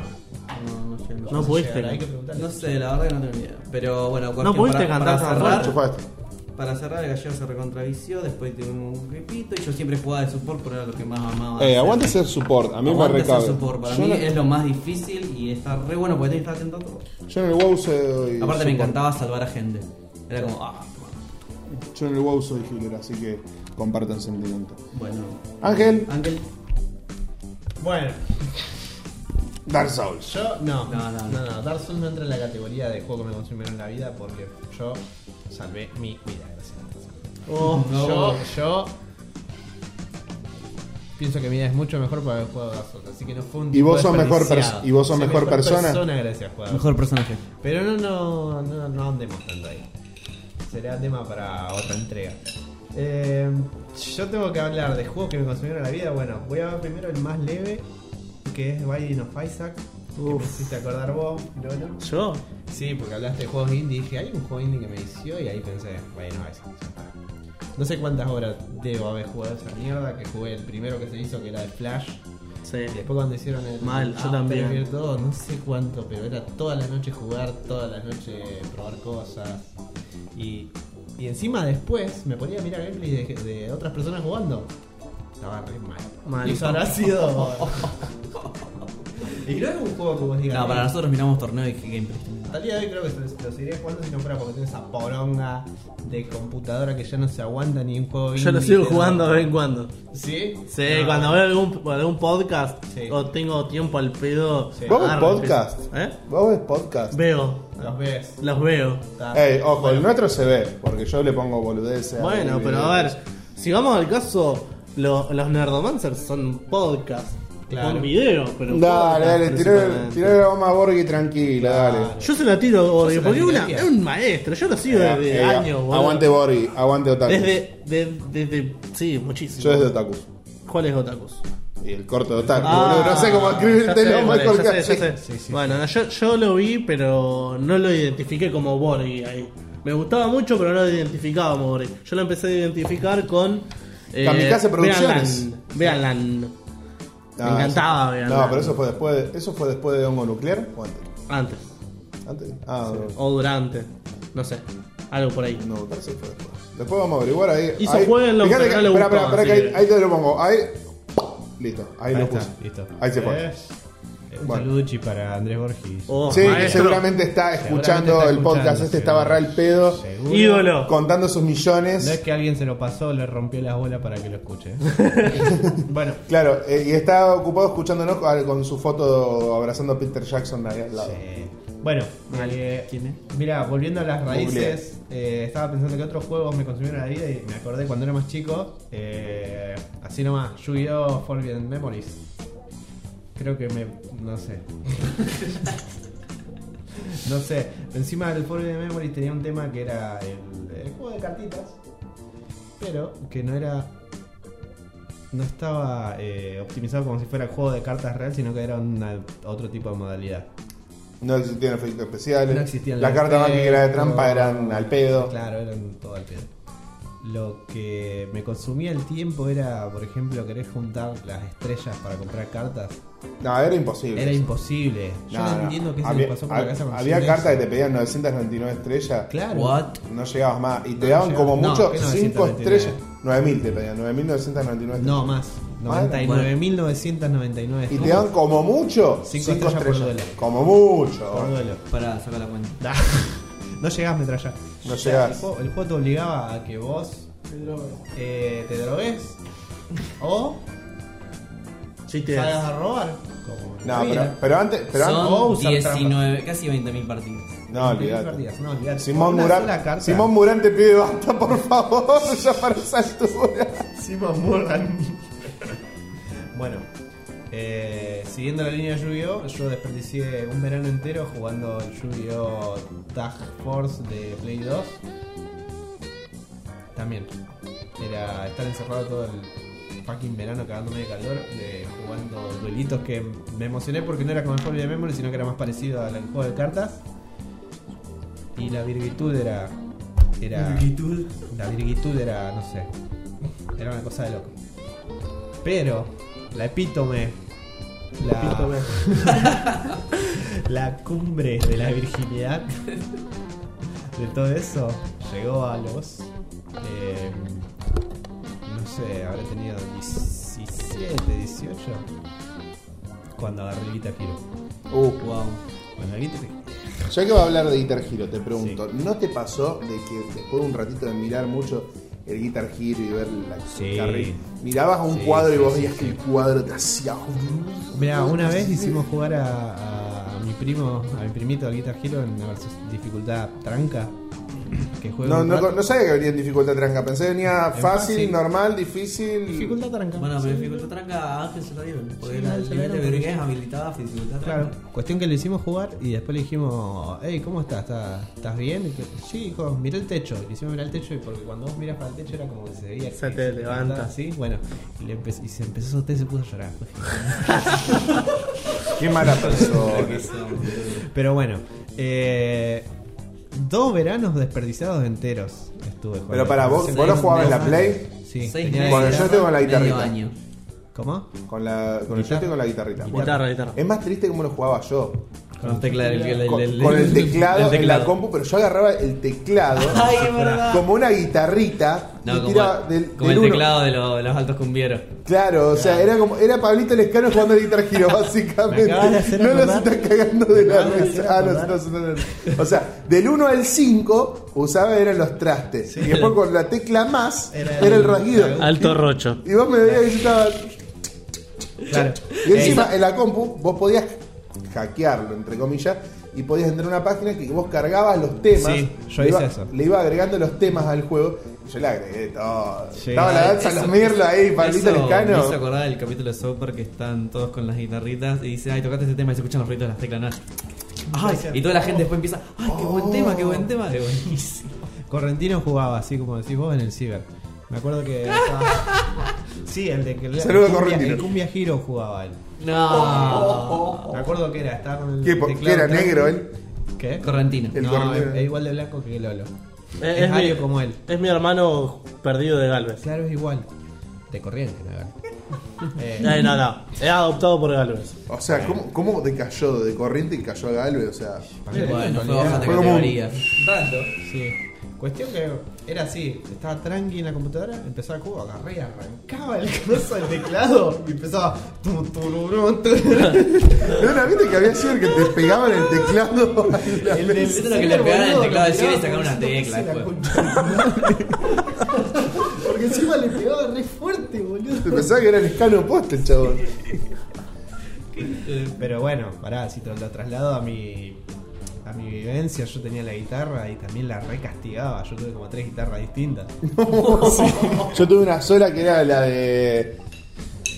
Speaker 2: No, no, llegué.
Speaker 4: No
Speaker 3: Llegar,
Speaker 4: pudiste.
Speaker 3: Hay que preguntarle.
Speaker 2: No sé, la verdad que no tengo ni idea. Pero bueno, cuestión,
Speaker 4: pudiste
Speaker 2: para, para
Speaker 4: cantar con
Speaker 1: este.
Speaker 2: cerrar.
Speaker 1: Chupa esto.
Speaker 2: Para cerrar, el gallego se recontravició, después tuvimos un gripito y yo siempre jugaba de support porque era lo que más amaba.
Speaker 1: Eh,
Speaker 2: hacer.
Speaker 1: aguante ser support, a mí
Speaker 2: Ah, Aguante
Speaker 1: me
Speaker 2: ser
Speaker 1: recabe.
Speaker 2: support, Para
Speaker 1: yo,
Speaker 2: mí
Speaker 1: no-
Speaker 2: es lo más difícil y está re bueno porque tenés que estar atento a todo.
Speaker 1: yo en el WoW soy.
Speaker 2: Aparte me
Speaker 1: support.
Speaker 2: encantaba salvar a gente. Era como, ah,
Speaker 1: Yo en el WoW soy healer, así que compartan sentimiento.
Speaker 2: bueno.
Speaker 1: Ángel,
Speaker 2: Ángel,
Speaker 3: Bueno,
Speaker 1: Dark Souls.
Speaker 3: yo
Speaker 2: No,
Speaker 3: no. No,
Speaker 2: no,
Speaker 3: no, no. Dark Souls no entra en la categoría de juego que me consumieron la vida porque yo salvé mi vida, gracias a Dios. Oh, Yo, yo. Pienso que mi vida es mucho mejor para haber jugado a Dark Souls, así que no fue un.
Speaker 1: Y
Speaker 3: tipo
Speaker 1: vos sos mejor pers-
Speaker 3: desperdiciado.
Speaker 1: y vos sos
Speaker 3: Soy
Speaker 1: mejor persona.
Speaker 3: gracias, jugador.
Speaker 2: mejor personaje.
Speaker 3: Pero no, no, no, no andemos tanto ahí. Será tema para otra entrega. Eh, yo tengo que hablar de juegos que me consumieron la vida. Bueno, voy a ver primero el más leve, que es Binding of Isaac. Que me hiciste acordar vos, Lolo.
Speaker 4: ¿Yo?
Speaker 3: Sí, porque hablaste de juegos indie. Dije, hay un juego indie que me vició y ahí pensé, bueno, eso. No sé cuántas horas debo haber jugado esa mierda, que jugué el primero que se hizo, que era de Flash.
Speaker 4: Sí.
Speaker 3: Y después cuando hicieron el
Speaker 4: Mal, yo
Speaker 3: After
Speaker 4: también.
Speaker 3: Effects todo, no sé cuánto, pero era todas las noches jugar, todas las noches probar cosas. Y, y encima después me ponía a mirar gameplay de, de otras personas jugando. Estaba re mal.
Speaker 4: Mal.
Speaker 3: Y eso habrá sido. y no es un juego que vos digas.
Speaker 2: No, para
Speaker 3: "Eh,
Speaker 2: nosotros miramos torneo de gameplay.
Speaker 3: hasta el día de hoy creo que se- lo seguiría jugando si no fuera porque tengo esa poronga de computadora que ya no se aguanta ni un juego.
Speaker 4: Yo lo
Speaker 3: indie,
Speaker 4: sigo
Speaker 3: pero-
Speaker 4: jugando de vez en cuando.
Speaker 3: ¿Sí?
Speaker 4: Sí,
Speaker 3: No.
Speaker 4: cuando veo algún, algún podcast
Speaker 3: Sí.
Speaker 4: o tengo tiempo al pedo.
Speaker 3: Sí.
Speaker 1: ¿Vos ves
Speaker 4: agarro y
Speaker 1: podcast?
Speaker 4: empiezo. ¿Eh?
Speaker 1: ¿Vos ves podcast?
Speaker 4: Veo,
Speaker 3: Los ves.
Speaker 4: los veo.
Speaker 3: Está-
Speaker 1: Ey, ojo, el nuestro se ve, porque yo le pongo boludeces.
Speaker 4: Bueno,
Speaker 1: ahí,
Speaker 4: pero
Speaker 1: videos.
Speaker 4: a ver, si vamos al caso, lo- los Nerdomancers son podcast,
Speaker 3: Claro.
Speaker 4: son video, pero.
Speaker 1: Dale,
Speaker 4: podcast
Speaker 1: dale, tiró
Speaker 4: principalmente. Ah,
Speaker 1: tiró la bomba a Borghi tranquila, dale.
Speaker 4: Yo se la tiro, Borghi,
Speaker 3: la
Speaker 4: porque una,
Speaker 3: tiraría.
Speaker 4: es un maestro, yo lo sigo desde
Speaker 1: Eh, eh,
Speaker 4: años, boludo.
Speaker 1: Aguante Borghi, aguante Otaku.
Speaker 4: Desde, de- desde. Sí, muchísimo.
Speaker 1: Yo desde Otaku.
Speaker 4: ¿Cuál es Otakus?
Speaker 1: Y el corto de Otaku,
Speaker 4: Ah,
Speaker 1: boludo. No sé cómo
Speaker 4: ya
Speaker 1: escribirte
Speaker 4: sé
Speaker 1: lo
Speaker 4: cuál es,
Speaker 1: mejor que
Speaker 4: ya sé, ya
Speaker 1: haces.
Speaker 4: sé. Bueno, no, yo, yo lo vi, pero no lo identifiqué como Borghi ahí. Me gustaba mucho, pero no lo identificaba como Borghi. Yo lo empecé a identificar con. eh,
Speaker 1: Kamikaze Producciones.
Speaker 4: Veanland. Veanland. Me
Speaker 1: Ah,
Speaker 4: encantaba
Speaker 1: eso-
Speaker 4: Veanland.
Speaker 1: No, pero eso fue después de, eso fue después de Hongo Nuclear o antes.
Speaker 4: Antes.
Speaker 1: Antes. Ah,
Speaker 4: O durante. No sé. Algo por ahí.
Speaker 1: no, me parece que fue después. Después vamos a averiguar ahí.
Speaker 4: Hizo
Speaker 1: ahí-
Speaker 4: jueguenlo,
Speaker 1: fíjate
Speaker 4: pero
Speaker 1: que-
Speaker 4: no le
Speaker 1: espera,
Speaker 4: gustó,
Speaker 1: espera, espera,
Speaker 4: así
Speaker 1: que ahí-
Speaker 4: que-
Speaker 1: ahí te lo pongo. Ahí. Listo, ahí, lo puse.
Speaker 3: listo.
Speaker 1: Ahí se fue.
Speaker 3: Un
Speaker 1: Bueno.
Speaker 3: saluduchi para Andrés Borges.
Speaker 4: Oh,
Speaker 1: Sí, que
Speaker 4: maestro.
Speaker 1: seguramente está escuchando
Speaker 3: está
Speaker 1: el podcast
Speaker 3: escuchando, seguro.
Speaker 1: este, estaba re al pedo,
Speaker 3: Seguro.
Speaker 4: Ídolo.
Speaker 1: contando sus millones.
Speaker 3: No es que alguien se lo pasó, le rompió las bolas para que lo escuche. bueno,
Speaker 1: Claro, eh, y está ocupado escuchándonos con con su foto abrazando a Peter Jackson ahí al lado.
Speaker 3: eh, bueno, eh,
Speaker 2: ¿Quién es?
Speaker 3: Mira, volviendo a las raíces, eh, estaba pensando que otros juegos me consumieron la vida y me acordé cuando era más chico. eh, así nomás, Yu-Gi-Oh! Forbidden Memories. Creo que me. no sé. no sé. Encima del Forbidden Memories tenía un tema que era el, el juego de cartitas. Pero que no era. No estaba eh, optimizado como si fuera juego de cartas real, sino que era una- otro tipo de modalidad.
Speaker 1: No existían efectos especiales.
Speaker 3: No existían
Speaker 1: La
Speaker 3: los
Speaker 1: carta mágica que era de trampa
Speaker 3: efectos.
Speaker 1: eran al pedo.
Speaker 3: Claro, eran todo al pedo. Lo que me consumía el tiempo era, por ejemplo, querer juntar las estrellas para comprar cartas.
Speaker 1: No, era imposible.
Speaker 3: Era imposible. Yo
Speaker 1: No,
Speaker 3: no,
Speaker 1: no.
Speaker 3: entiendo qué se
Speaker 1: había,
Speaker 3: me pasó por la
Speaker 1: hab-
Speaker 3: cabeza cuando
Speaker 1: Había
Speaker 3: hicieron
Speaker 1: cartas que
Speaker 3: eso.
Speaker 1: te pedían 999 estrellas.
Speaker 3: Claro.
Speaker 2: What?
Speaker 1: No llegabas más. Y te
Speaker 3: No,
Speaker 1: daban
Speaker 3: no
Speaker 1: como
Speaker 3: llegaba.
Speaker 1: mucho
Speaker 3: No, ¿qué
Speaker 1: 5
Speaker 3: 999?
Speaker 1: estrellas. 9000 te pedían, 9999
Speaker 3: No, más.
Speaker 1: Madre.
Speaker 3: 99.999
Speaker 1: estrellas. Y te daban como mucho
Speaker 3: Cinco
Speaker 1: 5
Speaker 3: estrellas por
Speaker 1: estrellas.
Speaker 3: duelo.
Speaker 1: Como mucho.
Speaker 3: Por duelo.
Speaker 2: Para sacar la cuenta.
Speaker 3: Da. No llegás a metrallar.
Speaker 1: No
Speaker 3: O sea,
Speaker 1: llegás.
Speaker 3: El juego, el juego te obligaba a que vos eh, te drogues o
Speaker 4: Chistes.
Speaker 3: salgas a robar. Como en la
Speaker 1: No, pero,
Speaker 3: vida.
Speaker 1: pero antes. Pero antes
Speaker 2: Son
Speaker 3: Bowser,
Speaker 2: 19, casi 20.000 partidos.
Speaker 1: no, olvidate.
Speaker 3: olvidate. No, olvidate.
Speaker 1: Simón
Speaker 3: Una
Speaker 1: Murán,
Speaker 3: sola carta.
Speaker 1: Simón Murán te pide basta, por favor, ya para esa altura.
Speaker 3: Simón Murán. bueno, eh, siguiendo la línea de Yu-Gi-Oh, yo desperdicié un verano entero jugando el Yu-Gi-Oh Tag Force de Play 2. También. Era estar encerrado todo el fucking verano cagándome de calor, de- jugando duelitos que me emocioné porque no era como el Folio de Memory, sino que era más parecido al juego de cartas. Y la virgitud era. era La virgitud era, no sé. Era una cosa de loco. Pero, la epítome. La, la cumbre de la virginidad. De todo eso, llegó a los eh, no sé, habré tenido 17, 18 cuando agarré el Guitar Hero.
Speaker 1: Uh,
Speaker 2: Wow.
Speaker 3: Cuando el Guitar
Speaker 1: ya que va a hablar de Guitar Hero, te pregunto, ¿no te pasó de que después de un ratito de mirar mucho el Guitar Hero y ver la
Speaker 3: Sí.
Speaker 1: carrera, mirabas a un
Speaker 3: Sí,
Speaker 1: cuadro y
Speaker 3: sí,
Speaker 1: vos
Speaker 3: sí,
Speaker 1: veías que
Speaker 3: sí.
Speaker 1: el cuadro te hacía...
Speaker 3: Mira, una vez hicimos jugar a, a- a mi primo, a mi primito al Guitar Hero en la vers- dificultad tranca. Que juega
Speaker 1: No,
Speaker 3: un
Speaker 1: no,
Speaker 3: rato.
Speaker 1: no sabía que venía en dificultad tranca, pensé que venía
Speaker 3: Es
Speaker 1: fácil,
Speaker 3: fácil.
Speaker 1: normal, difícil...
Speaker 3: Dificultad tranca.
Speaker 2: Bueno,
Speaker 3: Sí.
Speaker 2: pero dificultad tranca a Ángel se la dieron. Porque
Speaker 3: Sí,
Speaker 2: la
Speaker 3: a él se la
Speaker 2: libreta
Speaker 3: dieron
Speaker 2: que
Speaker 3: porque-
Speaker 2: es habilitada a dificultad
Speaker 3: Claro,
Speaker 2: tranca.
Speaker 3: cuestión que le hicimos jugar y después le dijimos, hey, ¿cómo estás? ¿Estás, estás bien? Y que, sí, hijo, mirá el techo. Y le hicimos mirar el techo y porque cuando vos miras para el techo era como que se veía.
Speaker 10: Se
Speaker 3: que
Speaker 10: te levanta.
Speaker 3: levantaba Así, bueno. Y, le empe- y se empezó a soltar y se puso a llorar.
Speaker 1: Qué mala persona.
Speaker 3: Pero bueno, eh, dos veranos desperdiciados enteros estuve jugando.
Speaker 1: Pero para vos,
Speaker 3: Sí,
Speaker 1: ¿vos lo jugabas en la
Speaker 3: meses.
Speaker 1: Play?
Speaker 3: Sí.
Speaker 2: Seis
Speaker 3: tenía
Speaker 2: meses,
Speaker 1: Bueno, yo estoy con la
Speaker 2: medio
Speaker 1: guitarrita.
Speaker 2: año.
Speaker 3: ¿Cómo?
Speaker 1: Con la, con el
Speaker 3: Guitarra.
Speaker 1: joystick o con la guitarrita.
Speaker 10: Guitarra, guitarra.
Speaker 1: Es más triste como lo jugaba yo.
Speaker 3: Con los teclados. el- el-
Speaker 1: Con,
Speaker 3: el-
Speaker 1: con el teclado
Speaker 10: el
Speaker 1: en la
Speaker 10: teclado.
Speaker 1: compu, pero yo agarraba el teclado
Speaker 2: Ay, es verdad.
Speaker 1: como una guitarrita y
Speaker 10: No, como,
Speaker 1: tiraba del,
Speaker 10: como
Speaker 1: del
Speaker 10: el
Speaker 1: uno.
Speaker 10: teclado de, lo- de los altos cumbieros.
Speaker 1: Claro, o sea, era como era Pablito Lescano jugando al Guitar Hero, básicamente.
Speaker 3: Me acabas de hacer
Speaker 1: No los
Speaker 3: acordar.
Speaker 1: estás cagando de la
Speaker 3: acabas de hacer
Speaker 1: risa. Ah, no, no, no, no, no. O sea, del 1 al 5 usaba eran los trastes. Y después con la tecla más era
Speaker 3: Era
Speaker 1: el,
Speaker 3: el-
Speaker 1: rasguido.
Speaker 10: Alto rocho.
Speaker 1: Y vos me veías que yo estaba.
Speaker 3: Claro.
Speaker 1: Y encima en la compu vos podías hackearlo, entre comillas, y podías entrar a una página que vos cargabas los temas.
Speaker 3: Sí, yo
Speaker 1: le
Speaker 3: hice
Speaker 1: iba-
Speaker 3: eso.
Speaker 1: Le iba agregando los temas al juego. y Yo le agregué todo.
Speaker 3: Sí.
Speaker 1: Estaba la
Speaker 10: Ah,
Speaker 1: danza,
Speaker 10: eso-
Speaker 1: los mirlos ahí, Pablito
Speaker 10: eso Me hizo
Speaker 1: Lescano.
Speaker 10: acordar del capítulo de Soper que están todos con las guitarritas y dice, ay, tocaste este tema y se escuchan los ruidos de las teclas. ¿no? Ay, y toda la gente después empieza, ay, qué buen tema, qué buen tema. De buenísimo.
Speaker 3: Oh. Correntino jugaba, así como decís vos, en el ciber. Me acuerdo que estaba... Sí, el de que el
Speaker 1: Saludos,
Speaker 3: cumbia,
Speaker 1: Correntino.
Speaker 3: el cumbia Hero jugaba él.
Speaker 10: No.
Speaker 3: Me acuerdo que era, estaba con el
Speaker 1: ¿Qué, po-
Speaker 3: teclado
Speaker 1: que era
Speaker 3: tranqui.
Speaker 1: negro él?
Speaker 3: ¿Qué?
Speaker 10: Correntino.
Speaker 1: El
Speaker 3: no,
Speaker 1: Correntino.
Speaker 3: es, es igual de blanco que Lolo.
Speaker 10: Eh,
Speaker 3: es ario como él.
Speaker 4: Es mi hermano perdido de Galvez.
Speaker 3: Claro, es igual. De corriente, la verdad. Eh,
Speaker 4: Eh, no, no. Es adoptado por Galvez.
Speaker 1: O sea, ¿cómo, cómo decayó de corriente y cayó a Galvez? O sea,
Speaker 2: Bueno, fue bajando
Speaker 1: Fue como un-
Speaker 2: categoría. Tanto.
Speaker 3: Sí. Cuestión que era así, estaba tranqui en la computadora, empezaba a jugar, agarré y arrancaba el coso del teclado y empezaba tu tururú, tu-
Speaker 1: ¿no la viste que había sido el que te pegaban el teclado?
Speaker 3: El del
Speaker 2: Eso es lo que
Speaker 3: ciber,
Speaker 2: le pegaron al
Speaker 3: boludo,
Speaker 2: teclado del
Speaker 3: lo
Speaker 2: ciber y
Speaker 3: pegaban
Speaker 2: sacaron una
Speaker 3: como diciendo,
Speaker 2: tecla,
Speaker 3: "Hice la concha". Porque encima le pegaba re fuerte,
Speaker 1: Te
Speaker 3: boludo.
Speaker 1: pensaba que era el escano poste el chabón.
Speaker 3: Pero bueno, pará, si te lo traslado a mi. A mi vivencia, yo tenía la guitarra y también la recastigaba. Yo tuve como tres guitarras distintas.
Speaker 1: Yo tuve una sola que era la de.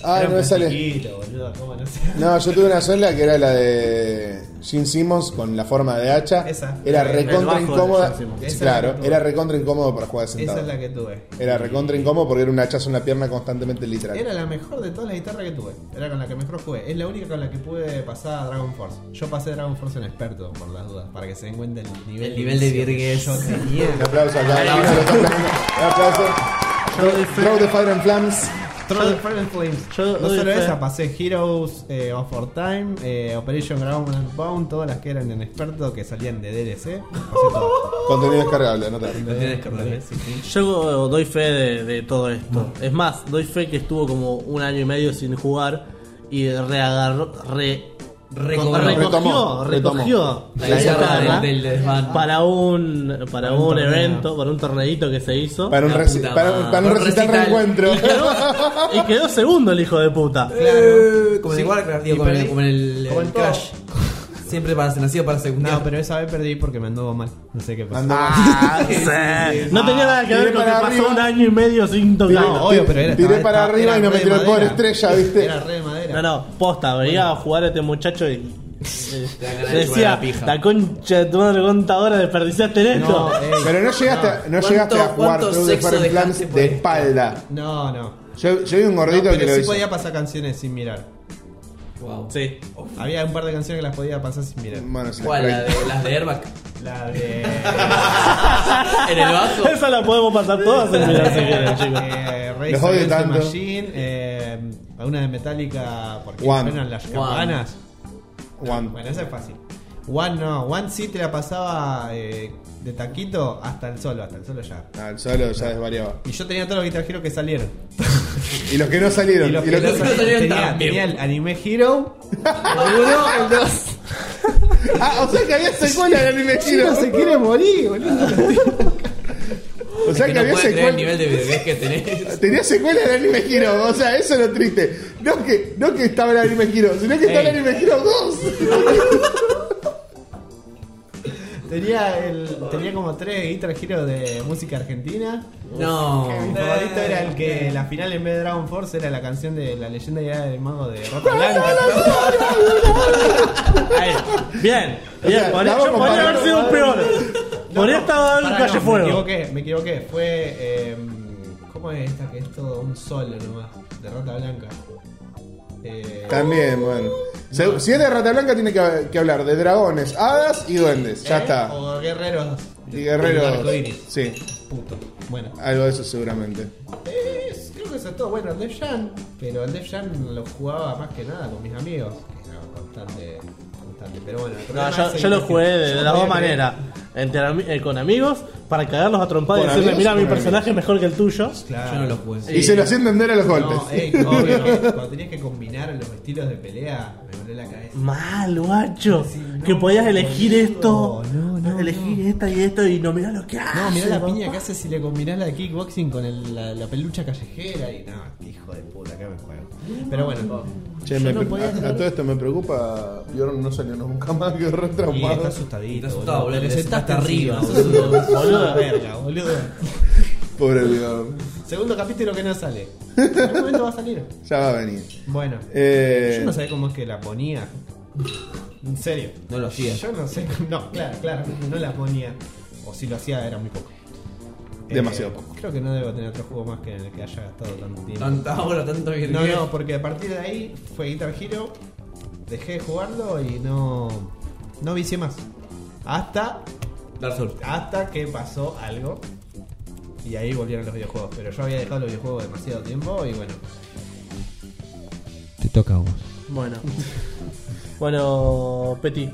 Speaker 1: Ah,
Speaker 3: Era
Speaker 1: no
Speaker 3: un
Speaker 1: me sale.
Speaker 3: plastiquito, boludo, cómo no sé.
Speaker 1: No, yo tuve una sola que era la de Jim Simmons con la forma de hacha.
Speaker 3: Esa.
Speaker 1: Era
Speaker 3: El- el
Speaker 4: bajo
Speaker 1: recontra
Speaker 4: de
Speaker 1: incómoda.
Speaker 4: Gene Simmons.
Speaker 3: Esa es
Speaker 1: Claro,
Speaker 3: la que tuve.
Speaker 1: era recontra incómodo para jugar
Speaker 3: Esa
Speaker 1: sentado.
Speaker 3: es la que tuve.
Speaker 1: Era recontra incómodo porque era un hachazo en la pierna constantemente literal.
Speaker 3: Era la mejor de todas las guitarras que tuve. Era con la que mejor jugué. Es la única con la que pude pasar a Dragon Force. Yo pasé Dragon Force en experto, por las dudas, para que se den cuenta el nivel,
Speaker 2: El nivel de
Speaker 3: vicio que
Speaker 2: virguez.
Speaker 3: yo tenía.
Speaker 1: Un aplauso acá. Un aplauso. Un aplauso. Throw the fire and flames.
Speaker 3: Throw the Fire and Flames.
Speaker 4: yo
Speaker 3: no
Speaker 4: doy
Speaker 3: solo
Speaker 4: fe.
Speaker 3: esa, pasé Heroes eh, of Our Time, eh, Operation Ground and Pound, todas las que eran en experto que salían de DLC. Pasé todo.
Speaker 1: Contenido descargable, anotado.
Speaker 2: Lo tienes que perder, sí, sí.
Speaker 4: Yo doy fe de, de todo esto. Es más, doy fe que estuvo como un año y medio sin jugar y reagarró. Re,
Speaker 2: Recobró.
Speaker 4: recogió,
Speaker 1: Retomó,
Speaker 4: recogió
Speaker 1: retomó.
Speaker 4: la
Speaker 2: La guitarra
Speaker 4: guitarra
Speaker 2: del- del desván.
Speaker 4: para un para
Speaker 3: Para un
Speaker 4: un
Speaker 3: torneo.
Speaker 4: evento, para un torneito que se hizo
Speaker 1: Para un,
Speaker 2: La
Speaker 1: reci-
Speaker 2: puta
Speaker 1: para, un-
Speaker 2: madre.
Speaker 1: para un
Speaker 2: Un
Speaker 1: recital
Speaker 2: recital.
Speaker 1: reencuentro.
Speaker 4: y quedó, y quedó segundo el hijo de puta.
Speaker 2: Eh, Como en el
Speaker 3: Sí.
Speaker 2: Warcraft,
Speaker 3: Y
Speaker 2: digo, como en
Speaker 3: perdí.
Speaker 2: el- como en el
Speaker 3: Como
Speaker 2: el
Speaker 3: en todo.
Speaker 2: Crash. Siempre para nacido para segunda.
Speaker 3: No, pero esa vez perdí porque me anduvo mal. No sé qué pasó.
Speaker 1: Ah,
Speaker 4: No tenía nada que ver
Speaker 1: Tiré
Speaker 4: con que
Speaker 1: para
Speaker 4: pasó
Speaker 1: arriba.
Speaker 4: un año y medio sin tocar.
Speaker 3: No, obvio, pero era.
Speaker 1: Tiré
Speaker 3: estaba-
Speaker 1: para
Speaker 3: estaba-
Speaker 1: arriba
Speaker 3: era
Speaker 1: y no
Speaker 3: re
Speaker 1: me tiró el
Speaker 3: de
Speaker 1: pobre
Speaker 3: madera.
Speaker 1: estrella, ¿viste?
Speaker 3: Era re de madera.
Speaker 4: No, no, posta, veía a jugar a este muchacho y. eh,
Speaker 2: ganas de
Speaker 4: decía,
Speaker 2: chupar la pija.
Speaker 4: la concha de tu madre, cuánta hora desperdiciaste en esto.
Speaker 3: No, ey.
Speaker 1: Pero no llegaste, a- no
Speaker 2: ¿Cuánto-
Speaker 1: llegaste a jugar
Speaker 2: cuánto
Speaker 1: Through the
Speaker 2: sexo
Speaker 1: Fire and Flames
Speaker 2: dejaste por
Speaker 1: de
Speaker 2: esto?
Speaker 1: espalda.
Speaker 3: No, no.
Speaker 1: Yo, yo vi un
Speaker 3: No,
Speaker 1: gordito que
Speaker 3: pero
Speaker 1: lo
Speaker 3: sí
Speaker 1: hizo.
Speaker 3: podía pasar canciones sin mirar.
Speaker 2: Wow.
Speaker 4: Sí.
Speaker 3: Había un par de canciones que las podía pasar sin mirar.
Speaker 1: Bueno, se la
Speaker 2: ¿Cuál? La
Speaker 1: creí.
Speaker 2: de, las de Airbag.
Speaker 3: La de.
Speaker 2: En el vaso.
Speaker 4: Esa la podemos pasar todas en mirar si quieren, chicos.
Speaker 3: eh, Rage
Speaker 1: Los odio
Speaker 3: Against the
Speaker 1: tanto.
Speaker 3: Machine, eh, una de Metallica porque
Speaker 1: One.
Speaker 3: suenan las
Speaker 2: One.
Speaker 3: campanas.
Speaker 1: One.
Speaker 3: Bueno, esa es fácil. One no, One sí te la pasaba eh, de taquito hasta el solo, hasta el solo ya.
Speaker 1: Ah, el solo ya desvariaba.
Speaker 3: Y yo tenía todos los guitarjeros que salieron.
Speaker 1: Y los que no salieron.
Speaker 3: Y los que
Speaker 1: y los
Speaker 3: no
Speaker 1: que-
Speaker 3: salieron,
Speaker 10: salieron
Speaker 3: tenía,
Speaker 10: también.
Speaker 3: tenía el Anime Hero, el 1, el 2.
Speaker 1: Ah, o sea que había secuela de anime Hero.
Speaker 4: quiere morir, boludo.
Speaker 1: O sea que,
Speaker 10: que no
Speaker 1: había
Speaker 10: puedo creer el nivel
Speaker 1: secuela.
Speaker 10: de videojuegos que tenés.
Speaker 1: Tenía secuela de anime Hero. O sea, eso es lo triste. No que, no que estaba el anime Hero, sino que estaba el anime Hero 2.
Speaker 3: Tenía, el, tenía como tres Guitar Hero de música argentina.
Speaker 10: No.
Speaker 3: Mi favorito era el
Speaker 4: Eh.
Speaker 3: que la final en vez de Dragon Force era la canción de la leyenda y era del mago de Rata Blanca.
Speaker 4: Ahí. Bien, bien.
Speaker 1: sea,
Speaker 4: por
Speaker 1: la
Speaker 4: eso
Speaker 1: vamos
Speaker 4: podría
Speaker 1: a
Speaker 4: haber sido peor. Por esta estaba el
Speaker 3: Pará,
Speaker 4: calle
Speaker 3: no, Me
Speaker 4: fuego.
Speaker 3: equivoqué, me equivoqué. Fue. eh, ¿Cómo es esta que es todo un solo nomás? De Rata Blanca. Eh,
Speaker 1: También, bueno. Se- Si es de Rata Blanca, tiene que, que hablar de dragones, hadas y duendes. Ya
Speaker 3: ¿eh?
Speaker 1: está.
Speaker 3: O Guerreros.
Speaker 1: Y guerreros.
Speaker 3: Arcoiris.
Speaker 1: Sí,
Speaker 3: Puto. Bueno.
Speaker 1: algo de eso seguramente.
Speaker 3: Es- creo que eso es todo. Bueno, el Def Jam, pero el Def Jam lo jugaba más que nada con mis amigos. que Era bastante. bastante. Pero bueno, el
Speaker 4: No,
Speaker 3: problema
Speaker 4: yo,
Speaker 3: es
Speaker 4: yo
Speaker 3: el-
Speaker 4: lo jugué de,
Speaker 3: yo
Speaker 4: las dos
Speaker 3: podía creer-
Speaker 4: maneras. Entre, ami- eh, con amigos, para cagarlos a trompar y
Speaker 1: ¿Con
Speaker 4: decirle,
Speaker 1: amigos
Speaker 4: mira,
Speaker 1: o
Speaker 4: mi
Speaker 1: con
Speaker 4: personaje es mejor que el tuyo.
Speaker 3: Claro.
Speaker 10: Yo no lo jugué.
Speaker 1: Y se lo hacía entender a los golpes.
Speaker 3: No, ey, obvio, cuando tenías que combinar los estilos de pelea, me volé la cabeza.
Speaker 4: Mal, guacho.
Speaker 3: Sí, no,
Speaker 4: que podías elegir
Speaker 3: boludo,
Speaker 4: esto,
Speaker 3: no, no,
Speaker 4: elegir esta y esto y no mirá lo que hace.
Speaker 3: No, mirá la
Speaker 4: papá.
Speaker 3: piña que hace si le combinás la de kickboxing con el- la, la pelucha callejera y no, hijo de puta, acá me juego. Pero bueno,
Speaker 1: Che, me pre- a, a todo esto me preocupa. Bjorn no salió nunca más, quedó re
Speaker 3: y está
Speaker 1: traumado.
Speaker 10: Está
Speaker 3: asustadito.
Speaker 10: asustado, boludo,
Speaker 3: Le
Speaker 10: le
Speaker 3: sentaste
Speaker 10: sentaste arriba,
Speaker 3: encima, sos
Speaker 10: boludo.
Speaker 3: un- sos una verga, boludo.
Speaker 1: Pobre Bjorn.
Speaker 3: Segundo capítulo que no sale. En algún momento va a salir.
Speaker 1: Ya va a venir.
Speaker 3: Bueno,
Speaker 1: Eh,
Speaker 3: yo no sabía cómo es que la ponía. En serio.
Speaker 10: No lo hacía.
Speaker 3: Yo no sé. No, claro, claro, no la ponía. O si lo hacía era muy poco. Eh,
Speaker 1: Demasiado poco.
Speaker 3: Creo que no debo tener otro juego más que en el que haya gastado tanto tiempo.
Speaker 10: Tanta hora, tanto que
Speaker 3: No, no, porque a partir de ahí fue Guitar Hero, dejé de jugarlo y no, no vicié más. Hasta,
Speaker 10: Dark Souls.
Speaker 3: hasta que pasó algo y ahí volvieron los videojuegos. Pero yo había dejado los videojuegos demasiado tiempo y bueno.
Speaker 6: Te toca a vos.
Speaker 4: Bueno. bueno, Peti.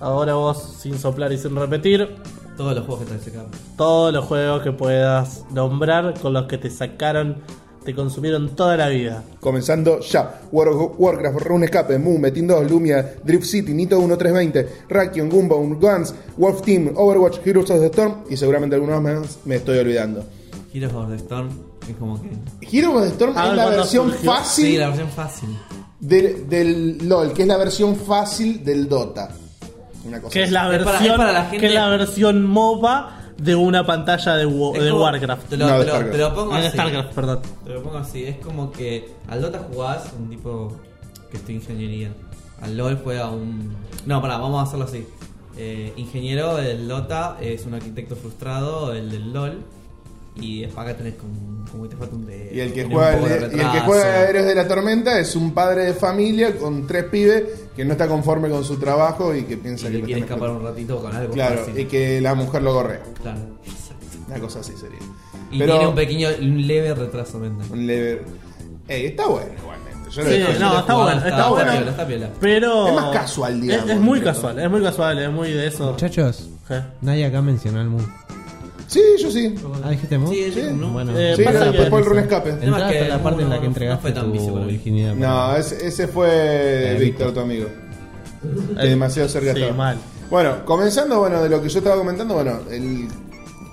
Speaker 4: Ahora vos, sin soplar y sin repetir,
Speaker 10: Todos los juegos que te sacaban.
Speaker 4: todos los juegos que puedas nombrar con los que te sacaron, te consumieron toda la vida.
Speaker 1: Comenzando ya. War- Warcraft, Rune Escape, Moon, Metin 2, Lumia, Drift City, Nito 1320, Rakion, Goomba, Guns, Wolf Team, Overwatch, Heroes of the Storm y seguramente algunos más me estoy olvidando.
Speaker 10: Heroes of the Storm es como que.
Speaker 1: Heroes of the Storm
Speaker 4: Ah,
Speaker 1: es la
Speaker 4: cuando
Speaker 1: versión
Speaker 4: surgió.
Speaker 1: fácil
Speaker 10: Sí, la versión fácil.
Speaker 1: del, del LOL, que es la versión fácil del Dota. Una cosa
Speaker 4: Que es
Speaker 1: así.
Speaker 4: la
Speaker 10: Es para- es
Speaker 4: versión,
Speaker 10: para la gente-
Speaker 4: que es la versión MOBA de una pantalla de, Wo-
Speaker 10: Es
Speaker 4: de
Speaker 10: como-
Speaker 4: Warcraft.
Speaker 10: Te lo,
Speaker 1: No, de
Speaker 10: te lo-
Speaker 1: Starcraft.
Speaker 10: te lo pongo
Speaker 4: Ah, de
Speaker 10: así.
Speaker 4: Starcraft, perdón.
Speaker 10: Te lo pongo así. Es como que al Dota jugás un tipo que estudia ingeniería. Al LOL juega un. No, pará, vamos a hacerlo así. Eh, ingeniero del Dota es un arquitecto frustrado, el del LOL. Y es acá tenés como, como que te falta un dedo.
Speaker 1: Y el que
Speaker 10: tenés un
Speaker 1: juega,
Speaker 10: poco de
Speaker 1: el- y el que
Speaker 10: retraso.
Speaker 1: juega a Héroes de la Tormenta es un padre de familia con tres pibes que no está conforme con su trabajo y que
Speaker 10: Y
Speaker 1: piensa
Speaker 10: que
Speaker 1: que lo
Speaker 10: quiere
Speaker 1: están
Speaker 10: escapar un
Speaker 1: explotando.
Speaker 10: ratito con algo.
Speaker 1: Claro,
Speaker 10: fácil.
Speaker 1: y que la mujer lo correa.
Speaker 10: Claro, exacto.
Speaker 1: Una cosa así sería.
Speaker 10: Y
Speaker 1: Pero
Speaker 10: tiene un pequeño, un leve retraso mental.
Speaker 1: un leve- Ey, está bueno igualmente. Yo lo
Speaker 4: Sí,
Speaker 1: dejo.
Speaker 4: no, está bueno, está, bueno.
Speaker 10: piola, está piola.
Speaker 4: Pero.
Speaker 1: Es más casual, digamos,
Speaker 4: Es, es muy
Speaker 1: pero-
Speaker 4: casual, es muy casual, es muy de eso.
Speaker 6: Muchachos,
Speaker 4: Eh,
Speaker 6: nadie acá mencionó el Moon.
Speaker 1: Sí, yo sí.
Speaker 6: Ah, dijiste Moon.
Speaker 10: Sí, es como, ¿no?
Speaker 6: Bueno,
Speaker 4: Eh,
Speaker 1: Sí,
Speaker 4: pasa
Speaker 1: no,
Speaker 4: que-
Speaker 1: después por el run escape.
Speaker 10: tema es
Speaker 6: entraste
Speaker 10: que
Speaker 6: a la parte en la
Speaker 10: no-
Speaker 6: que
Speaker 10: no
Speaker 6: entregaste
Speaker 10: fue tan vicio
Speaker 6: tu
Speaker 10: para mí.
Speaker 6: virginidad.
Speaker 1: No, ese, ese fue
Speaker 6: Eh,
Speaker 1: Víctor,
Speaker 6: Víctor.
Speaker 1: tu amigo. Que demasiado cerca
Speaker 4: Sí,
Speaker 1: estaba.
Speaker 4: mal.
Speaker 1: Bueno, comenzando, bueno, de lo que yo estaba comentando, bueno, el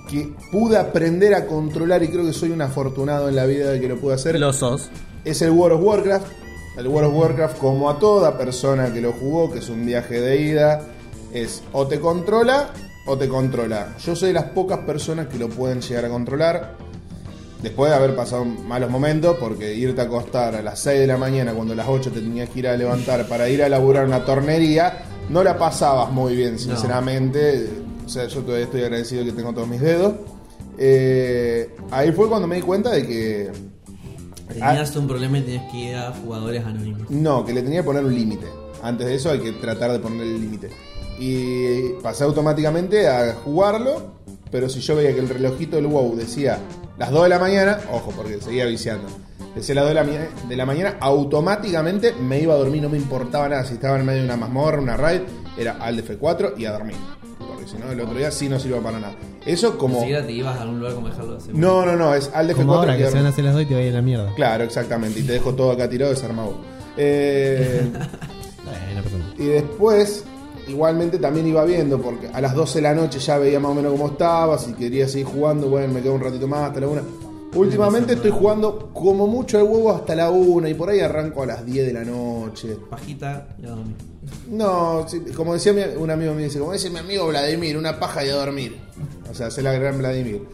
Speaker 1: que pude aprender a controlar y creo que soy un afortunado en la vida de que lo pude hacer.
Speaker 4: Los sos.
Speaker 1: es el World of Warcraft. El World of Warcraft, como a toda persona que lo jugó, que es un viaje de ida, es o te controla o te controla. Yo soy de las pocas personas que lo pueden llegar a controlar. Después de haber pasado malos momentos, porque irte a acostar a las 6 de la mañana cuando a las 8 te tenías que ir a levantar para ir a laburar una tornería, no la pasabas muy bien, sinceramente. O sea, yo todavía estoy agradecido que tengo todos mis dedos. Eh, ahí fue cuando me di cuenta de que
Speaker 10: Tenías un problema y tenías que ir a jugadores anónimos.
Speaker 1: No, que le tenía que poner un límite. Antes de eso hay que tratar de poner el límite. Y pasé automáticamente a jugarlo, pero si yo veía que el relojito del WoW decía las 2 de la mañana, ojo, porque seguía viciando. Decía las 2 de la, mia- de la mañana, automáticamente me iba a dormir, no me importaba nada. Si estaba en medio de una mazmorra, una raid, era al de F4 y a dormir. Porque si no, el otro día sí no sirvió para nada. Eso
Speaker 2: Ni
Speaker 1: como.
Speaker 2: siquiera te ibas a algún lugar como dejarlo así.
Speaker 1: No, no, no, es al de
Speaker 3: Como
Speaker 1: F4
Speaker 3: ahora
Speaker 1: y a
Speaker 3: que se
Speaker 1: dormir.
Speaker 3: van a hacer las dos y te va a ir a la mierda.
Speaker 1: Claro, exactamente. Y te dejo todo acá tirado desarmado. Eh,
Speaker 3: Bueno, perdón.
Speaker 1: y después, igualmente también iba viendo, porque a las 12 de la noche ya veía más o menos cómo estaba, si quería seguir jugando, bueno, me quedo un ratito más hasta la 1. Últimamente estoy jugando como mucho el huevo hasta la 1 y por ahí arranco a las 10 de la noche.
Speaker 2: Pajita y a dormir.
Speaker 1: No, sí, como decía mi- un amigo mío, dice, como dice mi amigo Vladimir, una paja y a dormir. O sea, se la gran Vladimir.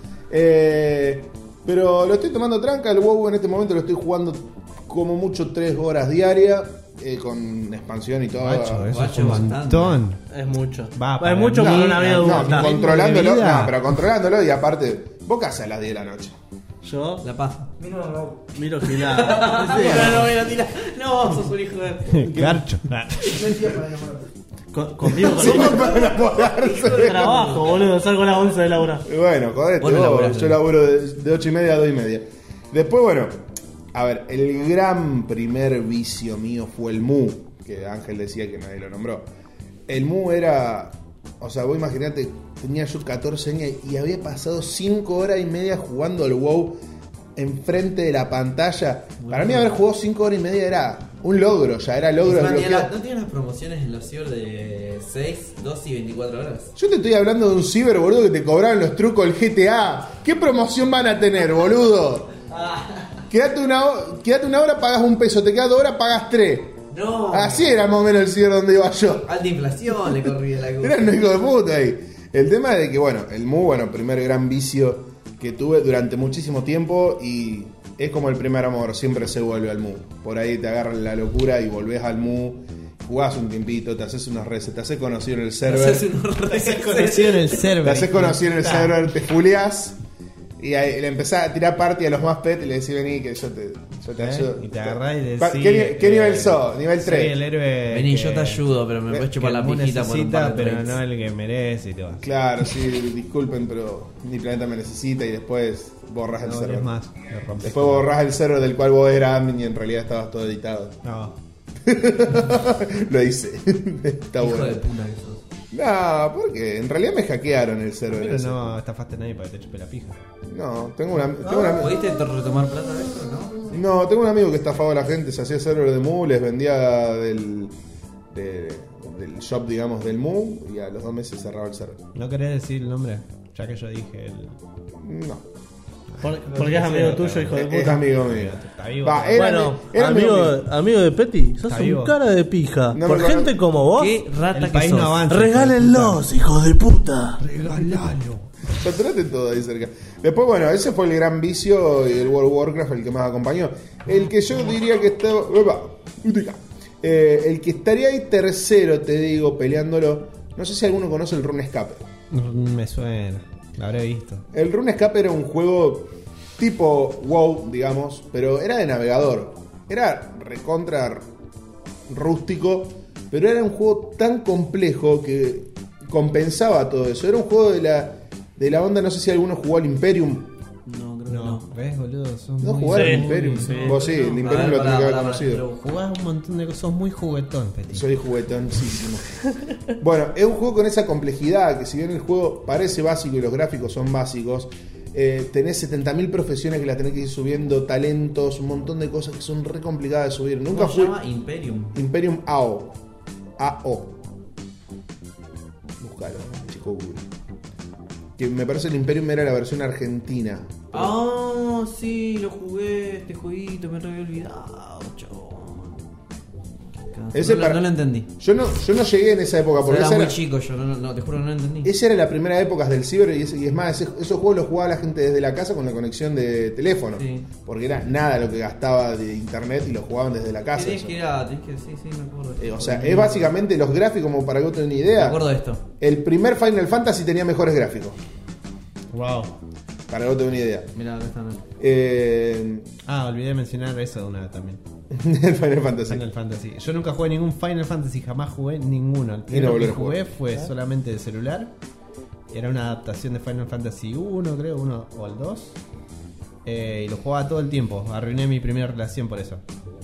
Speaker 1: Eh, pero lo estoy tomando tranca, el WoW en este momento lo estoy jugando como mucho 3 horas diarias, eh, con expansión y todo.
Speaker 3: Guacho, eso es
Speaker 2: Guacho,
Speaker 3: un
Speaker 2: bastante.
Speaker 3: montón.
Speaker 4: Es mucho.
Speaker 3: Va,
Speaker 4: es
Speaker 3: para
Speaker 4: mucho
Speaker 3: mí,
Speaker 4: con una vida
Speaker 3: no,
Speaker 4: dura.
Speaker 1: no,
Speaker 3: Está.
Speaker 1: controlándolo,
Speaker 3: Ritmo de vida.
Speaker 1: no, pero controlándolo y aparte, vos qué haces a las 10 de la noche.
Speaker 4: Yo
Speaker 2: La paja.
Speaker 11: Mira, no.
Speaker 4: miro gilada. Sí.
Speaker 2: No, no, mira, tira. No, sos un hijo de.
Speaker 3: Garcho.
Speaker 11: Licencia para enamorarte.
Speaker 4: Con- conmigo con
Speaker 1: Sí,
Speaker 4: el
Speaker 1: para enamorarse.
Speaker 4: trabajo, boludo. Salgo a las 11 de la hora.
Speaker 1: Y Bueno, jodete,
Speaker 2: Vos no
Speaker 1: vos,
Speaker 2: laburás,
Speaker 1: yo
Speaker 2: ¿no?
Speaker 1: laburo de, de 8 y media a 2 y media. Después, bueno, a ver, el gran primer vicio mío fue el Mu, que Ángel decía que nadie lo nombró. El Mu era, o sea, vos imaginate, tenía yo 14 años y había pasado 5 horas y media jugando al WoW enfrente de la pantalla. Para mí haber jugado 5 horas y media era un logro, ya era logro
Speaker 2: Encima tiene la-
Speaker 1: desbloqueado.
Speaker 2: ¿No tienen las promociones en los ciber de 6, 2 y 24 horas?
Speaker 1: Yo te estoy hablando de un ciber, boludo, que te cobraron los trucos del GTA. ¿Qué promoción van a tener, boludo? Quédate una, ho- quédate una hora, pagas un peso. Te quedas dos horas, pagas tres.
Speaker 2: No.
Speaker 1: Así era más o menos el ciber donde iba yo.
Speaker 2: Alta inflación le corrí de la
Speaker 1: Era un hijo de puta ahí. El tema es de que, bueno, el Mu, bueno, primer gran vicio que tuve durante muchísimo tiempo y es como el primer amor, siempre se vuelve al Mu. Por ahí te agarran la locura y volvés al Mu, jugás un tiempito, te haces unas recetas, te haces conocido en el server.
Speaker 2: Haces unos reces.
Speaker 3: Conocido en el server.
Speaker 1: Te haces conocido en el server, te fuleás y ahí le empezás a tirar party a los más pet y le decís vení que yo te, yo te
Speaker 3: ¿Eh?
Speaker 1: ayudo.
Speaker 3: Y te agarrás y
Speaker 1: Pa-
Speaker 3: decís.
Speaker 1: ¿Qué, ni- qué
Speaker 3: eh,
Speaker 1: nivel sos? Nivel 3.
Speaker 3: Soy el héroe.
Speaker 2: Vení,
Speaker 3: que-
Speaker 2: yo te ayudo, pero me
Speaker 1: Eh,
Speaker 2: puedes
Speaker 3: que
Speaker 2: chupar la
Speaker 3: Mu
Speaker 2: pijita por un par
Speaker 3: necesita,
Speaker 2: de
Speaker 3: pero
Speaker 2: trades.
Speaker 3: no el que merece y te vas.
Speaker 1: Claro, sí, disculpen, pero mi planeta me necesita y después borras el
Speaker 3: No
Speaker 1: server.
Speaker 3: es más. le rompes.
Speaker 1: Después borras el server del cual vos eras admin y en realidad estabas todo editado.
Speaker 3: No.
Speaker 1: Lo hice. Está
Speaker 2: Hijo de
Speaker 1: bueno.
Speaker 2: puta que sos.
Speaker 1: No, porque en realidad me hackearon el server.
Speaker 3: Pero
Speaker 1: ese.
Speaker 3: no estafaste a nadie para que te chupe la pija.
Speaker 1: No, tengo una. Tengo una
Speaker 2: ¿Pudiste to- retomar plata de eso, no?
Speaker 1: No, tengo un amigo que estafaba a la gente, se hacía server de Mu, les vendía del, de- del shop, digamos, del Mu y a los dos meses cerraba el server.
Speaker 3: ¿No querés decir el nombre? Ya que yo dije el.
Speaker 1: No,
Speaker 4: Por- porque es amigo tuyo, hijo de
Speaker 1: es, es
Speaker 4: puta.
Speaker 1: amigo mío.
Speaker 3: Está vivo.
Speaker 1: Va, era
Speaker 4: bueno,
Speaker 1: mi- era mi
Speaker 4: amigo,
Speaker 1: amigo.
Speaker 4: amigo de Petty, sos
Speaker 3: Está
Speaker 4: un
Speaker 3: vivo.
Speaker 4: cara de pija.
Speaker 1: No
Speaker 4: Por
Speaker 1: me
Speaker 4: gente como vos,
Speaker 2: Qué rata
Speaker 3: El
Speaker 2: que
Speaker 3: país
Speaker 2: sos.
Speaker 3: no avanza.
Speaker 4: regálenlos, hijos de puta.
Speaker 3: Regálalo.
Speaker 1: Saturate todo ahí cerca. Después, bueno, ese fue el gran vicio y el World of Warcraft el que más acompañó. El que yo diría que estaba. ¡Epa! Utica. Eh, el que estaría ahí tercero, te digo, peleándolo. No sé si alguno conoce el Rune Escape. eh.
Speaker 3: Mm, Me suena. Lo habré visto.
Speaker 1: El RuneScape era un juego tipo WoW, digamos, pero era de navegador. Era recontra rústico, pero era un juego tan complejo que compensaba todo eso. Era un juego de la, de la onda, no sé si alguno jugó al Imperium.
Speaker 2: No, creo
Speaker 3: No, ¿ves, boludo? Sos
Speaker 1: ¿No
Speaker 3: muy-
Speaker 1: jugaron al
Speaker 4: sí,
Speaker 1: Imperium?
Speaker 4: sí.
Speaker 1: Vos sí, el
Speaker 2: que no.
Speaker 1: Imperium
Speaker 2: A ver,
Speaker 1: lo tenés que
Speaker 2: pará,
Speaker 1: haber
Speaker 2: pará,
Speaker 1: conocido.
Speaker 2: pero
Speaker 3: Jugás un montón de cosas. Sos muy juguetón, Petit.
Speaker 1: Soy juguetoncísimo. bueno, es un juego con esa complejidad que si bien el juego parece básico y los gráficos son básicos, eh, tenés 70.000 profesiones que las tenés que ir subiendo, talentos, un montón de cosas que son re complicadas de subir. Nunca
Speaker 2: ¿Cómo se
Speaker 1: fui
Speaker 2: llama Imperium?
Speaker 1: Imperium AO. AO. Buscalo, chico Google. Que me parece el Imperium era la versión argentina.
Speaker 2: Ah, sí, lo jugué, este jueguito, me lo había olvidado, chabón.
Speaker 1: Ese
Speaker 2: no, lo-
Speaker 1: para-
Speaker 2: no lo entendí.
Speaker 1: Yo no, yo no llegué en esa época porque
Speaker 2: Era
Speaker 1: esa
Speaker 2: muy
Speaker 1: era-
Speaker 2: chico yo, no, no, no, te juro que no lo entendí.
Speaker 1: Esa era la primera época del ciber y es, y es más, ese- esos juegos los jugaba la gente desde la casa con la conexión de teléfono.
Speaker 2: Sí.
Speaker 1: Porque era nada lo que gastaba de internet y lo jugaban desde la casa.
Speaker 2: Tenés
Speaker 1: eso.
Speaker 2: que ir a- tenés que, sí, sí, me acuerdo.
Speaker 1: Eh, o sea, es básicamente los gráficos, como para que vos tengas una
Speaker 2: Me
Speaker 1: idea.
Speaker 2: acuerdo de esto.
Speaker 1: El primer Final Fantasy tenía mejores gráficos,
Speaker 3: Wow.
Speaker 1: para que vos tengas una idea.
Speaker 2: Mirá, acá está.
Speaker 1: Eh,
Speaker 3: Ah, olvidé mencionar eso de una vez también.
Speaker 1: el Final Fantasy.
Speaker 3: Final Fantasy. Yo nunca jugué ningún Final Fantasy, jamás jugué ninguno. El
Speaker 1: no
Speaker 3: primero
Speaker 1: volver
Speaker 3: que
Speaker 1: a jugar. ¿Ah?
Speaker 3: jugué fue solamente de celular. Era una adaptación de Final Fantasy 1, creo, uno o el 2. eh, y lo jugaba todo el tiempo. Arruiné mi primera relación por eso.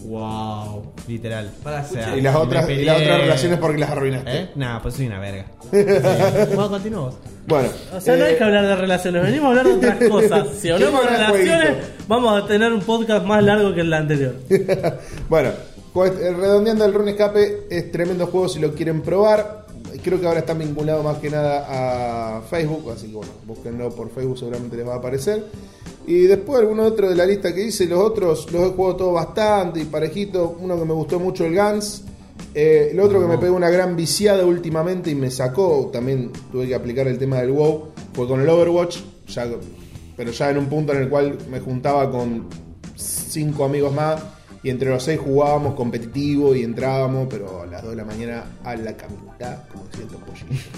Speaker 2: Wow.
Speaker 3: Literal.
Speaker 2: Pará,
Speaker 3: O sea,
Speaker 1: Y las
Speaker 3: me
Speaker 1: otras, y
Speaker 3: peleé-
Speaker 1: las otras relaciones porque las arruinaste.
Speaker 3: ¿Eh? Nah, pues soy una verga.
Speaker 4: Bueno, continuamos.
Speaker 1: Bueno.
Speaker 4: O sea, no
Speaker 1: eh,
Speaker 4: hay que hablar de relaciones, venimos a hablar de otras cosas. Si hablamos de
Speaker 1: Sí, para
Speaker 4: relaciones, vamos a tener un podcast más largo que el anterior.
Speaker 1: Bueno, cuest- eh, redondeando el Rune Escape, es tremendo juego si lo quieren probar. Creo que ahora está vinculado más que nada a Facebook, así que bueno, búsquenlo por Facebook, seguramente les va a aparecer. Y después alguno otro de la lista que hice, los otros los he jugado todos bastante y parejito. Uno que me gustó mucho, el Guns. Eh, el otro que me pegó una gran viciada últimamente y me sacó, también tuve que aplicar el tema del WoW, fue con el Overwatch, ya- pero ya en un punto en el cual me juntaba con cinco amigos más y entre los seis jugábamos competitivo y entrábamos, pero a las 2 de la mañana a la camita, como decía el Topollillo.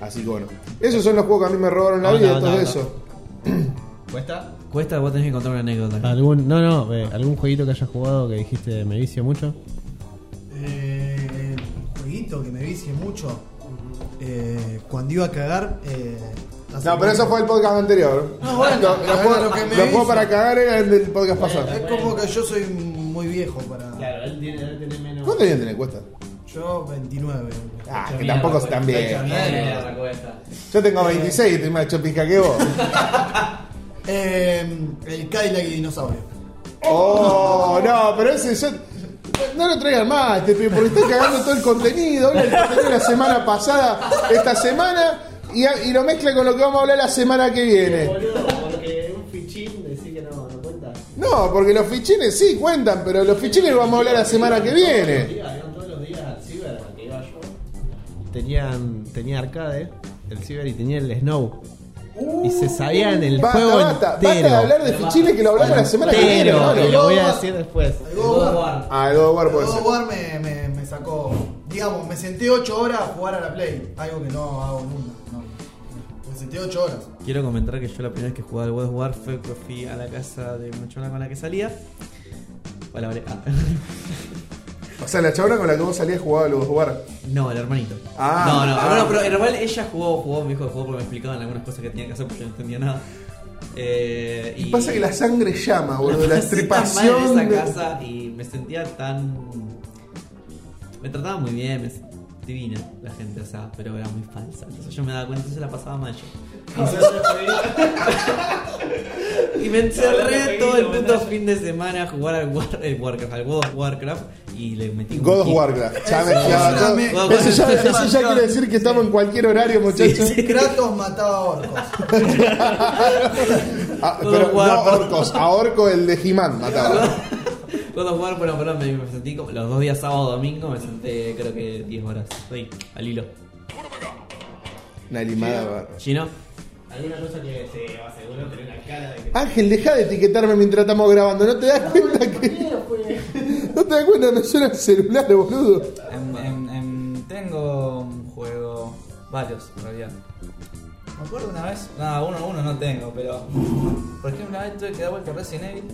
Speaker 1: Así que bueno, esos son los juegos que a mí me robaron la
Speaker 4: Anda,
Speaker 1: vida,
Speaker 4: anda,
Speaker 1: todo
Speaker 4: anda.
Speaker 1: eso.
Speaker 3: ¿Cuesta?
Speaker 2: Cuesta, Ah. vos tenés que encontrar una anécdota.
Speaker 12: ¿Algún, no, no, eh, algún jueguito que hayas jugado que dijiste me vicio mucho.
Speaker 13: Eh, un jueguito que me vicie mucho. Eh, cuando iba a cagar. Eh, hace
Speaker 1: No, pero eso fue el podcast anterior.
Speaker 13: No, Ah, bueno,
Speaker 1: Lo- los
Speaker 13: pero era
Speaker 1: juegos-
Speaker 13: lo que me Eh,
Speaker 1: los juegos
Speaker 13: hizo.
Speaker 1: para cagar era el del podcast
Speaker 13: Es
Speaker 1: pasado.
Speaker 13: como que yo soy muy viejo para.
Speaker 3: él tiene, él tiene menos.
Speaker 1: ¿Cuántos años tenés cuesta?
Speaker 13: Yo 29.
Speaker 1: Ah, que tampoco es tan bien.
Speaker 13: Eh,
Speaker 1: Yo tengo 26 y estoy más hecho pija que vos.
Speaker 13: eh, el Cadillac y dinosaurio.
Speaker 1: Oh, no, pero ese yo. No lo traigan más, este pibe, porque está cagando todo el contenido. Habla del contenido la semana pasada, esta semana, y, y lo mezcla con lo que vamos a hablar la semana que viene.
Speaker 3: Boludo, porque un fichín decir que no, no cuenta.
Speaker 1: No, porque los fichines sí cuentan, pero los fichines los vamos a hablar la semana que viene.
Speaker 3: todos los días al ciber, al que iba yo. Tenían, tenía arcade, el ciber, y tenía el snow. y se sabían el
Speaker 1: Uh, Basta,
Speaker 3: juego
Speaker 1: basta, basta
Speaker 3: entero.
Speaker 1: de hablar de fichines que lo hablamos la semana que viene.
Speaker 3: Entero, y
Speaker 1: hermano.
Speaker 3: lo voy a decir después.
Speaker 13: El God of War.
Speaker 1: Ah, el God of War
Speaker 13: El
Speaker 1: puede
Speaker 13: God
Speaker 1: ser.
Speaker 13: of War me, me, me sacó. Digamos, me senté 8 horas a jugar a la Play. Algo que no hago nunca. no. Me senté 8 horas.
Speaker 2: Quiero comentar que yo la primera vez que jugaba al World of War fue que fui a la casa de una chona con la que salía. Palabra- ah.
Speaker 1: O sea, la chabona con la que vos salías jugaba a los jugar.
Speaker 2: No, el hermanito.
Speaker 1: Ah,
Speaker 2: no, no,
Speaker 1: ah.
Speaker 2: bueno, pero en realidad ella jugó, jugó, me dijo que jugó porque me explicaban algunas cosas que tenía que hacer porque yo no entendía nada. Eh, y
Speaker 1: Pasa que la sangre llama, boludo, la
Speaker 2: pasé tan
Speaker 1: estripación.
Speaker 2: mal en esa casa y me sentía tan. Me trataba muy bien, me sentía divina la gente, o sea, pero era muy falsa. Entonces yo me daba cuenta, entonces la pasaba mal yo. Y me encerré todo el puto fin de semana a jugar al War- el Warcraft, al God of Warcraft y le metí. un
Speaker 1: God of
Speaker 2: kick.
Speaker 1: Warcraft. Ya me- ya-
Speaker 13: Eso es
Speaker 1: ya-
Speaker 13: una
Speaker 2: mezcla.
Speaker 1: eso ya, eso ya
Speaker 2: Sí.
Speaker 1: quiere decir que estamos en cualquier horario, muchachos.
Speaker 13: Kratos mataba orcos.
Speaker 1: Ah,
Speaker 2: God
Speaker 1: pero
Speaker 2: of
Speaker 1: no
Speaker 2: War, perdón.
Speaker 1: orcos, a orco el de He-Man mataba.
Speaker 2: God of War, bueno, perdón, me, me sentí como los dos días sábado domingo, me senté creo que 10 horas. Ahí, al hilo.
Speaker 1: Una limada. bárbara.
Speaker 2: ¿Chino?
Speaker 3: Alguna cosa que se aseguró tener la cara de que.
Speaker 1: Ángel, deja de etiquetarme mientras estamos grabando. ¿No te das cuenta que.?
Speaker 2: pues?
Speaker 1: ¿No te das cuenta? Me suena el celular, boludo.
Speaker 14: Em, em, em, tengo un juego. Varios, en realidad. Me acuerdo una vez. No, uno, uno no tengo, pero. Por ejemplo, una vez tuve que dar vuelta a Resident Evil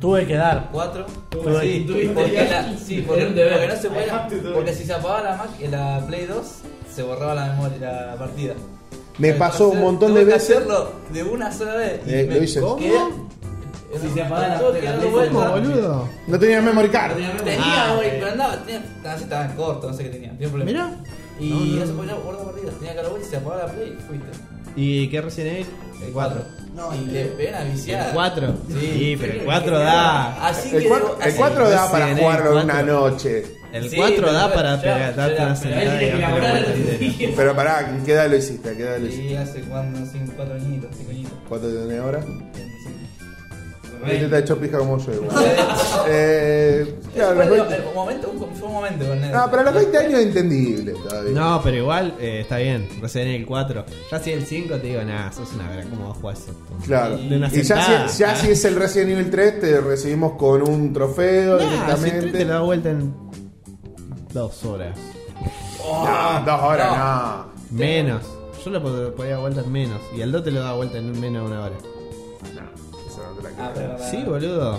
Speaker 4: Tuve que dar.
Speaker 14: 4.
Speaker 4: Tuve-
Speaker 14: sí,
Speaker 2: tuviste
Speaker 14: porque,
Speaker 2: que-
Speaker 14: la- sí,
Speaker 2: era
Speaker 14: porque,
Speaker 2: un deber.
Speaker 14: porque no se
Speaker 2: I have to do
Speaker 14: podía.
Speaker 2: it.
Speaker 14: Porque si se apagaba la, Mac, la Play 2, se borraba la memoria, la partida.
Speaker 1: Me
Speaker 14: Tuve que
Speaker 1: pasó un
Speaker 14: hacer-
Speaker 1: montón
Speaker 14: tuve
Speaker 1: de
Speaker 14: que
Speaker 1: veces.
Speaker 14: hacerlo de una sola vez.
Speaker 1: Eh, lo
Speaker 14: me-
Speaker 1: hice.
Speaker 14: ¿Cómo?
Speaker 1: ¿Qué?
Speaker 14: Si se apagaba la, Play 2,
Speaker 13: boludo.
Speaker 1: No tenía memory card.
Speaker 14: Tenía, güey, pero andaba, tenía, estaba, así, estaba en corto, no sé qué tenía, tenía un problema. Mira. Y no, se podía guardar partidas, tenía que dar vuelta, se apagaba la play y fuiste.
Speaker 3: ¿Y qué recién él?
Speaker 14: El 4.
Speaker 13: No,
Speaker 14: y
Speaker 13: el-
Speaker 14: le pena viciada.
Speaker 3: El 4.
Speaker 14: Sí,
Speaker 3: pero el 4 da.
Speaker 14: Así
Speaker 1: El
Speaker 14: que.
Speaker 1: 4,
Speaker 14: así-
Speaker 1: da para
Speaker 3: Resident
Speaker 1: jugarlo en
Speaker 3: Evil
Speaker 1: una
Speaker 3: 4.
Speaker 1: noche.
Speaker 3: El
Speaker 14: Sí,
Speaker 3: 4 da
Speaker 14: pero
Speaker 3: para
Speaker 14: ya-
Speaker 3: pegar,
Speaker 14: ya
Speaker 3: darte
Speaker 14: era-
Speaker 3: una
Speaker 14: pero él
Speaker 3: sentada
Speaker 14: tiene que laburar el
Speaker 3: y
Speaker 1: Pero pará, ¿en ¿qué edad lo hiciste? ¿A ¿Qué edad lo hiciste?
Speaker 14: Y hace cuando, 5, 4 añitos, 5 añitos.
Speaker 1: ¿Cuánto tenés ahora?
Speaker 14: 25.
Speaker 1: Viste, te ha hecho pija como yo, igual. Eh, claro, los
Speaker 14: Fue
Speaker 1: 20.
Speaker 14: el- el momento, un- fue un momento con él.
Speaker 1: No, pero a los 20 años es entendible todavía.
Speaker 3: eh, No, pero igual eh, está bien. Resident Evil 4. Ya si el 5 te digo, nah, sos una verga, ¿cómo vas a jugar eso?
Speaker 1: Claro.
Speaker 3: De una
Speaker 1: y ya
Speaker 3: sentada. Ah,
Speaker 1: si, ya si es el Resident Evil 3, te recibimos con un trofeo
Speaker 3: Nah, si el 3
Speaker 1: directamente.
Speaker 3: te lo da vuelta en 2 horas.
Speaker 1: No, dos horas, no.
Speaker 3: Menos. Yo lo pod- podía dar vuelta en menos. Y al 2 te lo da vuelta en menos de una hora.
Speaker 1: Eso no te la creo.
Speaker 14: Ah, pero.
Speaker 3: Sí, boludo.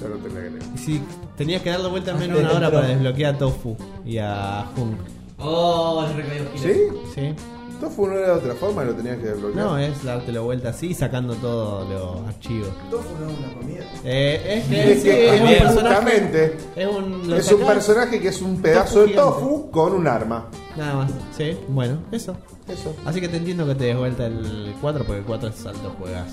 Speaker 1: Yo no te la creo.
Speaker 3: Y Si tenías que darle vuelta en menos de una hora para desbloquear a Tofu y a Hunk.
Speaker 2: Oh, le recayó Gila.
Speaker 1: ¿Sí?
Speaker 3: ¿Sí?
Speaker 1: Tofu no era de otra forma, lo tenías que desbloquear.
Speaker 3: No, es darte la vuelta así sacando todos los archivos.
Speaker 13: Tofu no es una comida.
Speaker 3: Eh, es que,
Speaker 1: Es
Speaker 3: sí,
Speaker 1: que es
Speaker 3: también.
Speaker 1: un justamente
Speaker 3: Es un, lo
Speaker 1: es un
Speaker 3: sacás,
Speaker 1: personaje que es un pedazo de
Speaker 3: gigante.
Speaker 1: tofu con un arma.
Speaker 3: Nada más. Sí, bueno, eso.
Speaker 1: Eso.
Speaker 3: Así que te entiendo que te des vuelta el 4 porque el 4 es alto juegas.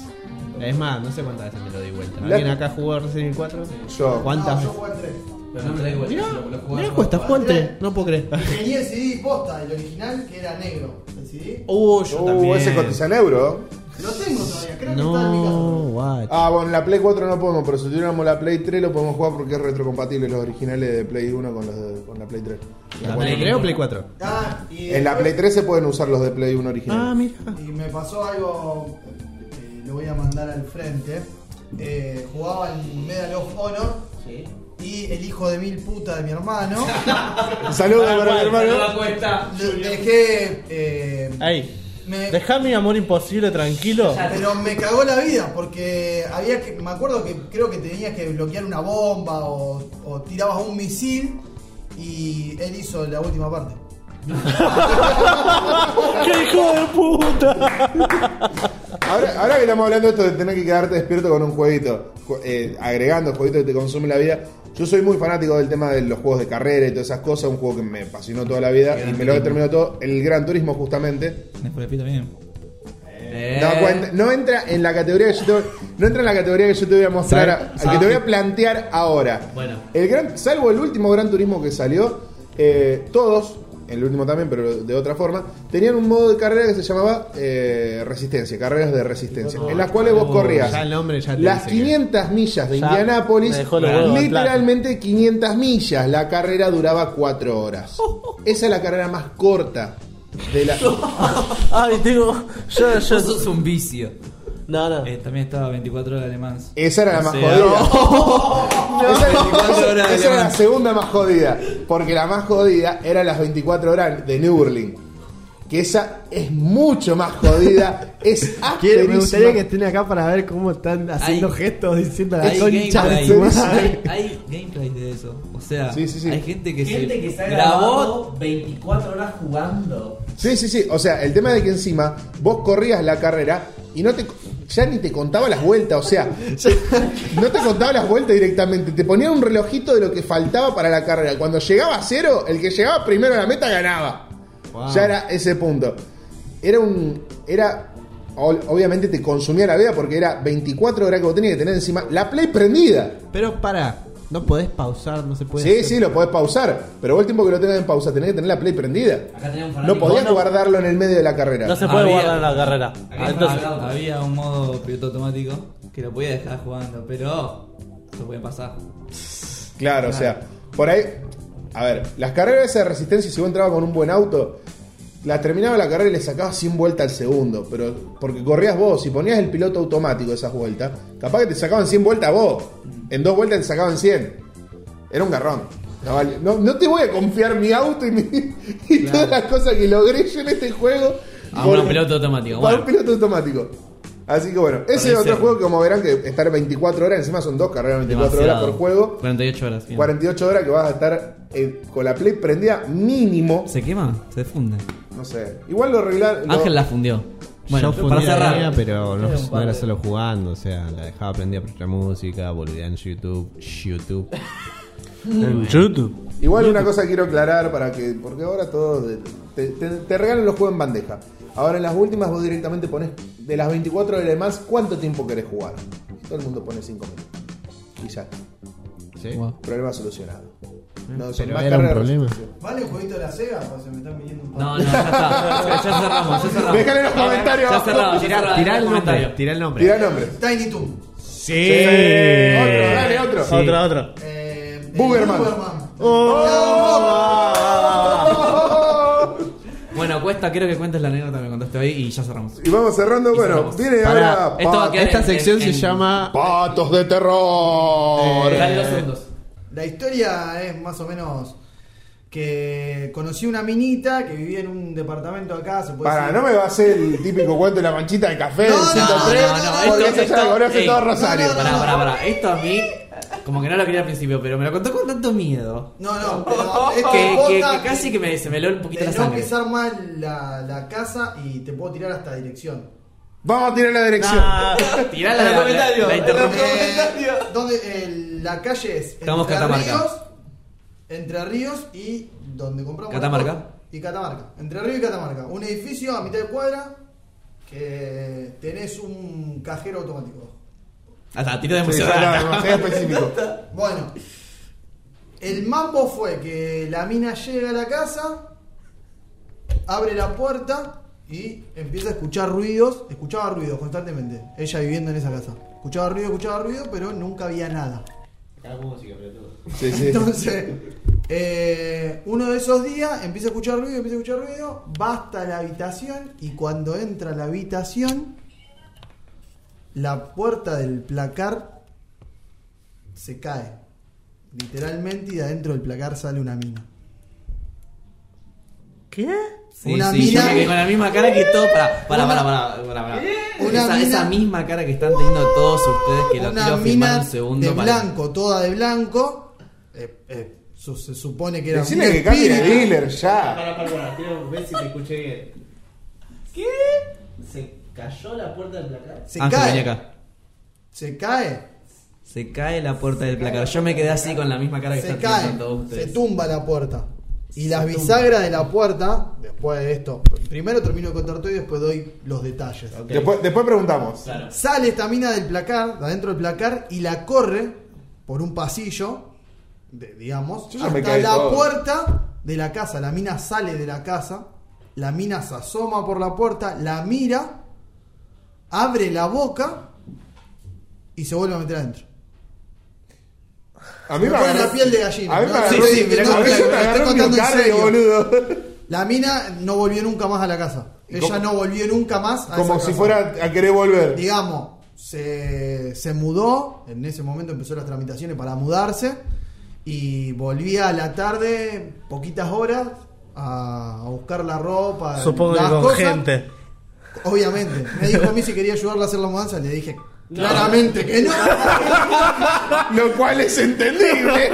Speaker 3: Es más, no sé cuántas veces me lo di vuelta.
Speaker 1: La-
Speaker 3: ¿Alguien acá jugó Resident Evil 4?
Speaker 1: Yo.
Speaker 3: ¿Cuántas?
Speaker 13: No, yo jugué al 3.
Speaker 2: Pero no me la di vuelta,
Speaker 3: Mirá,
Speaker 2: yo lo jugaba
Speaker 3: mirá
Speaker 2: yo.
Speaker 3: cuesta, jugó al
Speaker 13: Jugué al
Speaker 3: 3, no puedo creer.
Speaker 13: Tenía el CD posta, el original, que era negro. El CD.
Speaker 4: Oh,
Speaker 3: Uh, yo
Speaker 1: Uh,
Speaker 3: también.
Speaker 1: ese cotiza en euro.
Speaker 13: Lo tengo todavía, creo que está en mi casa.
Speaker 3: No, guacho.
Speaker 1: Ah, bueno, la Play 4 no podemos, pero si tuviéramos la Play 3 lo podemos jugar porque es retrocompatible los originales de Play 1 con los de- con la Play 3.
Speaker 3: ¿La
Speaker 1: Bueno,
Speaker 3: Play 3 o Play 4?
Speaker 13: Ah, y
Speaker 1: En la
Speaker 13: después-
Speaker 1: Play 3 se pueden usar los de Play 1
Speaker 3: Ah,
Speaker 1: originales.
Speaker 3: mira.
Speaker 13: Y me pasó algo, eh, lo voy a mandar al frente. Eh, jugaba el Medal of Honor y el hijo de mil puta de mi hermano.
Speaker 1: Saludos para mi
Speaker 2: No
Speaker 1: hermano.
Speaker 2: da cuenta.
Speaker 13: lo dejé. eh,
Speaker 4: Ahí.
Speaker 13: me-
Speaker 4: Dejá mi amor imposible tranquilo.
Speaker 13: pero me cagó la vida porque había que. Me acuerdo que creo que tenías que bloquear una bomba o, o tirabas un misil y él hizo la última parte.
Speaker 4: ¡Oh, ¡Qué hijo de puta!
Speaker 1: Ahora, ahora que estamos hablando de esto de tener que quedarte despierto con un jueguito, ju- eh, agregando jueguitos que te consumen la vida, yo soy muy fanático del tema de los juegos de carrera y todas esas cosas, un juego que me apasionó toda la vida y me lo he terminado todo, el Gran Turismo justamente.
Speaker 15: Después de también.
Speaker 1: No, cuenta- no entra en la categoría que yo te, no entra en la categoría que yo te voy a mostrar, a- a que te voy a plantear ahora.
Speaker 2: Bueno.
Speaker 1: El gran, salvo el último Gran Turismo que salió, eh, todos, el último también, pero de otra forma, tenían un modo de carrera que se llamaba eh, Resistencia, carreras de resistencia, en las cuales vos corrías
Speaker 3: Ya el nombre ya te
Speaker 1: las
Speaker 3: dice que-
Speaker 1: 500 millas de
Speaker 4: Ya
Speaker 1: Indianápolis,
Speaker 4: me dejó los huevos en
Speaker 1: literalmente 500 millas, la carrera duraba 4 horas. Esa es la carrera más corta de la...
Speaker 4: Ay, tengo. Yo, yo.
Speaker 15: Eso es un vicio.
Speaker 4: No, no.
Speaker 15: Eh, también estaba 24 horas alemán.
Speaker 1: Esa era la más
Speaker 15: Sí.
Speaker 1: jodida. Esa, era-
Speaker 15: 24 horas
Speaker 1: esa era la
Speaker 15: alemán.
Speaker 1: segunda más jodida. Porque la más jodida era las 24 horas de Nürburgring. Que esa es mucho más jodida. Es
Speaker 16: Quiero- me gustaría que
Speaker 1: asquerísima.
Speaker 16: estén acá para ver cómo están haciendo
Speaker 15: Hay-
Speaker 16: gestos diciendo la
Speaker 15: Hay
Speaker 16: concha de
Speaker 15: gameplay,
Speaker 16: su
Speaker 15: hay,
Speaker 16: madre.
Speaker 15: hay gameplay de eso. O sea,
Speaker 1: Sí, sí, sí.
Speaker 15: hay gente que
Speaker 2: Gente
Speaker 15: se
Speaker 2: que está
Speaker 15: grabó.
Speaker 2: grabando 24 horas jugando.
Speaker 1: Sí, sí, sí. O sea, el tema de que encima vos corrías la carrera y no te. Ya ni te contaba las vueltas, o sea, no te contaba las vueltas directamente, te ponía un relojito de lo que faltaba para la carrera. Cuando llegaba a cero, el que llegaba primero a la meta ganaba. Ya era ese punto. Era un. Era. ol- Obviamente te consumía la vida porque era 24 horas que vos tenías que tener encima. La play prendida.
Speaker 3: Pero para, no podés pausar, no se puede.
Speaker 1: Sí,
Speaker 3: hacer.
Speaker 1: sí, lo podés pausar. Pero vos el tiempo que lo tengas en pausa, tenés que tener la play prendida.
Speaker 2: Acá tenemos
Speaker 1: No podías
Speaker 4: no.
Speaker 1: guardarlo en el medio de la carrera.
Speaker 4: No se puede
Speaker 15: Había-
Speaker 4: guardar la carrera.
Speaker 15: Había,
Speaker 4: Entonces,
Speaker 15: había un modo piloto automático que lo podía dejar jugando, pero se puede pasar.
Speaker 1: Claro, o sea, por ahí. A ver, las carreras esas de resistencia, si vos entrabas con un buen auto, la terminaba la carrera y le sacabas 100 vueltas al segundo. Pero porque corrías vos, si ponías el piloto automático esas vueltas, capaz que te sacaban 100 vueltas vos. En dos vueltas te sacaban 100. Era un garrón. No, vale- no- no te voy a confiar mi auto y, mi- y todas las cosas que logré yo en este juego.
Speaker 2: A
Speaker 1: por-
Speaker 2: un piloto automático.
Speaker 1: para un
Speaker 2: Bueno,
Speaker 1: piloto automático. Así que bueno, ese es otro
Speaker 2: Parece-
Speaker 1: juego que como verán que estar 24 horas, encima son dos carreras 24 horas por juego.
Speaker 2: 48 horas. bien.
Speaker 1: 48 horas que vas a estar eh, con la play prendida mínimo.
Speaker 2: ¿Se quema? ¿Se funde?
Speaker 1: No sé. Igual lo arreglar. lo-
Speaker 2: Ángel la fundió. Bueno,
Speaker 16: Yo
Speaker 2: para
Speaker 16: fundí la mía,
Speaker 2: cerrar.
Speaker 16: pero no, no
Speaker 15: Era un
Speaker 16: era
Speaker 15: padre.
Speaker 16: solo jugando, o sea, la dejaba prendida para escuchar música, boludear en YouTube, YouTube.
Speaker 4: en YouTube.
Speaker 1: Igual una cosa quiero aclarar para que. Porque ahora todos. de- Te, te- te regalan los juegos en bandeja. Ahora en las últimas vos directamente pones de las 24 horas demás cuánto tiempo querés jugar. Todo el mundo pone 5 minutos. Y ya.
Speaker 16: ¿Sí?
Speaker 1: Problema solucionado.
Speaker 2: Mm.
Speaker 1: No, son
Speaker 16: Pero
Speaker 1: más
Speaker 16: era un
Speaker 1: carreras de
Speaker 16: problema.
Speaker 1: resistencia.
Speaker 13: ¿Vale un jueguito de la Sega? Pues se me están viniendo un par.
Speaker 2: No, no, ya está. Ya cerramos, Ah, ya cerramos.
Speaker 1: Déjale en los comentarios.
Speaker 2: Ya cerramos, ya cerramos.
Speaker 16: Tirá el nombre,
Speaker 2: comentario.
Speaker 16: tirá el nombre.
Speaker 1: Tirá nombre.
Speaker 13: Tiny Toon.
Speaker 4: Sí.
Speaker 1: Otro, dale, otro.
Speaker 4: Sí. Otra, otra.
Speaker 13: Eh, el
Speaker 1: Boogerman. Oh.
Speaker 13: Boogerman.
Speaker 2: Ah, Bueno, cuesta, quiero que cuentes la anécdota que me contaste hoy y ya cerramos.
Speaker 1: Y vamos cerrando. Bueno,
Speaker 2: cerramos.
Speaker 1: viene
Speaker 16: Pará,
Speaker 1: ahora.
Speaker 2: esto va a
Speaker 1: pa-
Speaker 2: quedar
Speaker 16: Esta
Speaker 2: en-
Speaker 16: sección
Speaker 2: en-
Speaker 16: se
Speaker 2: en-
Speaker 16: llama
Speaker 1: Patos de terror.
Speaker 2: Eh, Dale dos segundos.
Speaker 13: La historia es más o menos que conocí una minita que vivía en un departamento acá, se puede
Speaker 1: Para,
Speaker 13: decir.
Speaker 1: no me va a hacer el típico cuento de la manchita de café
Speaker 13: Pues No,
Speaker 1: del
Speaker 13: no,
Speaker 1: 103,
Speaker 13: no, no,
Speaker 1: porque
Speaker 13: esto-
Speaker 1: eso ya lo conoce
Speaker 2: ey,
Speaker 1: todo Rosario.
Speaker 13: no, no,
Speaker 2: Pará,
Speaker 13: no.
Speaker 2: pará, pará. Esto a mí
Speaker 10: Como que no lo quería al principio, pero me lo contó con tanto miedo.
Speaker 13: No, no, pero esto
Speaker 10: que,
Speaker 13: es
Speaker 10: que-
Speaker 13: posta
Speaker 10: que casi que me, se me heló un poquito
Speaker 13: de
Speaker 10: la
Speaker 13: no
Speaker 10: sangre.
Speaker 13: pisar mal la, la casa y te puedo tirar hasta dirección.
Speaker 1: Vamos a tirar la dirección.
Speaker 10: Ah, tirá la- En los la- comentarios, la interrumpo. en los
Speaker 13: Eh, donde eh, la calle es
Speaker 10: Estamos Catamarca.
Speaker 13: Ríos, Entre Ríos y donde compramos
Speaker 10: Catamarca.
Speaker 13: las cosas. y Catamarca, Entre Ríos y Catamarca, un edificio a mitad de cuadra que tenés un cajero automático.
Speaker 2: Ah,
Speaker 10: Hasta tiro de
Speaker 1: Sí,
Speaker 10: emoción.
Speaker 1: ya, demasiado específico.
Speaker 13: Bueno, el mambo fue que la mina llega a la casa, abre la puerta y empieza a escuchar ruidos. Escuchaba ruidos constantemente, ella viviendo en esa casa. Escuchaba ruido, escuchaba ruido, pero nunca había nada.
Speaker 3: Cada música, pero todo.
Speaker 13: Entonces, eh, uno de esos días empieza a escuchar ruido, empieza a escuchar ruido, va hasta la habitación y cuando entra a la habitación, la puerta del placar se cae. Literalmente y de adentro del placar sale una mina. ¿Qué?
Speaker 10: Sí,
Speaker 13: una
Speaker 10: sí, yo
Speaker 13: mina
Speaker 10: me quedé con la misma cara que todo. Para, para, para, para.
Speaker 13: Una
Speaker 10: esa,
Speaker 13: mina-
Speaker 10: esa misma cara que están teniendo todos ustedes que lo
Speaker 13: una
Speaker 10: quiero filmar
Speaker 13: mina
Speaker 10: un segundo.
Speaker 13: de
Speaker 10: para-
Speaker 13: blanco, toda de blanco. Eh, eh, su- se supone que era un
Speaker 1: Decile que cambie de
Speaker 13: espíritu.
Speaker 1: dealer ya.
Speaker 3: Para, para, para, quiero ver si te escuché bien. ¿Qué? ¿Se cayó la puerta del placar?
Speaker 13: Se
Speaker 10: Ángel,
Speaker 13: cae.
Speaker 10: vení acá.
Speaker 13: Se cae,
Speaker 10: Se cae la puerta del placar. Yo me quedé así con la misma cara que
Speaker 13: se
Speaker 10: están
Speaker 13: cae,
Speaker 10: teniendo todos ustedes.
Speaker 13: se tumba la puerta. Y
Speaker 10: Se
Speaker 13: las
Speaker 10: tumba.
Speaker 13: bisagras de la puerta, después de esto, primero termino de contar todo y después doy los detalles.
Speaker 1: Después, después preguntamos.
Speaker 13: Sale esta mina del placar, de adentro del placar, y la corre por un pasillo, de- digamos,
Speaker 1: Yo ya me
Speaker 13: hasta
Speaker 1: caí
Speaker 13: la
Speaker 1: todo.
Speaker 13: puerta de la casa. La mina sale de la casa, la mina se asoma por la puerta, la mira, abre la boca y se vuelve a meter adentro.
Speaker 1: A mí me,
Speaker 13: Me pone
Speaker 1: agarró-
Speaker 13: la piel de gallina.
Speaker 1: A mí me
Speaker 13: ¿no?
Speaker 1: agarró,
Speaker 13: Sí, sí, mirá
Speaker 1: a
Speaker 13: cómo
Speaker 1: mí
Speaker 13: te-
Speaker 1: me
Speaker 13: te
Speaker 1: agarró
Speaker 13: estoy
Speaker 1: un
Speaker 13: contando en
Speaker 1: miocardio,
Speaker 13: serio.
Speaker 1: boludo.
Speaker 13: La mina no volvió nunca más a la casa. Ella
Speaker 1: Como-
Speaker 13: no volvió nunca más a
Speaker 1: Como
Speaker 13: esa
Speaker 1: si
Speaker 13: casa.
Speaker 1: fuera a querer volver.
Speaker 13: Digamos, se, se mudó. En ese momento empezó las tramitaciones para mudarse. Y volvía a la tarde, poquitas horas, a, a buscar la ropa.
Speaker 4: Supongo que
Speaker 13: las
Speaker 4: con
Speaker 13: cosas.
Speaker 4: gente.
Speaker 13: Obviamente. Me dijo a mí si quería ayudarla a hacer la mudanza. Le dije, claramente que no.
Speaker 1: Lo cual es entendible.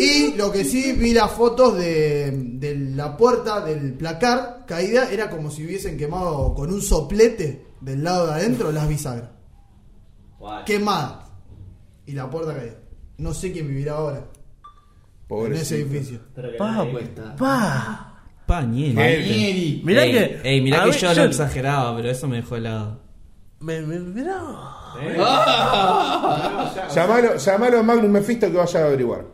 Speaker 13: Y lo que sí vi las fotos de, de la puerta del placar caída era como si hubiesen quemado con un soplete del lado de adentro las bisagras. Quemadas. Y la puerta caída. No sé quién vivirá ahora. En ese edificio.
Speaker 4: Pa, pues, pa.
Speaker 10: Pañeri.
Speaker 4: Pañeri. Mirá
Speaker 10: Ey,
Speaker 4: que-
Speaker 10: ey, mirá
Speaker 4: a
Speaker 10: que
Speaker 4: ver,
Speaker 10: yo,
Speaker 4: yo-
Speaker 10: lo exageraba, pero eso me dejó helado.
Speaker 4: Me, me, mirá.
Speaker 1: Llamalo, llamalo a Magnum Mephisto que vaya a averiguar.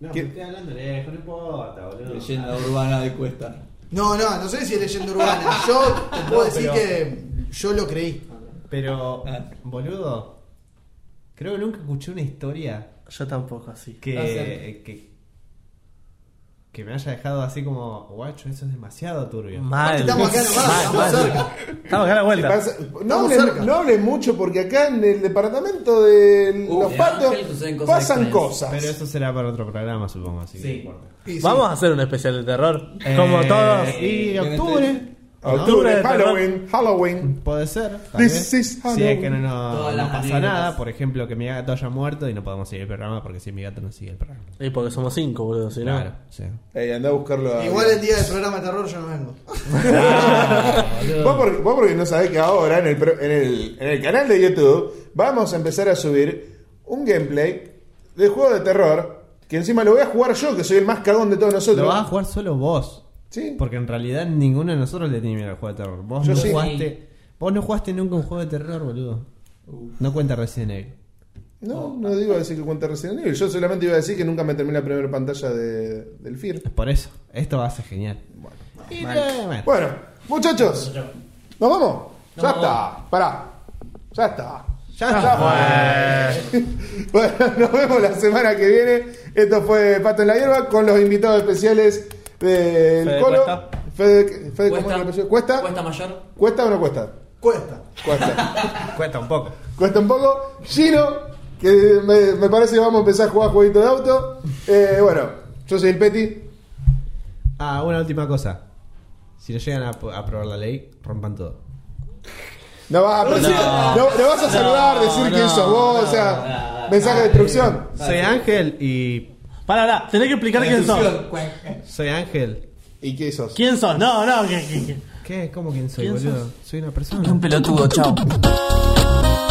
Speaker 3: No,
Speaker 1: ¿Qué?
Speaker 3: me estoy hablando lejos, no importa, boludo.
Speaker 8: Leyenda urbana de cuesta.
Speaker 13: No, no, no sé si es leyenda urbana. Yo te puedo
Speaker 3: No,
Speaker 13: decir
Speaker 3: pero-
Speaker 13: que yo lo creí.
Speaker 3: Pero, boludo, creo que nunca escuché una historia.
Speaker 4: Yo tampoco, así.
Speaker 3: Que, que, que me haya dejado así como, guacho, eso es demasiado turbio.
Speaker 4: Mal.
Speaker 13: Estamos acá nomás,
Speaker 4: Mal,
Speaker 13: estamos
Speaker 4: mal.
Speaker 13: cerca.
Speaker 4: Estamos acá a la
Speaker 1: ¿Qué
Speaker 4: vuelta.
Speaker 1: pasa? No
Speaker 13: Estamos cerca.
Speaker 1: hablen, no hablen mucho porque acá en el departamento de los
Speaker 10: de
Speaker 1: patos
Speaker 10: Ángel suceden cosas
Speaker 1: pasan
Speaker 10: extrañas.
Speaker 1: cosas.
Speaker 3: Pero eso será para otro programa, supongo. Así que
Speaker 10: Sí.
Speaker 3: no importa.
Speaker 13: Y sí.
Speaker 4: Vamos a hacer un especial de terror. Como
Speaker 3: Eh,
Speaker 4: todos.
Speaker 3: y octubre.
Speaker 4: de
Speaker 1: Octubre,
Speaker 4: terror.
Speaker 1: Halloween, Halloween.
Speaker 3: Puede ser. tal vez.
Speaker 1: This is
Speaker 3: si es
Speaker 1: Halloween.
Speaker 3: que no, no,
Speaker 10: Todas
Speaker 3: no
Speaker 10: las
Speaker 3: pasa
Speaker 10: anécdotas.
Speaker 3: nada, por ejemplo, que mi gato haya muerto y no podemos seguir el programa porque si mi gato no sigue el programa.
Speaker 4: Y porque somos cinco, boludo. Si no.
Speaker 3: Claro, sí.
Speaker 1: Ey, andá a buscarlo. a-
Speaker 13: Igual el día del programa de terror yo no vengo.
Speaker 1: Vos porque, vos porque no sabés que ahora en el, pro- en, el, en el canal de YouTube vamos a empezar a subir un gameplay de juego de terror que encima lo voy a jugar yo, que soy el más cagón de todos nosotros.
Speaker 3: Lo vas a jugar solo vos.
Speaker 1: Sí.
Speaker 3: Porque en realidad ninguno de nosotros le tiene miedo al juego de terror. Vos
Speaker 1: Yo
Speaker 3: no
Speaker 1: sí.
Speaker 3: jugaste. Vos no jugaste nunca un juego de terror, boludo. No cuenta Resident Evil.
Speaker 1: No, no digo decir que cuenta Resident Evil. Yo solamente iba a decir que nunca me terminé la primera pantalla de, del FIR.
Speaker 3: Es por eso. Esto va a ser genial. Y, eh, bueno.
Speaker 1: Bueno, muchachos, ¿nos vamos? ya está, pará. Ya está. Ya, fue. bueno, nos vemos la semana que viene. Esto fue Pato en la Hierba con los invitados especiales del
Speaker 4: Fede
Speaker 1: Colo.
Speaker 4: Cuesta.
Speaker 1: Fede, Fede, ¿cómo es el apellido? ¿Cuesta?
Speaker 10: Cuesta mayor.
Speaker 1: ¿Cuesta o no cuesta?
Speaker 13: Cuesta.
Speaker 1: Cuesta.
Speaker 3: Cuesta un poco.
Speaker 1: cuesta un poco. Gino, que me, me parece que vamos a empezar a jugar jueguito de auto. Eh, bueno, yo soy el Peti.
Speaker 3: Ah, una última cosa. Si no llegan a po- a aprobar la ley, rompan todo.
Speaker 1: No vas a, presentar- no, no vas a saludar, decir quién sos vos, o sea. Mensaje de destrucción.
Speaker 3: Soy Ángel y.
Speaker 4: Para, para, tenés que explicar quién sos.
Speaker 3: Soy Ángel.
Speaker 1: ¿Y qué sos?
Speaker 4: ¿Quién sos? No, no, que- que- que-
Speaker 3: ¿Qué? ¿Cómo quién soy,
Speaker 4: ¿Quién
Speaker 3: boludo?
Speaker 4: sos?
Speaker 3: Soy una persona.
Speaker 4: Un pelotudo, chao.